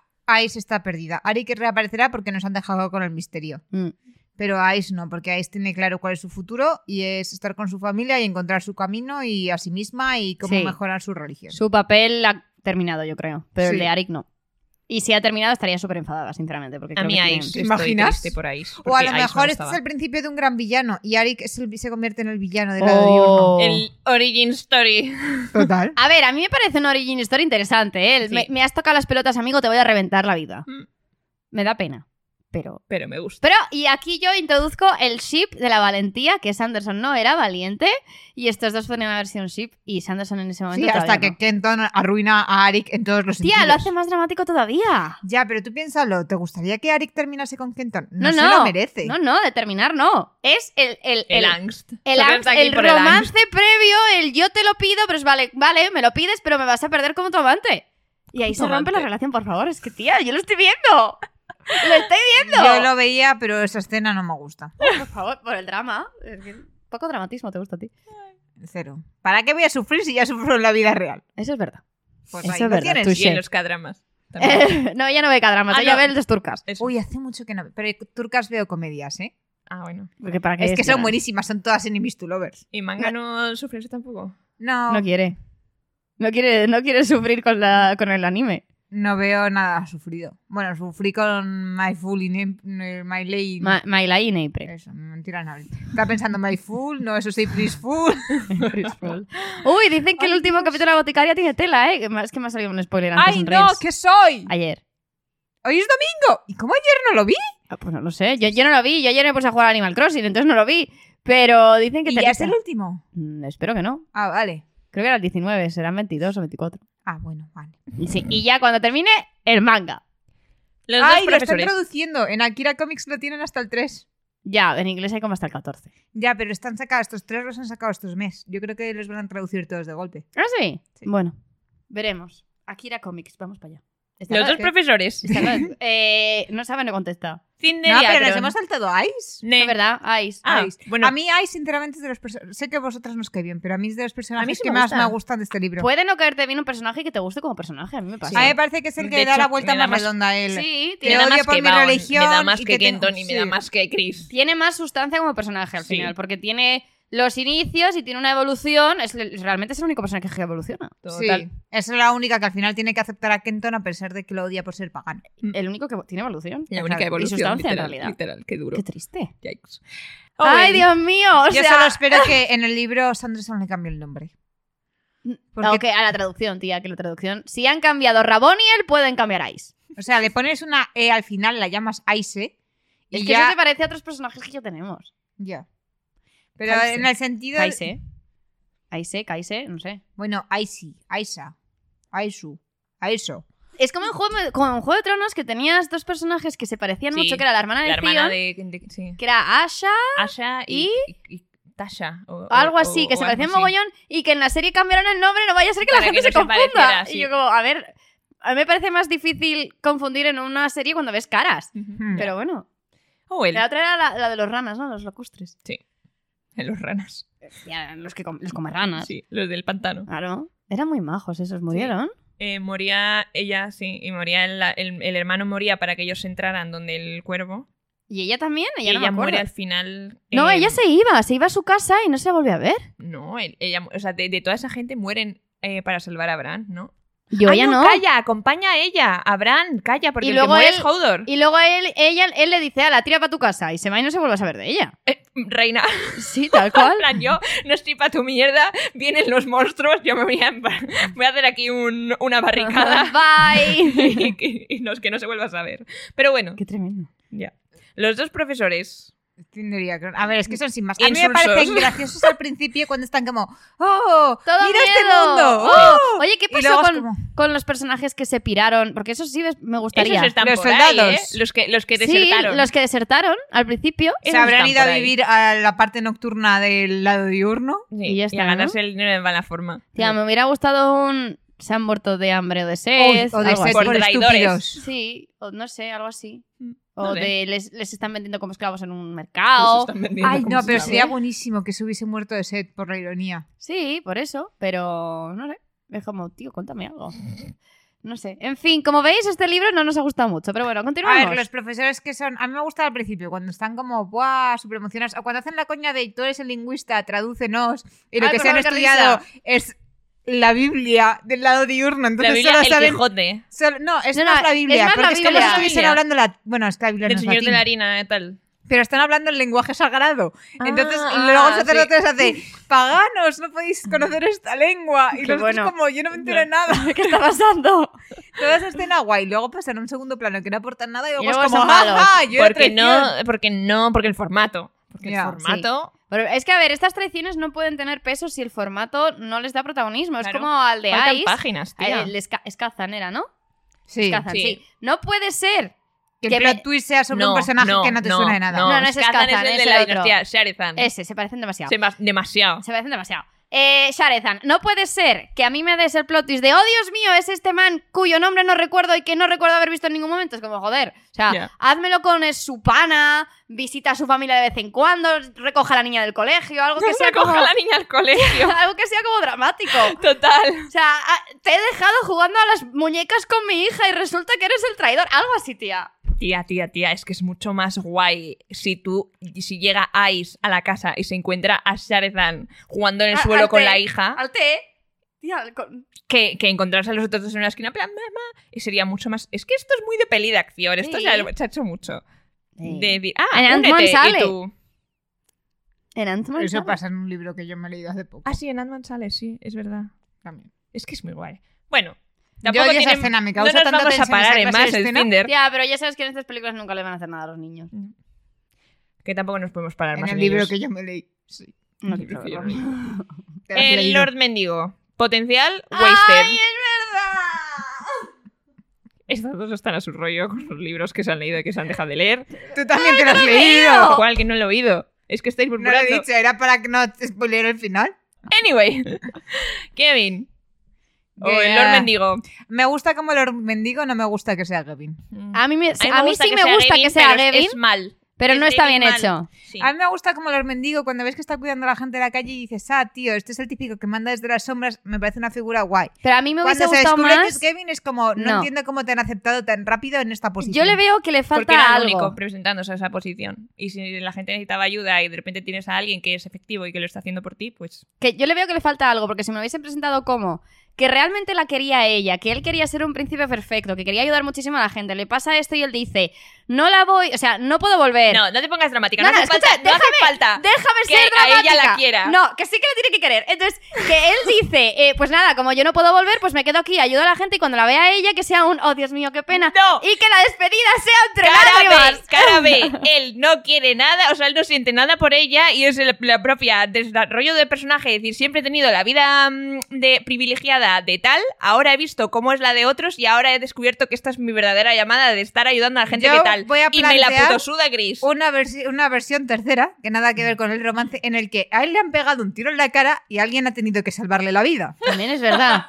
C: Ice está perdida. Arik reaparecerá porque nos han dejado con el misterio.
B: Mm.
C: Pero a Ice no, porque Ice tiene claro cuál es su futuro y es estar con su familia y encontrar su camino y a sí misma y cómo
B: Sí.
C: mejorar su religión.
B: Su papel ha terminado, yo creo. Pero el
C: Sí.
B: de Arik no. Y si ha terminado, estaría súper enfadada, sinceramente. Porque
A: A
B: creo
A: mí
B: que
A: Ice.
B: tiene-
A: Estoy
C: imaginas?
A: triste por Ice.
C: O a
A: porque
C: lo
A: Ice me
C: mejor este
A: gustaba.
C: es el principio de un gran villano y Arik es el- se convierte en el villano de la
B: Oh.
A: El origin story.
C: Total.
B: A ver, a mí me parece una origin story interesante. ¿eh? El
A: Sí.
B: Me, me has tocado las pelotas, amigo, te voy a reventar la vida.
A: Mm.
B: Me da pena. Pero.
A: Pero me gusta.
B: Pero, y aquí yo introduzco el ship de la valentía, que Sanderson no era valiente, y estos dos podrían haber sido un ship, y Sanderson en ese momento.
C: Sí, hasta
B: todavía
C: que
B: no.
C: Kenton arruina a Arik en todos los
B: Tía,
C: sentidos.
B: lo hace más dramático todavía.
C: Ya, pero tú piénsalo, ¿te gustaría que Arik terminase con Kenton?
B: No,
C: No,
B: no.
C: se lo merece.
B: No, no, determinar no. Es el. El,
A: El,
B: el-
A: angst.
B: el
A: Solo
B: ang-
A: está aquí
B: el
A: por
B: romance previo, el yo te lo pido, pero es vale, vale, me lo pides, pero me vas a perder como tu amante. Y ahí
A: Como
B: se
A: tu
B: rompe la
A: amante.
B: relación, por favor. Es que, tía, yo lo estoy viendo. Lo estoy viendo.
C: Yo lo veía, pero esa escena no me gusta.
B: Por favor, por el drama. Es que poco dramatismo te gusta a ti.
C: Cero. ¿Para qué voy a sufrir si ya sufro en la vida real?
B: Eso es verdad.
C: Pues
B: Eso
C: ahí
B: es
C: lo
B: verdad,
C: tienes.
B: tú
A: Y en
B: Sí.
A: los cadramas. también.
B: Eh, no, ella no ve cadramas,
A: Ah,
B: ella
A: no.
B: ve el de turcas.
A: Eso.
C: Uy, hace mucho que no. Pero turcas veo comedias, ¿eh?
A: Ah, bueno.
B: Porque para qué
C: Es que son
B: llorar.
C: buenísimas, son todas enemies to lovers.
A: ¿Y manga no sufre eso tampoco?
C: No,
B: No quiere. No quiere, no quiere sufrir con, la, con el anime.
C: no veo nada sufrido. Bueno, sufrí con My Fool in Ap- My Lady.
B: Ma- Maila y Neipre.
C: Eso, mentira, no. Estaba pensando My Fool, no, eso sí, Please Fool.
B: Uy, dicen que el último capítulo de la boticaria tiene tela, ¿eh? Que me- Es que me ha salido un spoiler antes
C: ¡Ay,
B: en
C: no!
B: Reels.
C: ¿Qué soy?
B: Ayer.
C: Hoy es domingo. ¿Y cómo ayer no lo vi?
B: Ah, Pues no lo sé. Yo, yo no lo vi. Yo ayer me puse a jugar a Animal Crossing, entonces no lo vi. Pero dicen que
C: ¿Y
B: te
C: ya es
B: quita.
C: el último?
B: Mm, Espero que no.
C: Ah, vale.
B: Creo que era el 19, serán 22 o 24.
C: Ah, bueno, vale.
B: Y sí, y ya cuando termine, el manga.
A: Los dos
C: ¡Ay, lo están
A: profesores.
C: traduciendo! En Akira Comics lo tienen hasta el 3.
B: Ya, en inglés hay como hasta el 14.
C: Ya, pero están sacados, estos tres los han sacado estos meses. Yo creo que los van a traducir todos de golpe.
B: ¿Ah, sí?
C: Sí.
B: Bueno, veremos. Akira Comics, vamos para allá. Está
A: Los
B: la-
A: dos profesores.
B: está la- eh, no sabe, no contesta.
A: Cindy
C: No,
A: y
C: pero nos
A: Akron.
C: hemos saltado Ice.
A: Ne-
B: Es verdad, Ice.
A: Ah,
C: Ice.
A: bueno.
C: A mí Ice, sinceramente, es de los perso- sé que vosotras nos cae bien, pero a mí es de los personajes
A: A mí sí
C: que
A: me
C: más
A: gusta. Pues,
C: me gustan de este libro.
B: Puede no caerte bien un personaje que te guste como personaje, a mí me pasa.
A: Sí.
C: A mí me parece que es el que
A: De
C: da la
A: hecho,
C: vuelta
A: me da
C: más,
A: más-
C: redonda a él.
B: Sí,
C: Te
A: me
B: tiene,
A: da
C: odio
A: más
C: por
A: que
C: mi
A: Baon,
C: religión
A: me da más
C: y
A: que,
C: que tengo-
A: Kenton y me da
C: sí.
A: más que Chris.
B: tiene más sustancia como personaje al
A: Sí.
B: final, porque tiene los inicios y tiene una evolución. Es, realmente es el único personaje que evoluciona.
A: Total.
C: Sí, esa es la única que al final tiene que aceptar a Kenton a pesar de que lo odia por ser pagano.
B: El único que tiene evolución.
A: La única
C: Y
A: evolución.
B: sustancia, en
A: literal,
B: realidad.
A: Literal, qué duro.
B: Qué triste.
A: Yikes. Oh,
B: ¡Ay,
A: Owen.
B: Dios mío! O
C: Yo
B: sea,
C: solo espero que en el libro Sanderson le cambie el nombre.
A: Mm,
C: Porque,
B: Ok, a la traducción, tía, que la traducción. Si han cambiado Rabón y él, pueden cambiar Ice.
C: O sea, le pones una E al final, la llamas Ice. Y
B: Es que
C: ya.
B: eso se parece a otros personajes que ya tenemos.
C: ya. Pero
B: Kaise.
C: en el sentido.
B: Kaise.
A: ¿eh?
B: Kaise, Kaise, no sé.
C: Bueno, Icy, Aisa, Aisu, Aiso.
B: Es como en Juego, como en Juego de Tronos que tenías dos personajes que se parecían
A: Sí,
B: mucho, que era la hermana de
A: La hermana
B: Theon,
A: de, de- sí.
B: que era Asha,
A: Asha y, y- y Tasha. o- o-
B: o algo así,
A: o-
B: que
A: o
B: se
A: algo
B: parecían
A: así.
B: mogollón y que en la serie cambiaron el nombre, no vaya a ser que la
A: Para
B: gente
A: que
B: se
A: no se
B: confunda.
A: pareciera,
B: Y
A: sí.
B: yo como, a ver, a mí me parece más difícil confundir en una serie cuando ves caras.
A: Ujú.
C: Hmm.
B: Pero bueno,
A: Owen,
B: la otra era la, la de los ranas, ¿no? Los locustres.
A: en los ranas.
B: Ya, los que com- los come ranas.
A: Sí, los del pantano.
B: Claro. Eran muy majos esos, murieron.
A: Eh, moría ella, sí, y moría el, el- el hermano moría para que ellos entraran donde el cuervo.
B: ¿Y ella también? Ella,
A: y
B: no me
A: ella
B: acuerdo.
A: muere al final.
B: No,
A: eh,
B: ella se iba, se iba a su casa y no se volvió a ver.
A: No, el- ella, o sea, de, de toda esa gente mueren eh, para salvar a Bran, ¿no?
B: Yo
A: Ah,
B: ya no.
A: Calla, acompaña a ella, a Bran, calla, porque
B: Y
A: el
B: luego
A: que muere
B: él-
A: es Hodor.
B: Y luego él, ella, él le dice, a la tira para tu casa y se va y no se vuelve a saber de ella.
A: Eh, reina,
B: Sí, tal cual.
A: en plan, yo no estoy para tu mierda, vienen los monstruos, yo me voy a, voy a hacer aquí un- una barricada.
B: Bye.
A: y, que- y no, es que no se vuelva a saber. Pero bueno,
B: Qué tremendo.
A: ya. Los dos profesores.
C: Tinder y Akron. A ver, es que son sin más. A mí me
A: Insulsos.
C: parecen graciosos al principio cuando están como, ¡Oh!
B: Todo
C: ¡Mira este
B: miedo.
C: mundo!
B: Oh,
C: ¡Oh!
B: Oye, ¿qué
C: Y
B: pasó
C: luego es
B: con,
C: como-
B: con los personajes que se piraron? Porque eso sí me
A: Esos
B: gustaría.
A: están
C: Los
A: por ahí,
C: soldados.
A: ¿eh? Los que, los que
B: sí,
A: desertaron.
B: los que desertaron al principio.
A: Esos
C: Se habrán
A: están
C: ido a
A: por ahí.
C: vivir a la parte nocturna del lado diurno.
A: Sí,
B: Y ya está,
A: a
B: ¿no?
A: ganarse el dinero en mala forma.
B: Tía, me hubiera gustado un... Se han muerto de hambre o de sed.
C: o de
B: algo
C: ser
B: así.
C: por
A: Traidores.
C: estúpidos.
B: Sí, o no sé, algo así.
A: Mm,
B: O
A: vale.
B: de les, les están vendiendo como esclavos en un
A: Los
B: mercado.
A: están vendiendo
C: Ay,
A: como
C: no, pero
A: esclavos.
C: sería buenísimo que se hubiese muerto de sed, por la ironía.
B: Sí, por eso, pero no sé. Es como, tío, cuéntame algo. No sé. En fin, como veis, este libro no nos ha gustado mucho, pero bueno,
C: A
B: continuamos.
C: ver, los profesores que son. A mí me gusta al principio, cuando están como, ¡buah! Súper emocionados. O cuando hacen la coña de tú eres el lingüista, tradúcenos. Y lo
B: Ay,
C: que
B: por
C: se han
B: favor, qué
C: estudiado
B: risa.
C: es la Biblia del lado diurno.
A: La
C: Entonces
A: Biblia,
C: solo
A: el
C: saben.
A: Quijote,
C: solo- no, es
B: No, no,
C: más la
B: es más
C: Biblia.
B: la
C: porque es como si
B: Biblia.
C: estuviesen hablando la. Bueno, es que la Biblia
A: del
C: no es
A: señor de
C: latín.
A: la harina y tal.
C: Pero están hablando el lenguaje sagrado. Entonces,
A: Ah,
C: y luego el
A: ah,
C: sacerdote les hace, paganos, no podéis conocer esta lengua. Y
B: Mm. Qué
C: los
B: bueno.
C: otros como, yo no me entero de nada.
B: ¿Qué está pasando?
C: Toda esa escena guay. Luego pasan a un segundo plano que no aportan nada y luego,
B: luego
C: es como,
B: son malos.
C: ¡ah, yo era
A: Porque no,
C: traición".
A: porque no, porque el formato. Porque
C: Ya,
A: el formato.
B: Pero es que, a ver, estas traiciones no pueden tener peso si el formato no les da protagonismo. Es
A: Claro.
B: como al de
A: Faltan
B: Ice.
A: páginas,
B: A
A: tía.
B: ver, les ca- es Kazanera, ¿no?
C: Sí,
B: Es Kazan,
A: sí.
B: sí. No puede ser.
C: que
B: que
C: el plot
B: me-
C: twist sea sobre un personaje que no te suena de nada.
A: No,
B: No,
A: no,
B: no es
A: es Skazan,
B: Skazan,
A: es el
B: es
A: de la
B: el otro.
A: dinastía Sharizan.
B: Ese, se parecen demasiado.
A: Se va- demasiado.
B: Se parecen demasiado. Eh, Sharezan, no puede ser que a mí me des el plot twist de, oh Dios mío, es este man cuyo nombre no recuerdo y que no recuerdo haber visto en ningún momento. Es como, joder, o sea,
A: Ya.
B: házmelo con eh, su pana, visita a su familia de vez en cuando, recoja a la niña del colegio, algo que,
A: No
B: sea,
A: se
B: como,
A: coja la niña al colegio.
B: algo que sea como dramático.
A: Total.
B: O sea, ah, te he dejado jugando a las muñecas con mi hija y resulta que eres el traidor. Algo así, tía.
A: Tía, tía, tía, es que es mucho más guay si tú, si llega Ice a la casa y se encuentra a Sharezan jugando en el
B: A-
A: suelo
B: al
A: con
B: té.
A: la hija,
B: Al té. Tía, al con-
A: que, que encontrarse a los otros dos en una esquina, en plan, mamá, y sería mucho más... Es que esto es muy de peli de acción, esto
B: Sí.
A: ya lo- se ha hecho mucho. De, di-
B: En
A: ah,
B: Ant-Man
A: únete,
B: sale.
A: y tú...
B: En Ant-Man,
C: Eso
B: ¿sabes?
C: pasa en un libro que yo me he leído hace poco.
A: Ah, sí, en Ant-Man sale, sí, es verdad.
C: También.
A: Es que es muy guay. Bueno,
C: Yo
A: tampoco
C: odio esa
A: tiene-
C: escena, me
A: no
C: causa
A: nos
C: tanta
A: vamos a
C: tensión esa
A: parar en
C: clase
A: más
C: de
A: el
C: escena.
A: Tinder,
B: Tía, pero ya sabes que en estas películas nunca le van a hacer nada a los niños.
A: que tampoco nos podemos parar
C: En
A: más
C: el libro
A: ellos.
C: que yo me leí. Sí.
B: No
A: Sí,
B: quiero
A: prefiero
B: verlo.
C: Te has
A: El
C: leído.
A: Lord Mendigo. Potencial wasted.
B: ¡Ay, es verdad!
A: Estas dos están a su rollo con los libros que se han leído y que se han dejado de leer.
C: Tú también te lo has
B: leído!
C: leído.
B: Oh.
A: Igual que no lo he oído. Es que estáis
C: No lo
A: murmurando.
C: he dicho, era para que no te spoileara el final.
A: Anyway. Kevin. O Oh, el
C: Yeah.
A: Lord Mendigo.
C: Me gusta como el mendigo, no me gusta que sea Gavin.
B: A mí, me, a
A: mí
B: mí
A: gusta
B: sí
A: que
B: me
A: sea
B: gusta
A: Gavin,
B: que sea
A: pero es-
B: Gavin,
A: Es mal.
B: pero no
A: es
B: está
A: Gavin
B: bien
A: mal.
B: hecho.
A: Sí.
C: A mí me gusta como los mendigos cuando ves que está cuidando a la gente de la calle y dices, ah, tío, este es el típico que manda desde las sombras, me parece una figura guay.
B: Pero a mí me hubiese
C: Cuando se
B: gustado
C: descubre que
B: más.
C: es Kevin es como, no,
B: No.
C: entiendo cómo te han aceptado tan rápido en esta posición.
B: Yo le veo que le
A: Porque era
B: falta
A: el único
B: algo.
A: presentándose a esa posición. Y si la gente necesitaba ayuda y de repente tienes a alguien que es efectivo y que lo está haciendo por ti, pues.
B: Que yo le veo que le falta algo, porque si me lo hubiesen presentado como que realmente la quería ella, que él quería ser un príncipe perfecto, que quería ayudar muchísimo a la gente, le pasa esto y él dice, no la voy, o sea, no puedo volver.
A: No, no te pongas dramática.
B: No,
A: No,
B: no,
A: hace,
B: escucha,
A: falta, no hace falta.
B: Déjame
A: Que
B: ser
A: a
B: dramática.
A: ella la quiera.
B: No, que sí que la tiene que querer. Entonces, que él dice, eh, pues nada, como yo no puedo volver, pues me quedo aquí, ayudo a la gente y cuando la vea a ella que sea un, oh Dios mío, qué pena.
A: No.
B: Y que la despedida sea entre
A: Cara B,
B: lágrimas.
A: cara B, él no quiere nada, o sea, él no siente nada por ella y es el- la propia desarrollo de personaje, es decir, siempre he tenido la vida mm, de privilegiada de tal, ahora he visto cómo es la de otros y ahora he descubierto que esta es mi verdadera llamada de estar ayudando a la gente
C: Yo
A: que tal.
C: voy a
A: y me la
C: plantear
A: puto suda gris.
C: Una, versi- una versión tercera, que nada
A: Mm.
C: que ver con el romance, en el que a él le han pegado un tiro en la cara y alguien ha tenido que salvarle la vida.
B: También es verdad.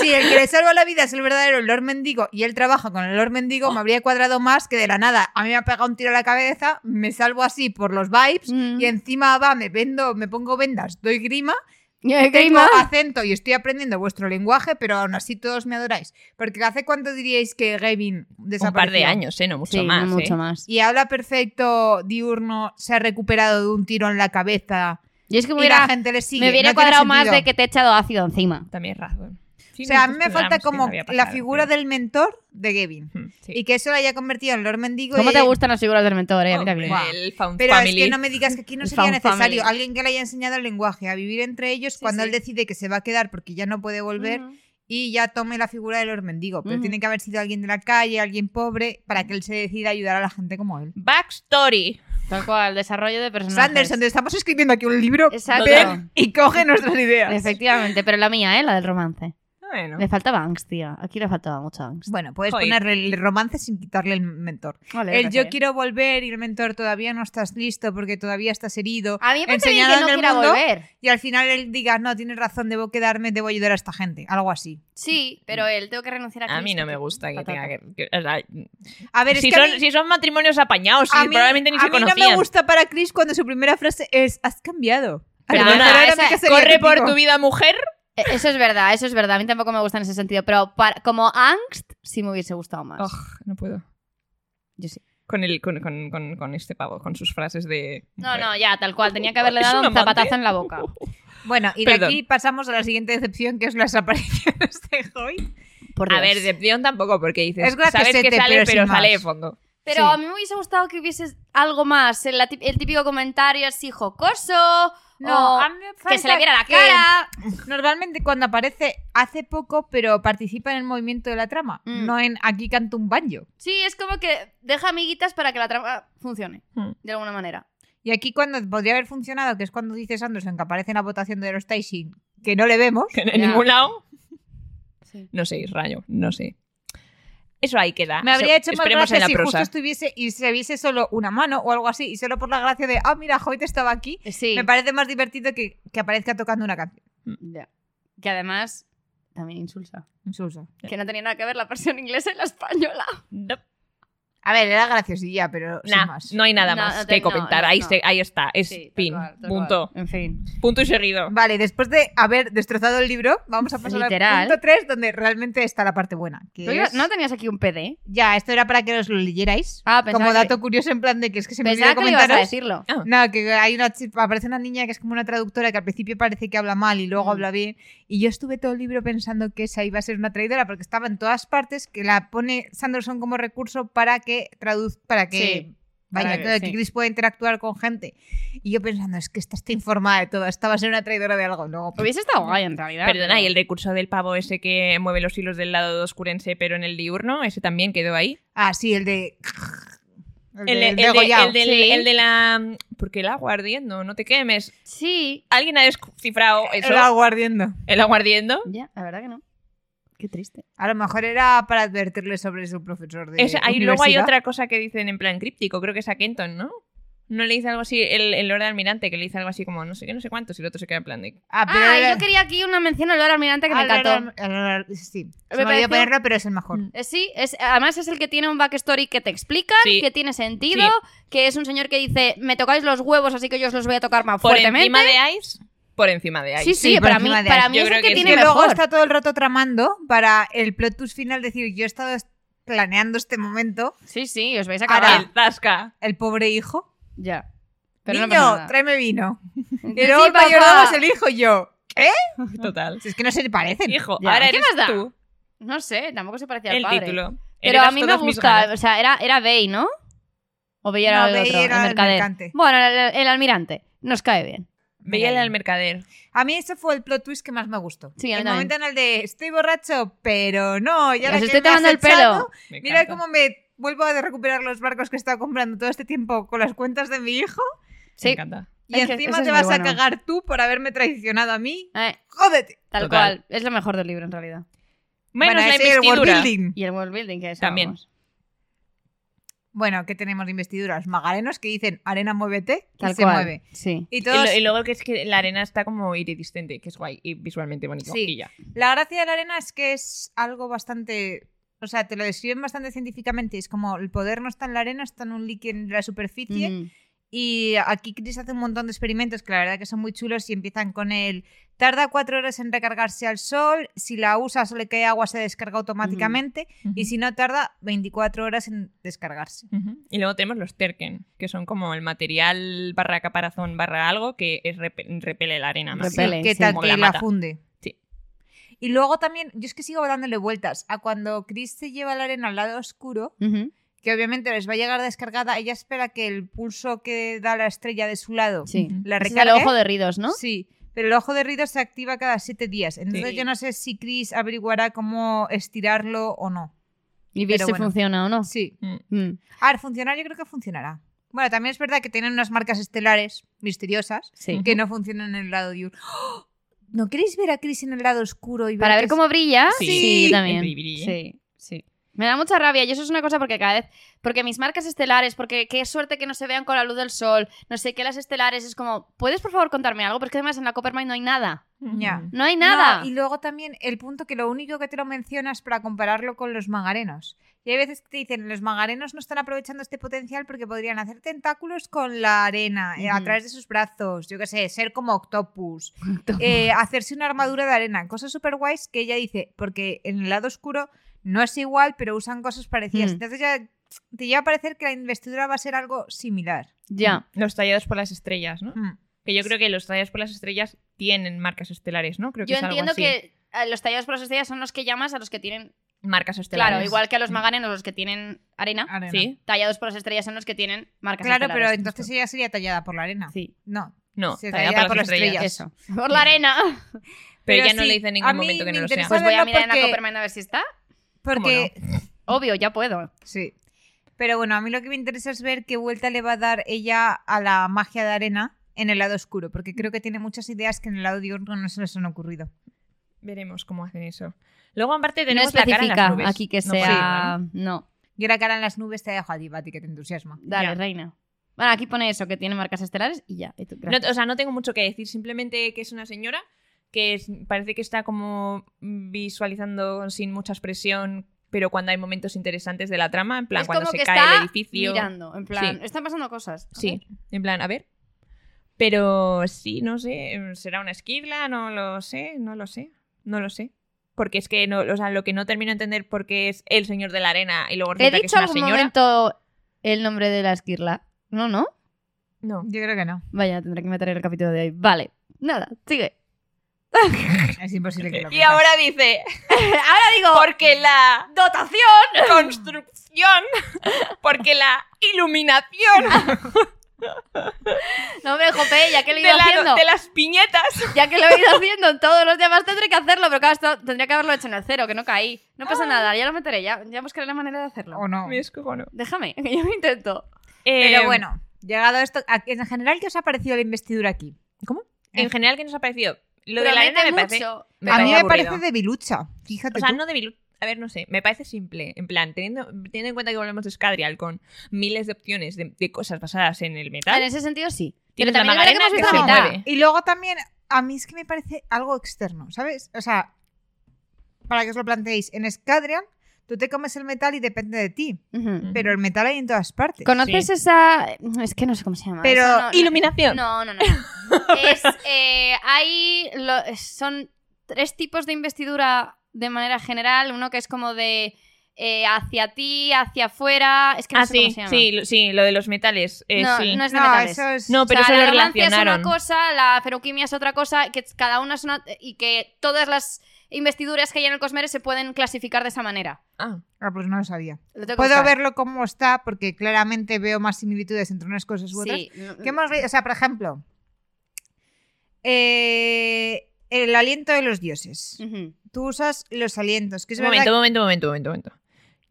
C: Si el que le salva la vida es el verdadero Lord Mendigo y él trabaja con el Lord Mendigo,
A: Oh.
C: me habría cuadrado más que de la nada. A mí me ha pegado un tiro en la cabeza, me salvo así por los vibes
B: Mm.
C: y encima va, me vendo, me pongo vendas, doy grima,
A: Eh,
C: tengo
B: Grima.
C: acento y estoy aprendiendo vuestro lenguaje, pero aún así todos me adoráis. Porque ¿hace cuánto diríais que Gavin desapareció?
A: Un par de años, ¿eh? No mucho
B: Sí,
A: más.
B: no mucho
A: ¿eh?
B: más.
C: Y habla perfecto diurno, se ha recuperado de un tiro en la cabeza
B: Yo es que
C: y
B: me hubiera,
C: la gente le sigue.
B: me hubiera
C: no tiene
B: cuadrado más
C: sentido.
B: de que te he echado ácido encima.
A: También razón. Sí,
C: O sea, a mí
A: nosotros
C: me falta
A: pensábamos que no
C: como
A: había
C: la
A: pasado,
C: figura
A: pero-
C: del mentor de Gavin.
A: Mm, sí.
C: Y que eso lo haya convertido en Lord Mendigo.
B: ¿Cómo
C: y
B: te
C: haya-
B: gustan las figuras del mentor, eh? Mira
A: Hombre,
B: bien.
C: Guau.
A: el found
C: Pero
A: family.
C: es que no me digas que aquí no
B: El
C: sería
B: found
C: necesario
B: family.
C: alguien que le haya enseñado el lenguaje a vivir entre ellos cuando
B: sí.
C: él decide que se va a quedar porque ya no puede volver
B: Ujú.
C: y ya tome la figura del Lord Mendigo. Pero
B: Ujú.
C: tiene que haber sido alguien de la calle, alguien pobre, para que él se decida a ayudar a la gente como él.
A: Backstory.
B: Tal cual, desarrollo de personajes.
C: Sanderson, te estamos escribiendo aquí un libro
B: Exacto.
C: ven y coge nuestras ideas.
B: Efectivamente, pero la mía, ¿eh? La del romance.
A: Bueno.
B: Le faltaba angst, tía. Aquí le faltaba mucha angst.
C: Bueno, puedes
A: Joder.
C: poner el romance sin quitarle el mentor.
B: Vale,
C: El yo
B: gracias.
C: quiero volver y el mentor todavía no estás listo porque todavía estás herido.
B: A mí me parece bien que
C: enseñado
B: no
C: en el
B: quiera
C: mundo.
B: volver.
C: Y al final él diga, no, tienes razón, debo quedarme, debo ayudar a esta gente. Algo así.
B: Sí, pero él tengo que renunciar a
A: A mí no me gusta que tenga que... que- o sea,
C: A ver, es
A: si,
C: que a
A: son,
C: mí-
A: si son matrimonios apañados, sí,
C: a mí-
A: probablemente ni
C: a
A: se
C: mí
A: conocían.
C: no me gusta para Chris cuando su primera frase es, has cambiado. A lo
A: Perdona,
C: mejor ahora
B: esa-
C: me casaría
A: Corre por
C: contigo.
A: tu vida, mujer.
B: E, Eso es verdad, eso es verdad. A mí tampoco me gusta en ese sentido. Pero para- como angst, sí me hubiese gustado más.
A: no puedo.
B: Yo sí.
A: Con, el, con, con, con, con este pavo, con sus frases de.
B: No, no, ya, tal cual. Tenía que haberle
A: ¿Es
B: dado
A: un
B: un
A: amante?
B: zapatazo en la boca.
C: Bueno, y de
A: Perdón.
C: aquí pasamos a la siguiente decepción, que es las apariciones de Hoy.
B: Por
A: A
B: Dios.
A: ver, decepción tampoco, porque dices.
C: Es graciosete,
A: sabes que sale,
C: pero
A: pero,
C: sin más.
A: sale de fondo.
B: Pero
C: Sí.
B: a mí me hubiese gustado que hubiese algo más. El, la tip- el típico comentario así jocoso. o
C: a mí me
B: que se le
C: falta
B: viera la
C: que-
B: cara.
C: Normalmente cuando aparece hace poco, pero participa en el movimiento de la trama.
B: Mm.
C: No en aquí canto un banjo.
B: Sí, es como que deja amiguitas para que la trama funcione.
A: Hmm.
B: De alguna manera.
C: Y aquí cuando podría haber funcionado, que es cuando dice Sanderson que aparece en la votación de los Taishin, que no le vemos.
A: Que en
B: Ya.
A: ningún lado.
B: Sí.
A: No sé, rayo, no sé. Eso ahí queda.
C: Me habría
A: Se-
C: hecho más
A: Esperemos en
C: gracia
A: la
C: si justo
A: prosa.
C: estuviese y se viese solo una mano o algo así, y solo por la gracia de, ah, mira, Hoyt estaba aquí.
B: Sí.
C: Me parece más divertido que, que aparezca tocando una canción.
B: Ya. Que además también insulsa.
C: Insulsa.
B: Que no tenía nada que ver la versión inglesa y la española.
A: No.
C: A A ver, era graciosilla, pero sin
A: Nah,
C: más.
A: no hay nada
B: No,
A: más
B: no te-
A: que
B: no,
A: comentar.
B: no,
A: ahí,
B: no.
A: se- ahí está, es
B: Sí, tal
A: fin.
B: cual, tal
A: punto.
B: cual. En fin.
A: Punto y seguido.
C: Vale, después de haber destrozado el libro, vamos a pasar
B: Literal.
C: al punto 3, donde realmente está la parte buena. que
B: ¿Tú ibas-
C: es-
B: ¿No tenías aquí un PD?
C: Ya, esto era para que os lo leyerais.
B: Ah, pensaba
C: como
B: que-
C: dato curioso, en plan de que es que se me
B: Pensaba
C: olvidó
B: que le ibas a
C: comentaros.
B: decirlo.
C: No, que hay una chi- aparece una niña que es como una traductora que al principio parece que habla mal y luego
B: Mm.
C: habla bien. Y yo estuve todo el libro pensando que esa iba a ser una traidora porque estaba en todas partes, que la pone Sanderson como recurso para que traduz, para que
B: Sí,
C: vaya,
B: para que-
C: que
B: sí.
C: Chris pueda interactuar con gente. Y yo pensando, es que esta está informada de todo, esta va a ser una traidora de algo. Luego, pues,
B: Hubiese estado guay en realidad.
A: Perdona,
B: pero-
A: y el recurso del pavo ese que mueve los hilos del lado oscurense, pero en el diurno, ese también quedó ahí.
C: ah, sí, el de. El,
A: El,
C: de-
A: el de-
C: degollado.
A: el del-
B: Sí.
A: el de la. ¿Por qué el agua ardiendo? No te quemes.
B: Sí.
A: ¿Alguien ha descifrado eso?
C: El agua ardiendo.
A: ¿El agua ardiendo?
B: Ya, la verdad que no. Qué triste.
C: A lo mejor era para advertirle sobre su profesor de.
A: Es- hay- luego hay
C: universidad.
A: otra cosa que dicen en plan críptico, creo que es a Kenton, ¿no? No le dice algo así, el, el Lord Almirante, que le dice algo así como no sé qué, no sé cuántos, y el otro se queda en plan de.
C: Ah, pero
B: Ah,
C: era-
B: yo quería aquí una mención al Lord Almirante que me
C: Ah, la-
B: encantó.
C: la- la- la- sí,
B: Me
C: se me olvidó
B: pareció-
C: ponerlo, pero es el mejor.
A: Mm.
B: Eh, Sí, es, además es el que tiene un backstory que te explican,
A: Sí.
B: que tiene sentido, que es un señor que dice, me tocáis los huevos, así que yo os los voy a tocar más
A: Por
B: fuertemente.
A: encima de Ice, por encima de Ice.
B: Sí, sí,
C: Sí, por
B: para mí,
C: encima de
B: para
C: Ash.
B: mí
A: Yo
B: es el
A: creo
B: que,
A: que sí.
B: tiene
C: que luego
B: mejor.
C: está todo el rato tramando para el plot twist final decir, yo he estado est- planeando este momento,
B: Sí, sí, os vais a
C: Ahora-
B: acabar.
A: El Zasca.
C: el pobre hijo.
B: Ya. Pero no
C: Niño,
B: pasa nada.
C: tráeme vino. Y
B: Sí,
C: luego el
B: papá.
C: mayor de ambos, el hijo y yo. ¿Qué?
A: Total.
C: Si es que no se le parecen.
A: Hijo,
B: Mm. Ya.
A: ahora
B: ¿Qué
A: eres
B: más da?
A: tú
B: No sé, tampoco se parecía al
A: el
B: padre.
A: título.
B: Pero
A: Heredas
B: a mí me
A: todas mis
B: gusta,
A: ganas.
B: o sea, era, era Bey, ¿no? O Bey era
C: No,
B: el
C: Bey
B: otro,
C: era
B: el
C: el
B: mercader.
C: mercante.
B: Bueno, el, el almirante. Nos cae bien.
A: Veía el al mercader.
C: A mí ese fue el plot twist que más me gustó.
B: Sí, a mí
C: el
B: también.
C: momento en el de, estoy borracho, pero no, ya
B: Os
C: la que
B: estoy
C: me has
B: tomando el pelo.
C: echado,
A: Me
C: Mira
A: encanta.
C: cómo me vuelvo a recuperar los barcos que he estado comprando todo este tiempo con las cuentas de mi hijo.
A: Me
B: Sí.
A: encanta.
C: Y
B: Es que
C: encima
B: eso es
C: te
B: muy
C: vas
B: bueno.
C: a cagar tú por haberme traicionado a mí.
B: Eh,
C: ¡Jódete!
B: tal
A: Total.
B: cual. Es lo mejor del libro, en realidad.
A: Menos
C: Bueno,
A: la
C: ese world
A: investidura.
C: building.
B: Y el world building, que es
A: También.
B: vamos.
C: Bueno, ¿qué tenemos de investiduras? Magarenos que dicen, arena, muévete, y
B: Tal
C: se
B: cual.
C: mueve.
B: Sí.
C: Y
A: Y, lo-
C: todos,
A: y luego que es que la arena está como iridiscente, que es guay y visualmente bonito.
C: Sí.
A: Y ya.
C: la gracia de la arena es que es algo bastante... O sea, te lo describen bastante científicamente. Es como, el poder no está en la arena, está en un líquido en la superficie.
B: Mm.
C: Y aquí Chris hace un montón de experimentos que la verdad que son muy chulos y empiezan con el tarda cuatro horas en recargarse al sol, si la usas o le cae agua se descarga automáticamente y si no tarda 24 horas en descargarse.
A: Ujú. Y luego tenemos los terken, que son como el material barra caparazón barra algo que es rep- repele la arena más.
B: Repele.
C: que
B: Pues sí.
C: tal
A: Como
C: que
A: la
C: la,
A: mata.
C: funde.
A: Sí.
C: Y luego también, yo es que sigo dándole vueltas a cuando Chris se lleva la arena al lado oscuro,
B: Ujú.
C: que obviamente les va a llegar descargada, ella espera que el pulso que da la estrella de su lado
B: Sí.
C: la
B: Ese es el
C: recargue.
B: ojo de Ridos, ¿no?
C: Sí, pero el ojo de Riddle se activa cada siete días. Entonces
A: Sí.
C: yo no sé si Chris averiguará cómo estirarlo o no.
B: Y ver
C: Pero
B: si
C: bueno.
B: funciona o no.
C: Sí.
B: Mm.
C: A ver, funcionar yo creo que funcionará. Bueno, también es verdad que tienen unas marcas estelares misteriosas
B: Sí.
C: que no funcionan en el lado diurno. ¡Oh! ¿No queréis ver a Chris en el lado oscuro y ver
B: Para
C: que
B: ver
C: es-
B: cómo brilla.
A: Sí.
B: Sí,
A: Sí.
B: también.
A: Bri, bri.
B: Sí, sí. Me da mucha rabia y eso es una cosa porque cada vez, porque mis marcas estelares, porque qué suerte que no se vean con la luz del sol, no sé qué las estelares, es como, ¿puedes por favor contarme algo? Porque es que además en la Coppermine no hay nada.
C: Ya.
B: No hay nada.
C: No, y luego también el punto que lo único que te lo mencionas para compararlo con los magarenos. Y hay veces que te dicen, los magarenos no están aprovechando este potencial porque podrían hacer tentáculos con la arena, eh, a
B: Ujú.
C: través de sus brazos, yo qué sé, ser como octopus, eh, hacerse una armadura de arena, cosas super guays que ella dice, porque en el lado oscuro no es igual, pero usan cosas parecidas.
B: Mm.
C: Entonces ya te lleva a parecer que la investidura va a ser algo similar.
B: Ya.
A: Los tallados por las estrellas, ¿no?
C: Mm.
A: Que yo creo que los tallados por las estrellas tienen marcas estelares, ¿no? Creo que
B: Yo
A: es algo
B: entiendo
A: así.
B: que eh, los tallados por las estrellas son los que llamas a los que tienen,
A: marcas estelares.
B: claro, igual que a los
A: Mm.
B: magarenos los que tienen arena,
C: Arena.
A: Sí.
B: tallados por las estrellas son los que tienen marcas
C: Claro,
B: estelares.
C: pero entonces ella sería tallada por la arena.
B: Sí,
C: No,
A: No,
C: Se
A: tallado
C: talla
A: por las estrellas.
B: eso. Por la arena.
A: Pero, ya no
C: sí,
A: le dice en
C: a
A: ningún
C: mí
A: momento que
C: me
A: no lo sea.
C: interesa
B: Pues voy a
C: Saberlo
B: mirar en la
C: porque-
B: Coppermine a ver si está.
C: Porque
B: Obvio, ya puedo.
C: Sí. Pero bueno, a mí lo que me interesa es ver qué vuelta le va a dar ella a la magia de arena en el lado oscuro, porque creo que tiene muchas ideas que en el lado diurno no se les han ocurrido.
A: Pues Veremos cómo hacen eso. Luego, aparte,
B: No
A: tenemos la cara en las
B: especifica
A: nubes.
B: aquí que
A: No pasa
B: sea.
A: nada, ¿no?
B: No.
C: Yo la cara en las nubes te dejo a ti, Bati, que te entusiasma.
B: Dale,
A: Ya.
B: reina. Bueno, aquí pone eso, que tiene marcas estelares y ya. y tú,
A: No,
B: gracias.
A: o sea, no tengo mucho que decir, simplemente que es una señora que es- parece que está como visualizando sin mucha expresión pero cuando hay momentos interesantes de la trama, en plan,
B: es
A: cuando
B: como
A: se
B: que
A: cae
B: está
A: el edificio.
B: mirando, en plan,
A: Sí.
B: están pasando cosas.
A: Sí, en plan, a ver. Pero sí, no sé, ¿será una esquirla? No lo sé, no lo sé, no lo sé. Porque es que no, o sea, lo que no termino de entender porque es el señor de la arena y luego
B: He
A: resulta que es
B: dicho
A: una
B: algún
A: señora.
B: momento el nombre de la esquirla. No, no.
A: No.
C: Yo creo que no.
B: Vaya, tendré que meter el capítulo de hoy. Vale. Nada, sigue.
C: Es imposible que lo
A: Y ahora dice,
B: Ahora digo,
A: porque la
B: dotación.
A: construcción, porque la iluminación
B: No, hombre, Jope, ya que Ah, lo he
A: de,
B: ido
A: la-
B: haciendo.
A: de las piñetas.
B: Ya que lo he ido haciendo en todos los demás, tendré que hacerlo. Pero claro, esto tendría que haberlo hecho en el cero, que no caí. No
A: Ah.
B: pasa nada, ya lo meteré. Ya, ya buscaré la manera de hacerlo.
C: O no.
A: Me descojono.
B: Déjame, que yo lo intento.
A: Eh,
C: Pero bueno, llegado a esto, a- en general, ¿qué os ha parecido la investidura aquí?
A: ¿Cómo? En general, ¿qué nos ha parecido? Lo de la
B: eh. Promete
A: arena me parece.
B: mucho.
A: me
C: a mí me
A: aburrido.
C: parece debilucha. Fíjate.
A: O sea,
C: tú.
A: no de Bilu- A ver, no sé, me parece simple. En plan, teniendo, teniendo en cuenta que volvemos de Scadrial con miles de opciones de, de cosas basadas en el
B: En
A: metal.
B: ese sentido, sí. Pero
A: Tienes la
B: también es verdad que
A: Macarena
B: hemos
A: que
B: visto
A: se
B: la mitad.
A: mueve.
C: Y luego también, a mí es que me parece algo externo, ¿sabes? O sea, para que os lo planteéis, en Scadrian tú te comes el metal y depende de ti,
B: Ujú.
A: Mm.
C: pero el metal hay en todas partes.
B: ¿Conoces
A: Sí.
B: esa.? Es que no sé cómo se llama.
C: Pero-
B: Eso no- no-
A: Iluminación.
B: No, no, no. Es, eh, hay. lo- son tres tipos de investidura de manera general. Uno que es como de. eh, hacia ti, hacia afuera. Es que no
A: ah,
B: sé
A: sí,
B: cómo se llama.
A: sí, lo, sí, lo de los metales. eh,
B: no,
A: sí.
B: no es de
C: No,
B: metales.
C: eso es...
A: No,
B: O
A: pero
B: sea,
A: eso
B: la
A: lo
B: romancia
A: relacionaron.
B: es una cosa, la feroquimia es otra cosa, que cada una es una. y que todas las investiduras que hay en el Cosmere se pueden clasificar de esa manera.
A: Ah,
C: Ah, pues no lo sabía.
B: Lo tengo que
C: Puedo
B: buscar.
C: verlo como está, porque claramente veo más similitudes entre unas cosas u otras.
B: Sí. Mm,
C: ¿Qué hemos leído? O sea, por ejemplo, eh, el aliento de los dioses.
B: Ujú.
C: Tú usas los alientos, que es
A: Mm. un
C: verdad
A: momento, momento, momento, momento, momento.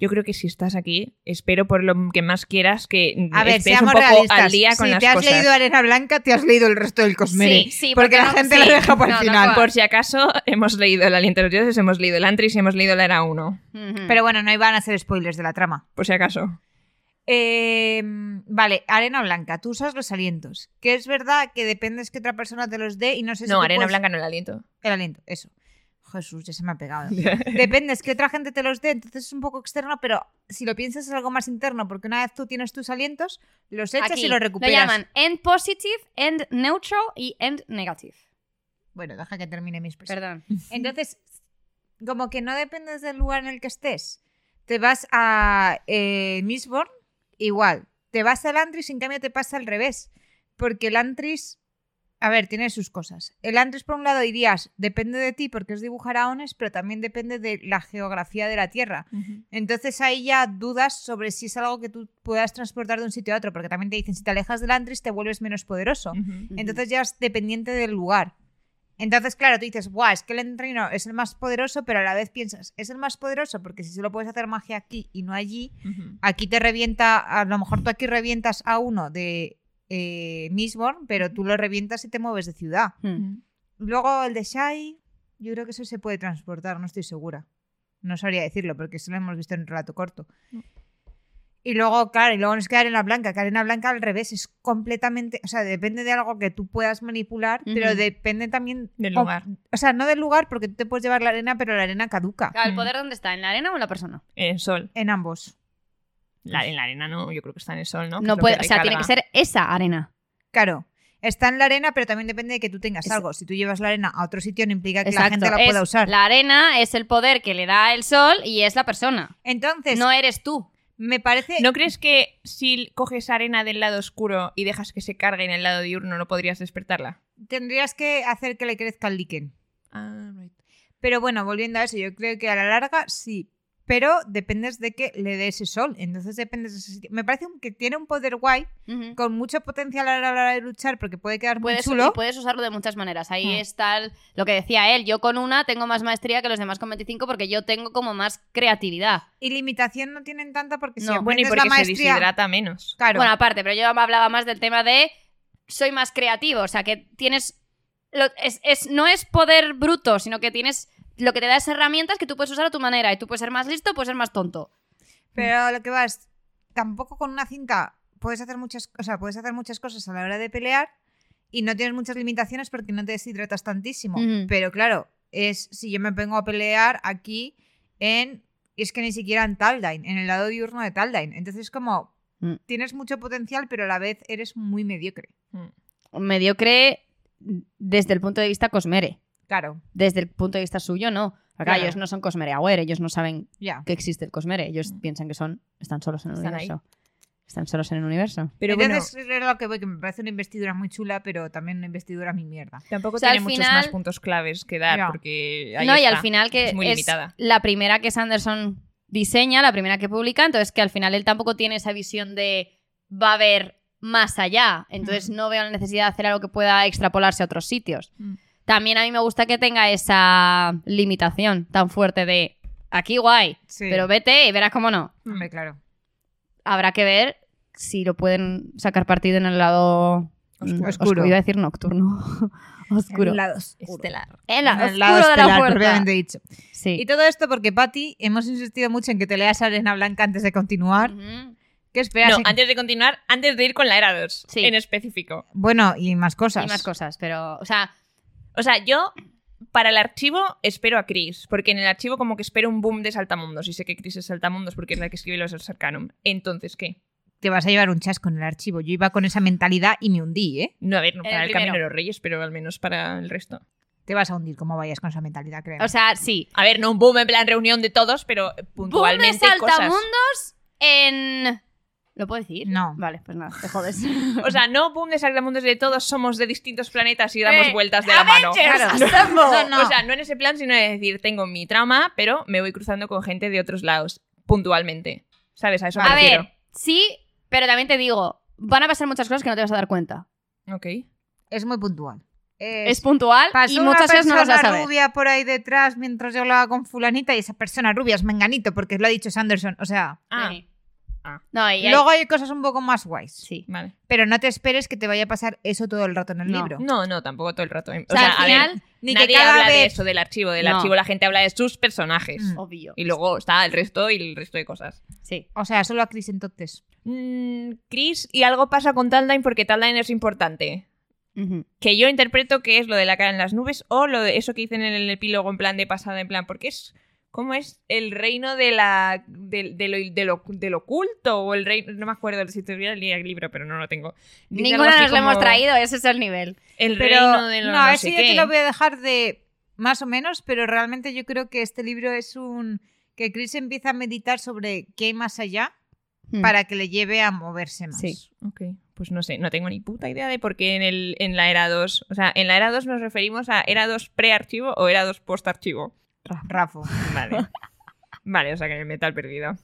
A: Yo creo que si estás aquí, espero por lo que más quieras que
C: A ver,
A: estés un
C: seamos
A: poco
C: realistas.
A: al día con
C: si
A: las
C: te has
A: cosas.
C: leído Arena Blanca, te has leído el resto del Cosmere.
B: Sí, sí,
C: porque,
B: porque
C: la
B: no-
C: gente
B: sí.
C: lo deja para
B: No,
C: el
B: tal
C: final.
B: cual.
A: Por si acaso, hemos leído El Aliento de los Dioses, hemos leído El Antris y hemos leído La Era 1.
B: Ujú.
C: Pero bueno, no iban a hacer spoilers de la trama.
A: Por si acaso.
C: Eh, vale, Arena Blanca, tú usas los alientos. Que es verdad que dependes que otra persona te los dé y no sé si.
A: No,
C: tú
A: Arena
C: puedes-
A: Blanca no el aliento.
C: El aliento, eso. Jesús, ya se me ha pegado. Dependes que otra gente te los dé, entonces es un poco externo, pero si lo piensas es algo más interno, porque una vez tú tienes tus alientos, los echas
B: Aquí
C: y los recuperas.
B: Lo llaman end positive, end neutral y end negative.
C: Bueno, deja que termine mis expresión.
B: Perdón.
C: Entonces, como que no dependes del lugar en el que estés. Te vas a eh, Mistborn, igual. Te vas al Antris, en cambio te pasa al revés. Porque el Antris, a ver, tiene sus cosas. El Antris, por un lado, dirías, depende de ti porque es dibujar aones, pero también depende de la geografía de la Tierra. Entonces ahí ya dudas sobre si es algo que tú puedas transportar de un sitio a otro, porque también te dicen, si te alejas del Antris te vuelves menos poderoso. Entonces ya es dependiente del lugar. Entonces, claro, tú dices, guau, es que el entrino es el más poderoso, pero a la vez piensas, es el más poderoso porque si solo puedes hacer magia aquí y no allí, aquí te revienta, a lo mejor tú aquí revientas a uno de eh, Mistborn, pero tú lo revientas y te mueves de ciudad.
B: Ujú.
C: Luego el de Shai, yo creo que eso se puede transportar, no estoy segura. No sabría decirlo porque solo hemos visto en un relato corto.
B: Mm.
A: No.
C: Y luego, claro, y luego nos queda Arena Blanca, que Arena Blanca al revés es completamente, o sea, depende de algo que tú puedas manipular, pero
B: Ujú.
C: depende también
A: Del
C: o-
A: lugar.
C: O, sea, no del lugar porque tú te puedes llevar la arena, pero la arena caduca
B: Claro, ¿El
A: Mm.
B: poder dónde está? ¿En la arena o en la persona?
A: En el sol.
C: en ambos.
A: La, en la arena no, yo creo que está en el sol, ¿no?
B: Pues No,
A: Que es lo que
B: puede, o sea,
A: recarga.
B: tiene que ser esa arena.
C: Claro. Está en la arena, pero también depende de que tú tengas
B: Es-
C: algo. Si tú llevas la arena a otro sitio, no implica que la
B: Exacto.
C: gente la
B: Es-
C: pueda usar.
B: La arena es el poder que le da el sol y es la persona.
C: Entonces,
B: No eres tú.
C: me parece
A: ¿No crees que si coges arena del lado oscuro y dejas que se cargue en el lado diurno, no podrías despertarla?
C: tendrías que hacer que le crezca el líquen.
A: Ah, right.
C: Pero bueno, volviendo a eso, yo creo que a la larga sí. Pero dependes de que le dé ese sol. Entonces dependes de ese sitio. Me parece que tiene un poder guay,
B: Ujú.
C: con mucho potencial a la hora de luchar, porque puede quedar muy
B: Puedes, y
C: chulo. Ah.
B: puedes usarlo de muchas maneras. Ahí
A: Mm.
B: está el- lo que decía él. Yo con una tengo más maestría que los demás con 25 porque yo tengo como más creatividad.
C: Y limitación no tienen tanta porque si
B: No.
A: Bueno, y
C: aprendes
A: porque
C: la maestría...
A: se deshidrata menos.
C: Claro.
B: Bueno, aparte, pero yo hablaba más del tema de soy más creativo, o sea, que tienes... lo- es, es- no es poder bruto, sino que tienes... Lo que te da es herramientas que tú puedes usar a tu manera y tú puedes ser más listo, puedes ser más tonto.
C: Pero lo que va es, tampoco con una cinta puedes hacer muchas, o sea, puedes hacer muchas cosas a la hora de pelear y no tienes muchas limitaciones porque no te deshidratas tantísimo.
B: Ujú.
C: Pero claro, es si yo me pongo a pelear aquí en Y es que ni siquiera en Taldine, en el lado diurno de Taldine. Entonces, como
B: Mm.
C: tienes mucho potencial, pero a la vez eres muy mediocre.
B: Mediocre desde el punto de vista cosmere.
C: Claro,
B: Desde el punto de vista suyo, no. Acá
C: Claro.
B: ellos no son cosmere aware, ellos no saben
C: ya.
B: que existe el cosmere. Ellos
A: Mm.
B: piensan que son, están solos en el
A: Están ahí.
B: universo. Están solos en el universo.
A: Pero
C: Entonces, es lo que voy, que me parece una investidura muy chula, pero también una investidura mi mierda.
A: bueno, tampoco
B: o sea, al
A: tiene muchos
B: final-
A: más puntos claves que dar,
C: Ya.
A: porque ahí
B: no, y al
A: está.
B: final que
A: Es
B: es,
A: muy limitada.
B: la primera que Sanderson diseña, la primera que publica, entonces que al final él tampoco tiene esa visión de va a haber más allá, entonces
A: Mm.
B: no veo la necesidad de hacer algo que pueda extrapolarse a otros sitios.
A: Mm.
B: También a mí me gusta que tenga esa limitación tan fuerte de aquí guay,
C: Sí.
B: pero vete y verás cómo no.
C: Hombre, claro.
B: Habrá que ver si lo pueden sacar partido en el lado mm,
A: Oscuro.
C: Oscuro.
B: iba a decir nocturno. oscuro.
C: El lado oscuro.
A: Estelar.
B: El lado
C: El lado
B: oscuro de la
C: estelar,
B: puerta.
C: propiamente dicho.
B: Sí.
C: Y todo esto porque, Patti, hemos insistido mucho en que te leas Arena Blanca antes de continuar.
B: Ujú.
C: ¿Qué esperas?
A: no,
C: en-
A: antes de continuar, antes de ir con la era 2,
B: Sí.
A: en específico.
C: Bueno, y más cosas.
B: Y más cosas, pero, o sea,
A: O sea, yo para el archivo espero a Chris, porque en el archivo como que espero un boom de Saltamundos, y sé que Chris es Saltamundos porque es la que escribe los Arcanum. Entonces, ¿qué?
C: Te vas a llevar un chasco en el archivo. Yo iba con esa mentalidad y me hundí, ¿eh?
A: No, a ver, no
B: El
A: para el, Camino de
B: primero.
A: los Reyes, pero al menos para el resto.
C: Te vas a hundir como vayas con esa mentalidad, creo.
B: o sea, sí.
A: A ver, no un boom en plan reunión de todos, pero
B: Boom de
A: puntualmente hay cosas.
B: saltamundos en... ¿Lo puedo decir?
C: No.
B: Vale, pues nada, te jodes.
A: O sea, no boom de saltamundos de todos somos de distintos planetas y damos
B: Eh,
A: vueltas de la mano.
B: Avengers,
C: No, no.
A: O sea, no en ese plan, sino de decir, tengo mi trama, pero me voy cruzando con gente de otros lados, puntualmente. ¿Sabes? A eso me
B: A
A: refiero.
B: ver, sí, pero también te digo, van a pasar muchas cosas que no te vas a dar cuenta.
A: Ok.
C: Es muy puntual. Es-
B: Es puntual
C: Pasó
B: y muchas
C: una
B: veces no las vas a
C: persona
B: ver.
C: rubia por ahí detrás mientras yo hablaba con fulanita y esa persona rubia es menganito porque lo ha dicho Sanderson. O sea,
A: Ah,
B: Sí.
A: Ah.
B: No, y hay-
C: luego hay cosas un poco más guays.
B: Sí.
A: vale.
C: Pero no te esperes que te vaya a pasar eso todo el rato en el
B: No.
C: libro.
A: No, no, tampoco todo el rato. O
B: O sea,
A: sea, a
B: al
A: ver,
B: final,
C: Ni
A: nadie
C: que cada
A: habla de
C: vez
A: eso del archivo. Del
B: No.
A: archivo la gente habla de sus personajes.
C: Mm.
B: obvio.
A: Y luego está el resto y el resto de cosas.
B: Sí.
C: O sea, solo a Chris entonces.
A: Mm, Chris, y algo pasa con Taldine porque Taldine es importante.
B: Ujú.
A: Que yo interpreto que es lo de la cara en las nubes o lo de eso que dicen en el epílogo en plan de pasada, en plan, porque es. ¿Cómo es? El reino de la. de, de lo, de lo- del oculto o el reino. No me acuerdo si tuviera el libro, pero no lo tengo. Dice algo
B: Ninguna
A: así
B: nos lo hemos
A: como
B: traído, ese es el nivel.
A: El
C: Pero
A: reino de lo
C: no,
A: no,
C: eso
A: sé
C: yo
A: qué.
C: te lo voy a dejar de más o menos, pero realmente yo creo que este libro es un que Chris empieza a meditar sobre qué hay más allá
B: Mm.
C: para que le lleve a moverse más.
B: Sí.
A: Ok, pues no sé, no tengo ni puta idea de por qué en, el, en la era 2. O sea, en la era 2 nos referimos a era 2 pre-archivo o era 2 post-archivo.
C: Rafo.
A: Vale. vale, o sea que en el metal perdido.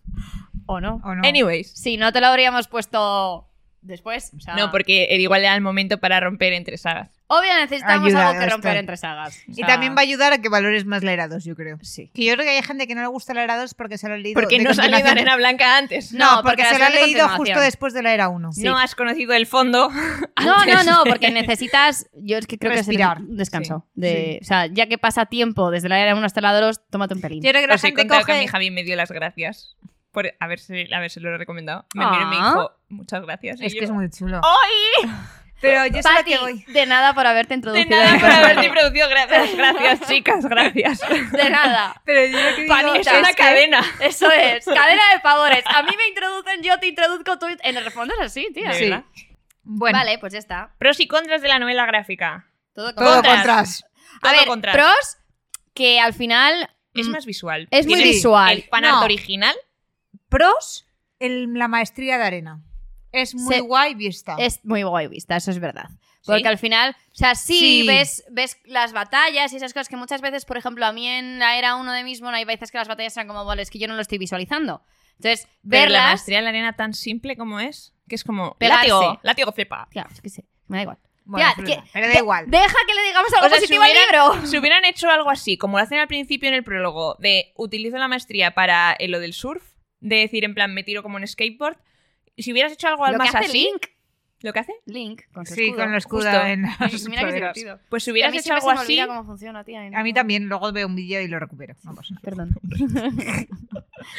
B: ¿O no?
C: ¿O no?
A: Anyways.
B: Si no te lo habríamos puesto después.
C: Ah.
B: o sea,
A: No, porque era igual era el momento para romper entre sagas.
B: Obvio necesitamos
C: Ayuda,
B: algo que
C: esto.
B: romper entre sagas. O
C: Y
B: sea,
C: también va a
A: ah.
C: ayudar a que valores más la era 2, yo creo.
B: Sí.
C: Que yo creo que hay gente que no le gusta la era 2 porque se lo ha leído.
A: Porque
C: de
A: no salió de
C: continuación.
A: arena blanca antes.
B: No,
C: No,
B: porque
C: porque, se
B: las
C: lo ha
B: sale de
C: leído
B: continuación.
C: justo después de la era 1.
A: No has conocido el fondo.
B: No, no,
A: antes
B: no,
A: de-
B: porque necesitas. Yo es que creo
C: Respirar.
B: que es el descanso. De, O sea, ya que pasa tiempo desde la era 1 hasta la 2, tómate un pelín.
C: Yo creo que la
A: Os he
C: gente
A: contado que a
C: coge.
A: mi Javi me dio las gracias por haberse, habérselo recomendado. Me miró y me
B: Ah.
A: dijo, muchas gracias. y
C: Es
A: yo, Oh,
C: que es muy chulo.
A: ¡Ay!
C: Pero yo sé lo
B: Pati,
C: que voy.
B: de nada por haberte
A: De
B: introducido.
A: nada
B: en-
A: por haberte introducido. Gracias, gracias, chicas, gracias.
B: De nada.
C: Pero yo lo que digo
A: Pani es
C: es
A: una
C: que-
A: cadena.
B: Eso es. Cadena de favores. A mí me introducen, yo te introduzco tú. En el fondo es así, tía.
A: De
C: Sí.
A: verdad.
C: Bueno,
B: Vale, pues ya está.
A: Pros y contras de la novela gráfica.
B: Todo con-
C: todo
A: Contras.
C: contras.
B: A
A: todo
B: ver,
A: contra.
B: pros que al final.
A: Es
B: mm,
A: más visual.
B: es muy
A: Tiene
B: visual.
A: El fanart
C: No.
A: original.
C: Pros, el- la maestría de arena. Es muy
B: Se-
C: guay vista.
B: Es muy guay vista, eso es verdad. Porque
A: Sí.
B: al final, o sea, sí,
C: Sí.
B: Ves, ves las batallas y esas cosas que muchas veces, por ejemplo, a mí en la era uno de mismo, hay veces que las batallas eran como, vale, es que yo no lo estoy visualizando. Entonces,
A: Pero la
B: verlas.
A: maestría de la arena tan simple como es, que es como
B: Pegarse.
A: látigo, látigo cepa.
B: Tía, yo qué sé, me da igual.
C: Bueno,
B: Tía,
C: es
B: que-
C: verdad, pero da igual.
B: Deja que le digamos algo
A: O sea, si
B: positivo al libro.
A: Si hubieran hecho algo así, como lo hacen al principio en el prólogo, de utilizo la maestría para eh, lo del surf, de decir en plan me tiro como un skateboard, si hubieras hecho algo
B: Lo que
A: más
B: hace
A: así,
B: Link.
A: ¿lo que hace?
B: Link, con su
C: sí,
B: escudo.
C: con el escudo
A: justo.
C: en
B: Mira
C: los
B: qué
C: poderes.
B: divertido.
A: Pues si
B: Que a
A: hubieras
B: mí
A: hecho
B: siempre
A: algo
B: se me
A: así,
B: olvida cómo funciona, tía. y no-
C: A mí también, luego veo un vídeo y lo recupero. No pasa nada.
B: Perdón.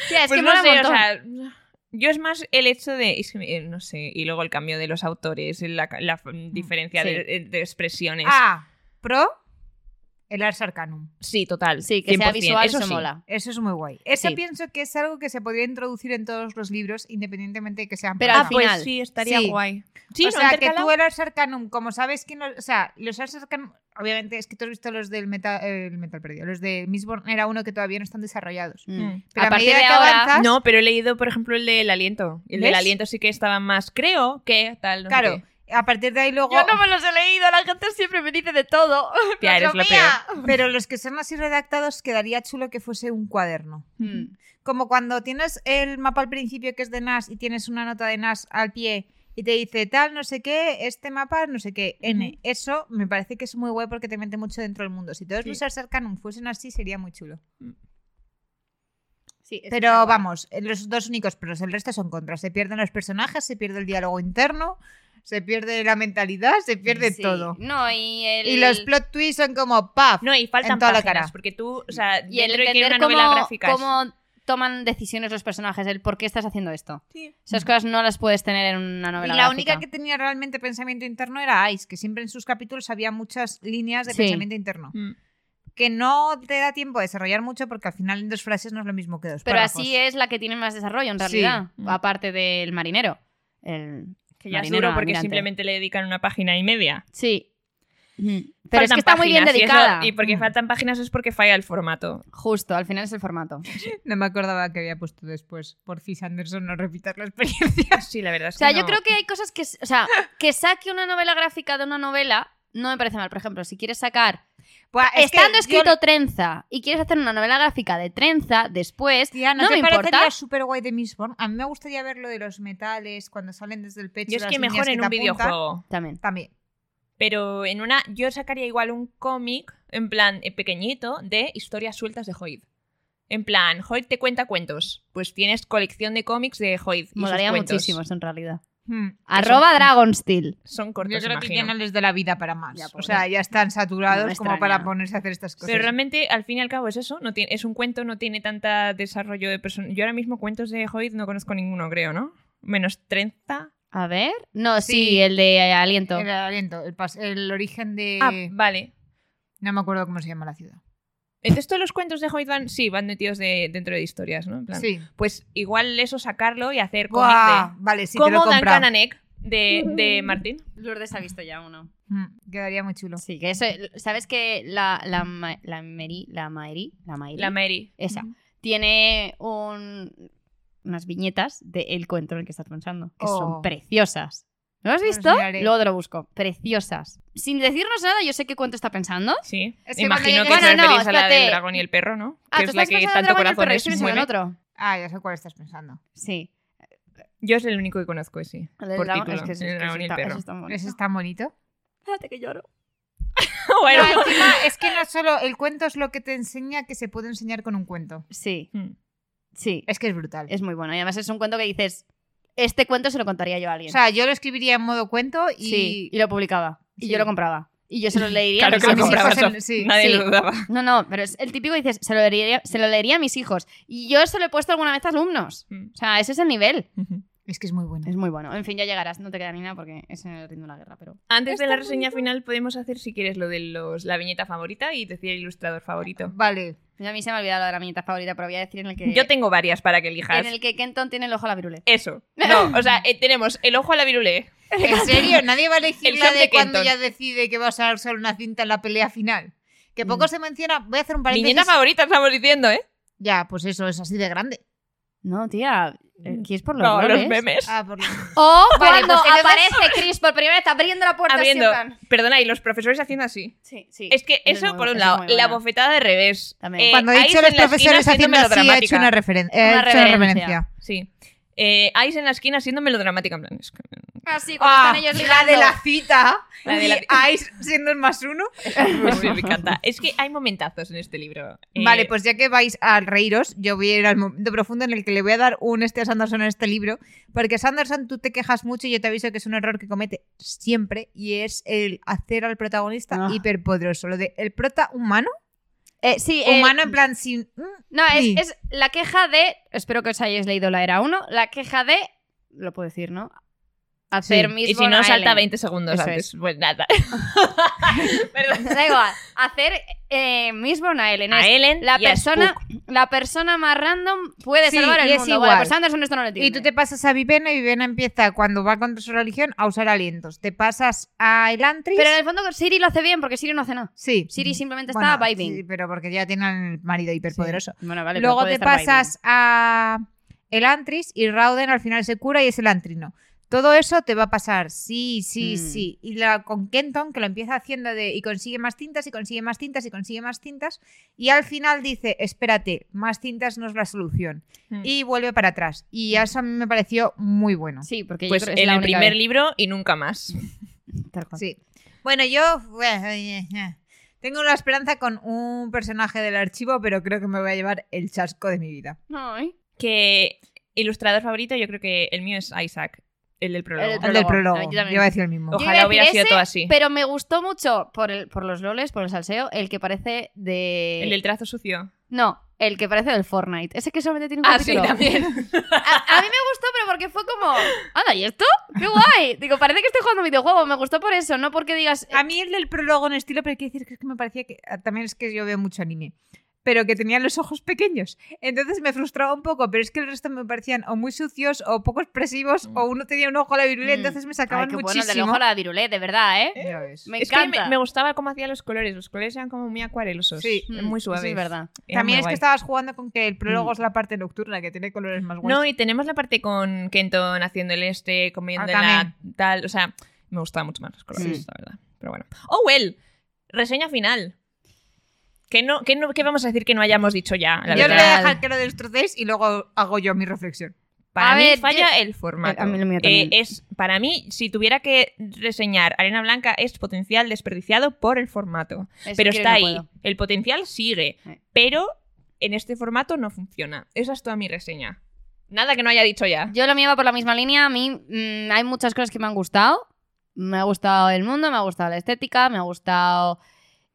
B: Tía, es
A: pues
B: que
A: no
B: mola
A: sé,
B: un
A: o
B: montón.
A: sea, yo es más el hecho de, es que, eh, no sé, y luego el cambio de los
B: Mm,
A: eh,
B: Ah,
A: autores, la, la f- diferencia de, de expresiones.
C: Ah, pro, El Ars Arcanum.
A: Sí, total.
B: Sí, que sea
A: 100%,
B: visual,
A: eso
B: eso
A: sí.
B: mola.
C: Eso es muy guay. Eso
B: Sí.
C: pienso que es algo que se podría introducir en todos los libros, independientemente de que sean
B: Pero
C: por
B: al
A: Ah,
C: tema.
A: pues
B: final.
A: sí, estaría
C: Sí.
A: guay. Sí,
C: o
A: ¿no?
C: sea, que
A: Intercalado.
C: tú el Ars Arcanum, como sabes quién los- O sea, los Ars Arcanum. Obviamente, es que tú has visto los del Metal, el metal Perdido. Los de Mistborn era uno que todavía no están desarrollados.
A: Mm.
C: Pero
B: A
C: a,
B: partir
C: medida
B: de
C: que
B: ahora,
C: avanzas.
A: No, pero he leído, por ejemplo, el del aliento. El del
C: ¿Ves?
A: aliento sí que estaba más, creo que tal. no sé
C: Claro,
A: qué.
C: a partir de ahí luego.
B: Yo no me los he leído, la gente siempre me dice de todo.
A: Tía, eres lo
B: Dios
A: peor.
C: Pero los que son así redactados quedaría chulo que fuese un cuaderno.
B: Mm.
C: Como cuando tienes el mapa al principio que es de Nash y tienes una nota de Nash al pie y te dice tal, no sé qué, este mapa, no sé qué, N. Eso me parece que es muy guay porque te mete mucho dentro del mundo. Si todos
A: Sí.
C: los Ars Arcanum fuesen así sería muy chulo.
B: Sí, eso está
C: Pero
B: guay.
C: vamos, eh, los dos únicos pros, el resto son contras. Se pierden los personajes, se pierde el diálogo interno, se pierde la mentalidad, se pierde
B: Sí.
C: todo.
B: No, y el.
C: Y los plot twists son como paf.
A: No, y faltan
C: En toda la
A: páginas,
C: cara.
A: porque tú, o sea,
B: y el
A: dentro de que
B: entender
A: una novela
B: cómo-
A: gráfica. es-
B: cómo toman decisiones los personajes, el por qué estás haciendo esto.
A: Sí.
B: Esas cosas no las puedes tener en una
C: Y
B: novela.
C: la
B: gráfica.
C: única que tenía realmente pensamiento interno era Ice, que siempre en sus capítulos había muchas líneas de
B: Sí.
C: pensamiento interno.
A: Mm.
C: Que no te da tiempo a desarrollar mucho porque al final en dos frases no es lo mismo que dos
B: Pero así es la que tiene más desarrollo, en
C: Sí.
B: realidad.
A: Mm.
B: Aparte del marinero. El...
A: Que ya es
B: Marinero
A: Mm. duro porque
B: Almirante.
A: simplemente le dedican una página y media.
B: Sí. Pero es
A: Faltan
B: que está muy bien
A: páginas, y eso-
B: dedicada.
A: Y,
C: Mm.
A: porque faltan páginas es porque falla el formato.
B: Justo, al final es el formato.
C: No me acordaba que había puesto después. Por si Anderson no repitas la experiencia.
A: Sí, la verdad es
B: O sea,
A: que
B: yo
A: no.
B: creo que hay cosas que. s- O sea, que saque una novela gráfica de una novela no me parece mal. Por ejemplo, si quieres sacar.
C: Buah, es que
B: Estando
C: yo-
B: escrito trenza y quieres hacer una novela gráfica de trenza después.
C: Tía, ¿no,
B: no
C: te
B: me importa.
C: parecería súper guay de Mistborn? A mí me gustaría ver lo de los metales cuando salen desde el pecho.
A: Yo es
C: las
A: que
C: líneas
A: mejor en
C: te
A: un
C: apuntan.
A: videojuego.
B: También.
C: También.
A: Pero en una. Yo sacaría igual un cómic, en plan eh, pequeñito, de historias sueltas de Hoid. En plan, Hoid te cuenta cuentos. Pues tienes colección de cómics de Hoid. y sus
B: Molaría
A: cuentos.
B: muchísimo eso en realidad.
C: Hmm.
B: Arroba Dragonsteel.
A: Son cortos,
C: Yo creo que
A: imagino.
C: ya no les da la vida para más.
B: Ya,
C: o
B: pobre.
C: sea, ya están
B: No
C: saturados
B: me
C: como
B: extraña.
C: para ponerse a hacer estas cosas.
A: Pero realmente, al fin y al cabo, es eso. No tiene, es un cuento, no tiene tanta desarrollo de persona. Yo ahora mismo cuentos de Hoid no conozco ninguno, creo, ¿no? Menos 30.
B: A ver. No, sí,
C: Sí.
B: el de eh, Aliento.
C: El aliento, el, pas- el origen de.
A: Ah, vale.
C: No me acuerdo cómo se llama la ciudad.
A: Entonces todos los cuentos de Hoid van, sí, van metidos de- dentro de historias, ¿no? En plan,
C: Sí.
A: Pues igual eso sacarlo y hacer cómic
C: Buah,
A: de...
C: Vale, sí, te lo
A: como
C: he
A: Dan
C: comprado.
A: Cananek de, de Martín.
B: Lourdes ha visto ya uno.
C: Mm, Quedaría muy chulo.
B: Sí, que eso. ¿Sabes que la, la, ma- la Mary. La Mairi. La Mairi.
A: La Mary.
B: esa. Tiene un, unas viñetas del cuento en el que estás pensando, que
C: Oh.
B: son preciosas. ¿No lo has
C: Los
B: visto?
C: miraré.
B: Luego te lo busco. Preciosas. Sin decirnos nada, yo sé qué cuento está pensando.
A: Sí.
C: Es que
A: Imagino que
C: cuando
A: se
B: llegues- Bueno,
A: referís
B: no,
A: a la
B: espérate. Ah,
A: del dragón y el perro, ¿no? que
B: tú
A: es la
B: estás
A: que
B: pensando
A: tanto
B: en Dragón y el
A: corazón
B: Perro, yo
A: es
B: estoy pensando en otro.
C: Ah, ya sé cuál estás pensando.
B: Sí.
A: Yo es el único que conozco ese.
B: El del
A: Por
B: dragón- este
A: título.
B: es que es-
A: el
B: es que
A: dragón y el
B: está-
A: perro.
B: eso está bonito.
C: ¿Ese es tan bonito?
B: Espérate que lloro.
A: bueno.
B: Ah,
C: No, encima, es que no solo el cuento es lo que te enseña que se puede enseñar con un cuento.
B: Sí,
A: Mm.
B: sí.
C: Es que es brutal.
B: Es muy bueno. Y además es un cuento que dices, este cuento se lo contaría yo a
C: O
B: alguien.
C: sea, yo lo escribiría en modo cuento y.
B: sí, y lo publicaba. Y
C: Sí.
B: yo lo compraba. Y yo se lo leería. a
A: Claro
B: mis
A: que lo
C: mis
B: hijos.
A: compraba
C: hijos en-
A: eso.
C: sí,
A: Nadie
B: sí.
A: lo dudaba.
B: No, no, pero es el típico que dices, se lo, leería, se lo leería a mis hijos. Y yo se lo he puesto alguna vez a alumnos.
A: Mm.
B: O sea, ese es el nivel.
C: Es que es muy bueno.
B: Es muy bueno. En fin, ya llegarás, no te queda ni nada porque es en el ritmo de la guerra, pero.
A: Antes de la reseña final podemos hacer, si quieres, lo de los, la viñeta favorita y decir el ilustrador favorito.
C: Vale.
B: Ya a mí se me ha olvidado lo de la viñeta favorita, pero voy a decir en el que.
A: Yo tengo varias para que elijas.
B: En el que Kenton tiene el ojo a la virule.
A: Eso. No, o sea, eh, tenemos el ojo a la virulé.
C: ¿En serio? ¿Nadie va a elegir
A: El
C: la
A: Sam
C: de
A: de
C: cuando
A: Kenton.
C: ya decide que va a usar solo una cinta en la pelea final? Que poco
B: Mm.
C: se menciona. Voy a hacer un paréntesis.
A: Viñeta favorita estamos diciendo, ¿eh?
C: Ya, pues eso, es así de grande.
B: No, tía. eh, Que es por los,
A: No, los
B: roles.
A: memes.
C: Ah, por lo
B: O
C: Vale,
B: cuando
C: pues entonces-
B: aparece Chris por primera vez abriendo la puerta así, en
A: Abriendo.
B: plan-
A: Perdona, y los profesores haciendo así.
B: Sí, sí.
A: Es que
B: Eso
A: eso,
B: es muy
A: por
B: bu-
A: un
B: eso
A: lado,
B: es muy
A: la
B: buena.
A: bofetada de revés.
B: También.
A: Eh,
C: Cuando he dicho
A: Ice
C: los
A: en la esquina
C: profesores
A: haciendo
C: haciendo así, ha hecho
A: melodramática.
C: una, referen- eh,
B: Una
C: ha hecho una
B: reverencia.
C: reverencia.
A: Sí. Eh, Ice en la esquina siendo melodramática. En plan, es que-
B: Así, Ah, cuando están ellos
C: Ah. la
B: ligando.
C: de la cita.
A: Ah, La de
C: y
A: la-
C: Ice siendo el más uno.
A: Pues sí, me encanta. Es que hay momentazos en este libro. Eh,
C: Vale, pues ya que vais a reíros, yo voy a ir al momento profundo en el que le voy a dar un este a Sanderson en este libro. Porque Sanderson, tú te quejas mucho y yo te aviso que es un error que comete siempre. Y es el hacer al protagonista
B: Ah.
C: hiperpoderoso. Lo de el prota humano.
B: Eh, sí, eh,
C: humano en plan sin. mm,
B: No, es,
C: Sí.
B: es la queja de. Espero que os hayáis leído la era 1. La queja de. Lo puedo decir, ¿no? Hacer
C: Sí.
B: Miss
A: Y si
B: Bonn
A: no, salta
B: Island.
A: 20 segundos
C: Eso
A: antes. Pues nada. Perdón.
B: Da igual. Hacer eh, Miss Born Island.
A: A
B: Es
A: Ellen
B: la
A: y a
B: persona,
A: Spook.
B: la persona más random puede
C: Sí,
B: salvar el
C: y es
B: mundo.
C: igual.
B: Vale, pues Anderson esto no lo entiende.
C: Y tú te pasas a Vivena y Vivena empieza, cuando va contra su religión, a usar alientos. Te pasas a Elantris.
B: Pero en el fondo Siri lo hace bien porque Siri no hace nada.
C: Sí.
B: Siri simplemente
C: Mm. Bueno,
B: está vibing.
C: sí, pero porque ya tiene al marido hiperpoderoso.
B: Bueno, vale, pero
C: Luego
B: puede
C: te
B: estar
C: pasas a Elantris y Rauden al final se cura y es Elantrino. Todo eso te va a pasar, sí, sí,
B: Mm.
C: sí. Y la, con Kenton, que lo empieza haciendo de y consigue más tintas y consigue más tintas y consigue más tintas. Y al final dice, espérate, más tintas no es la solución.
A: Mm.
C: Y vuelve para atrás. Y
B: Mm.
C: eso a mí me pareció muy bueno.
B: vibing. Sí, porque
A: Pues
B: yo creo que es
A: en
B: la
A: el
B: única
A: primer
B: vez.
A: libro y nunca más.
B: Tal cual.
C: Sí. Bueno, yo tengo la esperanza con un personaje del archivo, pero creo que me voy a llevar el chasco de mi vida.
B: No, ¿eh?
A: Que ilustrador favorito, yo creo que el mío es Isaac, el del prólogo.
B: del
C: El del
B: Prólogo.
C: prólogo.
B: Yo
C: Yo
B: también.
C: voy a decir el mismo.
B: Yo iba
A: Ojalá
B: a
A: hubiera
B: decir
A: sido
B: ese,
A: todo así.
B: Pero me gustó mucho por, el, por los loles, por el salseo, el que parece de.
A: El del trazo sucio.
B: No, el que parece del Fortnite. Ese que solamente tiene un
A: Ah, sí,
B: capítulo.
A: también.
B: A, a mí me gustó, pero porque fue como. ¡Anda, ¿y esto? ¡Qué guay! Digo, parece que estoy jugando un videojuego. Me gustó por eso, no porque digas. "Eh,
A: Ah,
C: A mí el del prólogo en estilo, pero hay que decir que es que me parecía que ah, también es que yo veo mucho anime, pero que tenían los ojos pequeños. Entonces me frustraba un poco, pero es que el resto me parecían o muy sucios o poco expresivos
A: Mm.
C: o uno tenía un ojo a la virulé,
B: Mm.
C: entonces me
B: Ay,
C: sacaban
B: qué bueno, el del
C: muchísimo.
B: ojo a la virulé, de verdad, ¿eh?
C: Ya ves.
B: Me
A: Es que
B: encanta.
A: me, me gustaba cómo hacía los colores. Los colores eran como muy acuarelosos.
C: Sí.
B: Mm,
A: muy
B: eso
A: suaves.
B: Es verdad.
A: Era
C: También
A: muy
C: es que
A: guay.
C: estabas jugando con que el prólogo
B: Mm.
C: es la parte nocturna, que tiene colores más guays.
A: No, y tenemos la parte con Kenton haciendo el este, comiendo
C: Ah,
A: en la tal. O sea, me gustaban mucho más los colores,
B: Sí.
A: la verdad. Pero bueno. Oh, well. Reseña final. ¿Qué, no, qué, no, qué vamos a decir que no hayamos dicho ya? La
C: yo os voy
A: verdad.
C: a dejar que lo destrocéis y luego hago yo mi reflexión.
A: Para
B: A
A: mí
B: ver,
A: falla
B: yo-
A: el formato.
B: A mí lo mío
A: Eh,
B: también.
A: es, para mí, si tuviera que reseñar Arena Blanca, es potencial desperdiciado por el formato.
B: Eso
A: pero
B: quiero y
A: está
B: no
A: ahí.
B: puedo.
A: El potencial sigue.
B: Eh.
A: Pero en este formato no funciona. Esa es toda mi reseña. Nada que no haya dicho ya.
B: Yo lo mío va por la misma línea. A mí mm, hay muchas cosas que me han gustado. Me ha gustado el mundo, me ha gustado la estética, me ha gustado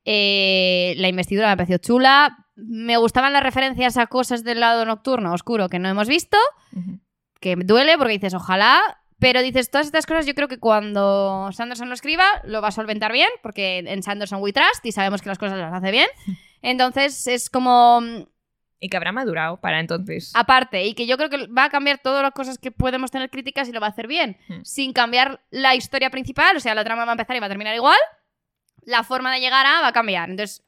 B: eh, la investidura, me ha parecido chula. Me gustaban las referencias a cosas del lado nocturno, oscuro, que no hemos visto,
A: Ujú.
B: que duele porque dices, ojalá. Pero dices, todas estas cosas yo creo que cuando Sanderson lo escriba lo va a solventar bien, porque en Sanderson we trust y sabemos que las cosas las hace bien. Entonces es como mm,
A: Y que habrá madurado para entonces.
B: aparte y que yo creo que va a cambiar todas las cosas que podemos tener críticas y lo va a hacer bien
A: Mm.
B: sin cambiar la historia principal o sea la trama va a empezar y va a terminar igual la forma de llegar a va a cambiar entonces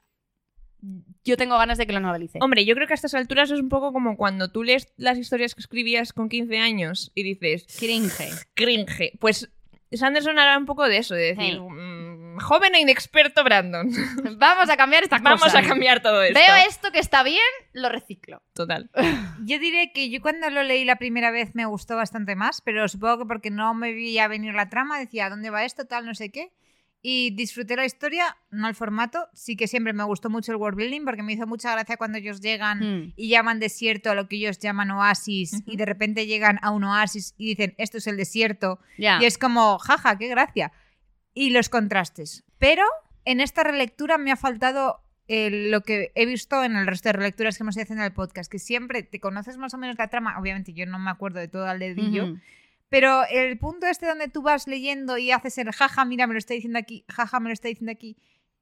B: yo tengo ganas de que lo novelice
A: Hombre, yo creo que a estas alturas es un poco como cuando tú lees las historias que escribías con 15 años y dices,
B: cringe
A: cringe. Pues Sanderson hará un poco de eso, de decir,
B: Sí.
A: "Mm, joven e inexperto Brandon.
B: vamos a cambiar esta
A: Vamos
B: cosa
A: a cambiar todo esto.
B: veo esto que está bien lo reciclo
A: Total.
C: Yo diré que yo cuando lo leí la primera vez me gustó bastante más, pero supongo que porque no me veía venir la trama, decía, ¿a dónde va esto? Tal, no sé qué. Y disfruté la historia, no el formato. Sí que siempre me gustó mucho el world building porque me hizo mucha gracia cuando ellos llegan
A: Hmm.
B: Mm.
C: y llaman desierto a lo que ellos llaman oasis y
A: Ujú.
C: de repente llegan a un oasis y dicen, esto es el desierto.
A: Ah.
B: ya
C: Y es como, jaja, qué gracia. Y los contrastes. Pero en esta relectura me ha faltado eh, lo que he visto en el resto de relecturas que hemos ido haciendo en el podcast, que siempre te conoces más o menos la trama. Obviamente yo no me acuerdo de todo al dedillo.
B: Ujú.
C: Pero el punto este donde tú vas leyendo y haces el jaja, mira, me lo está diciendo aquí, jaja, me lo está diciendo aquí.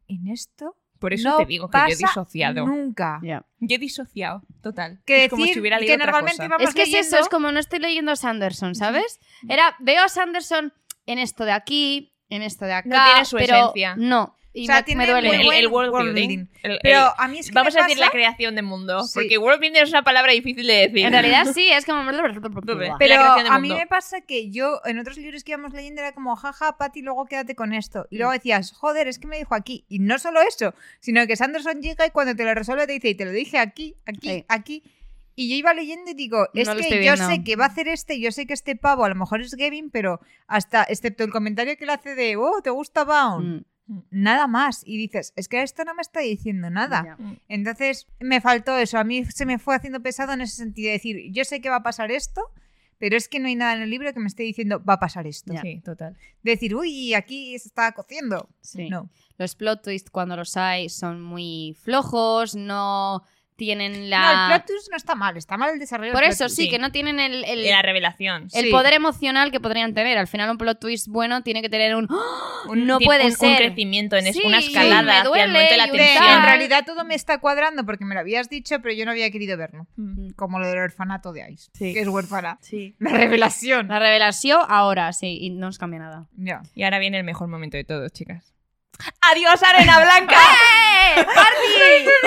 C: En esto
A: Por eso
C: no
A: te digo que yo he
C: pasa
A: disociado.
C: nunca.
B: Ya.
A: Yo he disociado, total.
C: Que
A: es como
C: decir
A: si hubiera leído
C: que
A: otra
C: normalmente
A: cosa.
C: vamos
B: es que es
C: leyendo-
B: eso es como no estoy leyendo a Sanderson sabes era veo a Sanderson en esto de aquí en esto de acá
A: No tiene su
B: pero
A: esencia.
B: no y
C: O sea,
B: me- me,
C: tiene
B: duele
C: muy
A: El, el
C: buen
A: world
C: world
A: building.
C: building.
A: El- el-
C: Pero a mí es que
A: vamos
C: me
A: a decir
C: pasa-
A: la creación de mundo,
C: Sí.
A: porque world building es una palabra difícil de decir.
B: En realidad sí, es como...
A: Pe-
C: Pero
A: la creación del
C: a mí
A: mundo.
C: me pasa que yo, en otros libros que íbamos leyendo, era como, jaja, Patty, luego quédate con esto. Y luego
B: Mm.
C: decías, joder, es que me dijo aquí. Y no solo eso, sino que Sanderson llega y cuando te lo resuelve te dice, y te lo dije aquí, aquí,
B: Sí.
C: aquí. Y yo iba leyendo y digo, es
B: No lo
C: que
B: estoy
C: yo
B: viendo.
C: sé que va a hacer este, yo sé que este pavo a lo mejor es Gavin, pero hasta, excepto el comentario que le hace de, oh, ¿te gusta Bound?
B: Mm,
C: Nada más. Y dices, es que esto no me está diciendo nada.
B: ya.
C: Entonces me faltó eso, a mí se me fue haciendo pesado en ese sentido, de decir, yo sé que va a pasar esto, pero es que no hay nada en el libro que me esté diciendo, va a pasar esto.
B: Ya.
A: Sí, total.
C: Decir, uy, aquí se está cociendo.
B: Sí.
C: No.
B: Los plot twists cuando los hay son muy flojos, no tienen
C: No, el
B: la...
C: plot twist no está mal, está mal el desarrollo. del
B: Por
C: plot
B: eso
C: twist.
B: sí,
A: sí.
B: que no tienen el, el-
A: La revelación.
B: el
C: sí.
B: poder emocional que podrían tener. Al final un plot twist bueno tiene que tener un... ¡Ah!
A: Un
B: no
A: tip-
B: puede
A: un- Un
B: ser.
A: crecimiento, en es-
B: Sí,
A: una
B: sí,
A: escalada
B: me
A: hacia el
B: duele
A: momento de la
B: y un
C: De,
A: tensión.
C: en
B: tal.
C: realidad todo me está cuadrando porque me lo habías dicho, pero yo no había querido verlo.
B: Mm.
C: Como lo del orfanato de Ice,
B: Sí.
C: que es huérfana.
B: Sí.
C: La revelación.
B: La revelación ahora, sí, y no nos cambia nada.
C: Ya.
A: Y ahora viene el mejor momento de todos, chicas. ¡Adiós, Arena Blanca!
C: Ah, ¡Eh!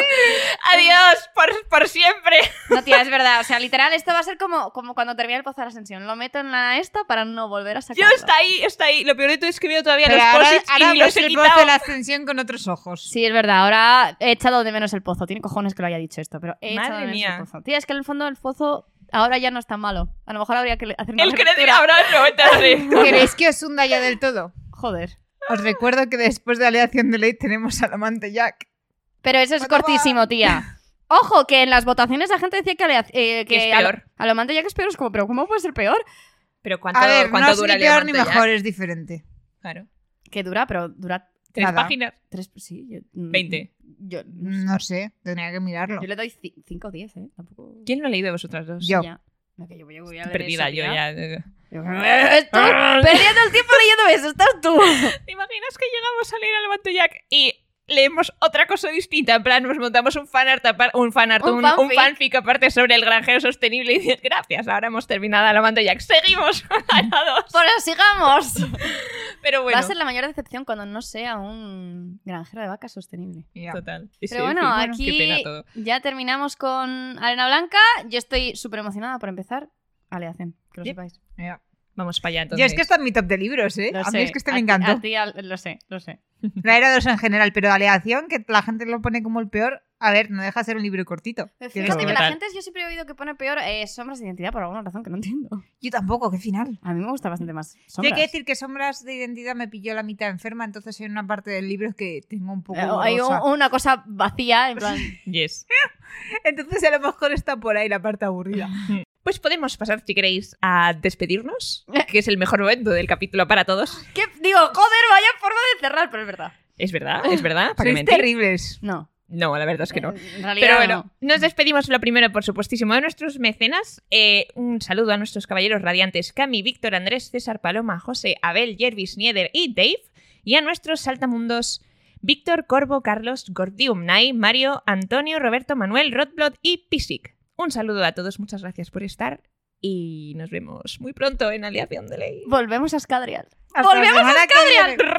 A: ¡Adiós! Por, por siempre.
B: No, tía, es verdad. O sea, literal, esto va a ser como, como cuando termina el pozo de la ascensión. Lo meto en la esta para no volver a sacarlo.
A: Yo está ahí, está ahí. Lo peor de todo es que veo todavía
C: Pero
A: los
C: ahora,
A: posits y
C: ahora
A: ni los
C: ves
A: he
C: el voz de
A: quitado.
C: la ascensión con otros ojos.
B: Sí, es verdad. Ahora he echado de menos el pozo. Tiene cojones que lo haya dicho esto, pero he
A: Madre
B: echado de menos
A: mía.
B: el pozo. Tía, es que en el fondo el pozo ahora ya no es tan malo. A lo mejor habría que hacer una
A: El que le
B: relectura.
A: dirá ahora es lo momento de reír.
C: ¿Queréis que os hunda ya del todo?
B: Joder.
C: Os recuerdo que después de la aleación de ley tenemos al amante Jack.
B: Pero eso es
C: Bueno, va.
B: cortísimo, tía. Ojo, que en las votaciones la gente decía que, alea- eh, que
A: Que es
B: a lo-
A: peor.
B: A lo mando ya que es peor, es como, pero ¿cómo puede ser peor?
A: Pero ¿cuánto,
C: A ver,
A: cuánto
C: no es
A: dura
C: ni
A: el
C: peor ni
A: diamante ya?
C: mejor, es diferente.
A: Claro.
B: Que dura, pero dura
A: Tres
C: Nada.
A: páginas.
B: tres, sí. yo- mm,
A: 20.
B: Yo, no sé.
C: No sé, tendría que mirarlo.
B: Yo le doy 5 o 10, ¿eh? Tampoco...
A: ¿Quién lo ha leído de vosotras dos?
C: Yo.
B: Ya. No, que yo voy a- voy a
A: Estoy
B: leer
A: Perdida
B: eso,
A: yo
B: tía.
A: ya. eh.
B: Estoy perdiendo el tiempo leyendo eso, estás tú.
A: ¿Te imaginas que llegamos a leer al Bantu Jack y leemos otra cosa distinta? En plan, nos montamos un fanart, apar- un, fanart
B: Un
A: un, un fanfic.
B: fanfic.
A: aparte sobre el granjero sostenible y dices, gracias, ahora hemos terminado al Bantu Jack. Seguimos a la dos.
B: Pero sigamos.
A: Pero bueno.
B: Va a ser la mayor decepción cuando no sea un granjero de vacas sostenible.
C: Ya.
A: Total.
B: Pero bueno,
A: Qué pena
B: aquí
A: todo.
B: ya terminamos con Arena Blanca. Yo estoy súper emocionada por empezar. Aleación, que lo
A: Yep.
B: sepáis.
C: Ya.
A: Vamos para allá
C: Yo
A: entonces.
C: es que está en mi top de libros, ¿eh?
B: Lo
C: a mí
B: sé.
C: es que este me
B: ti-
C: encantó.
B: A ti al- lo sé, lo sé.
C: La era 2 en general, pero aleación, que la gente lo pone como el peor. A ver, no deja de ser un libro cortito.
B: Pero
C: Tiene
B: fíjate que
A: Total.
B: la gente, yo siempre he oído que pone peor eh, sombras de identidad por alguna razón que no entiendo.
C: Yo tampoco, qué final.
B: A mí me gusta bastante más
C: Yo hay
B: sombras.
C: que decir que Sombras de Identidad me pilló la mitad enferma, entonces hay una parte del libro que tengo un poco.
B: Eh, Hay un-
C: borrosa.
B: una cosa vacía, en plan...
A: Yes.
C: Entonces a lo mejor está por ahí la parte aburrida.
A: Pues podemos pasar, si queréis, a despedirnos, que es el mejor momento del capítulo para todos.
B: ¿Qué? Digo, joder, vaya forma de cerrar, pero es verdad.
A: Es verdad, es verdad. ¿Para qué
C: Sois
A: mentir?
C: terribles.
B: No.
A: No, la verdad es que no.
E: Eh,
B: En realidad,
A: Pero bueno,
B: no.
A: nos despedimos lo primero, por supuestísimo, de nuestros mecenas. Eh, un saludo a nuestros caballeros radiantes Cami, Víctor, Andrés, César, Paloma, José, Abel, Jervis, Nieder y Dave. Y a nuestros saltamundos Víctor, Corvo, Carlos, Gordium, Nai, Mario, Antonio, Roberto, Manuel, Rodblot y Pisic. Un saludo a todos, muchas gracias por estar y nos vemos muy pronto en Aliación de Ley.
B: Volvemos a Escadrial.
C: Hasta la
B: Volvemos
C: semana
B: a
C: que
B: Escadrial.
C: viene.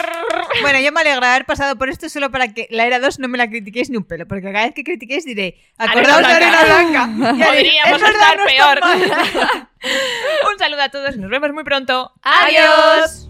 C: Bueno, yo me alegro de haber pasado por esto solo para que la era 2 no me la critiquéis ni un pelo, porque cada vez que critiquéis diré, acordaos de
A: Arena
C: Arena Blanca. Y haré,
A: Podríamos
C: "Es verdad,
A: estar
C: no es tan
A: peor.
C: mal".
A: Un saludo a todos, nos vemos muy pronto.
B: Adiós.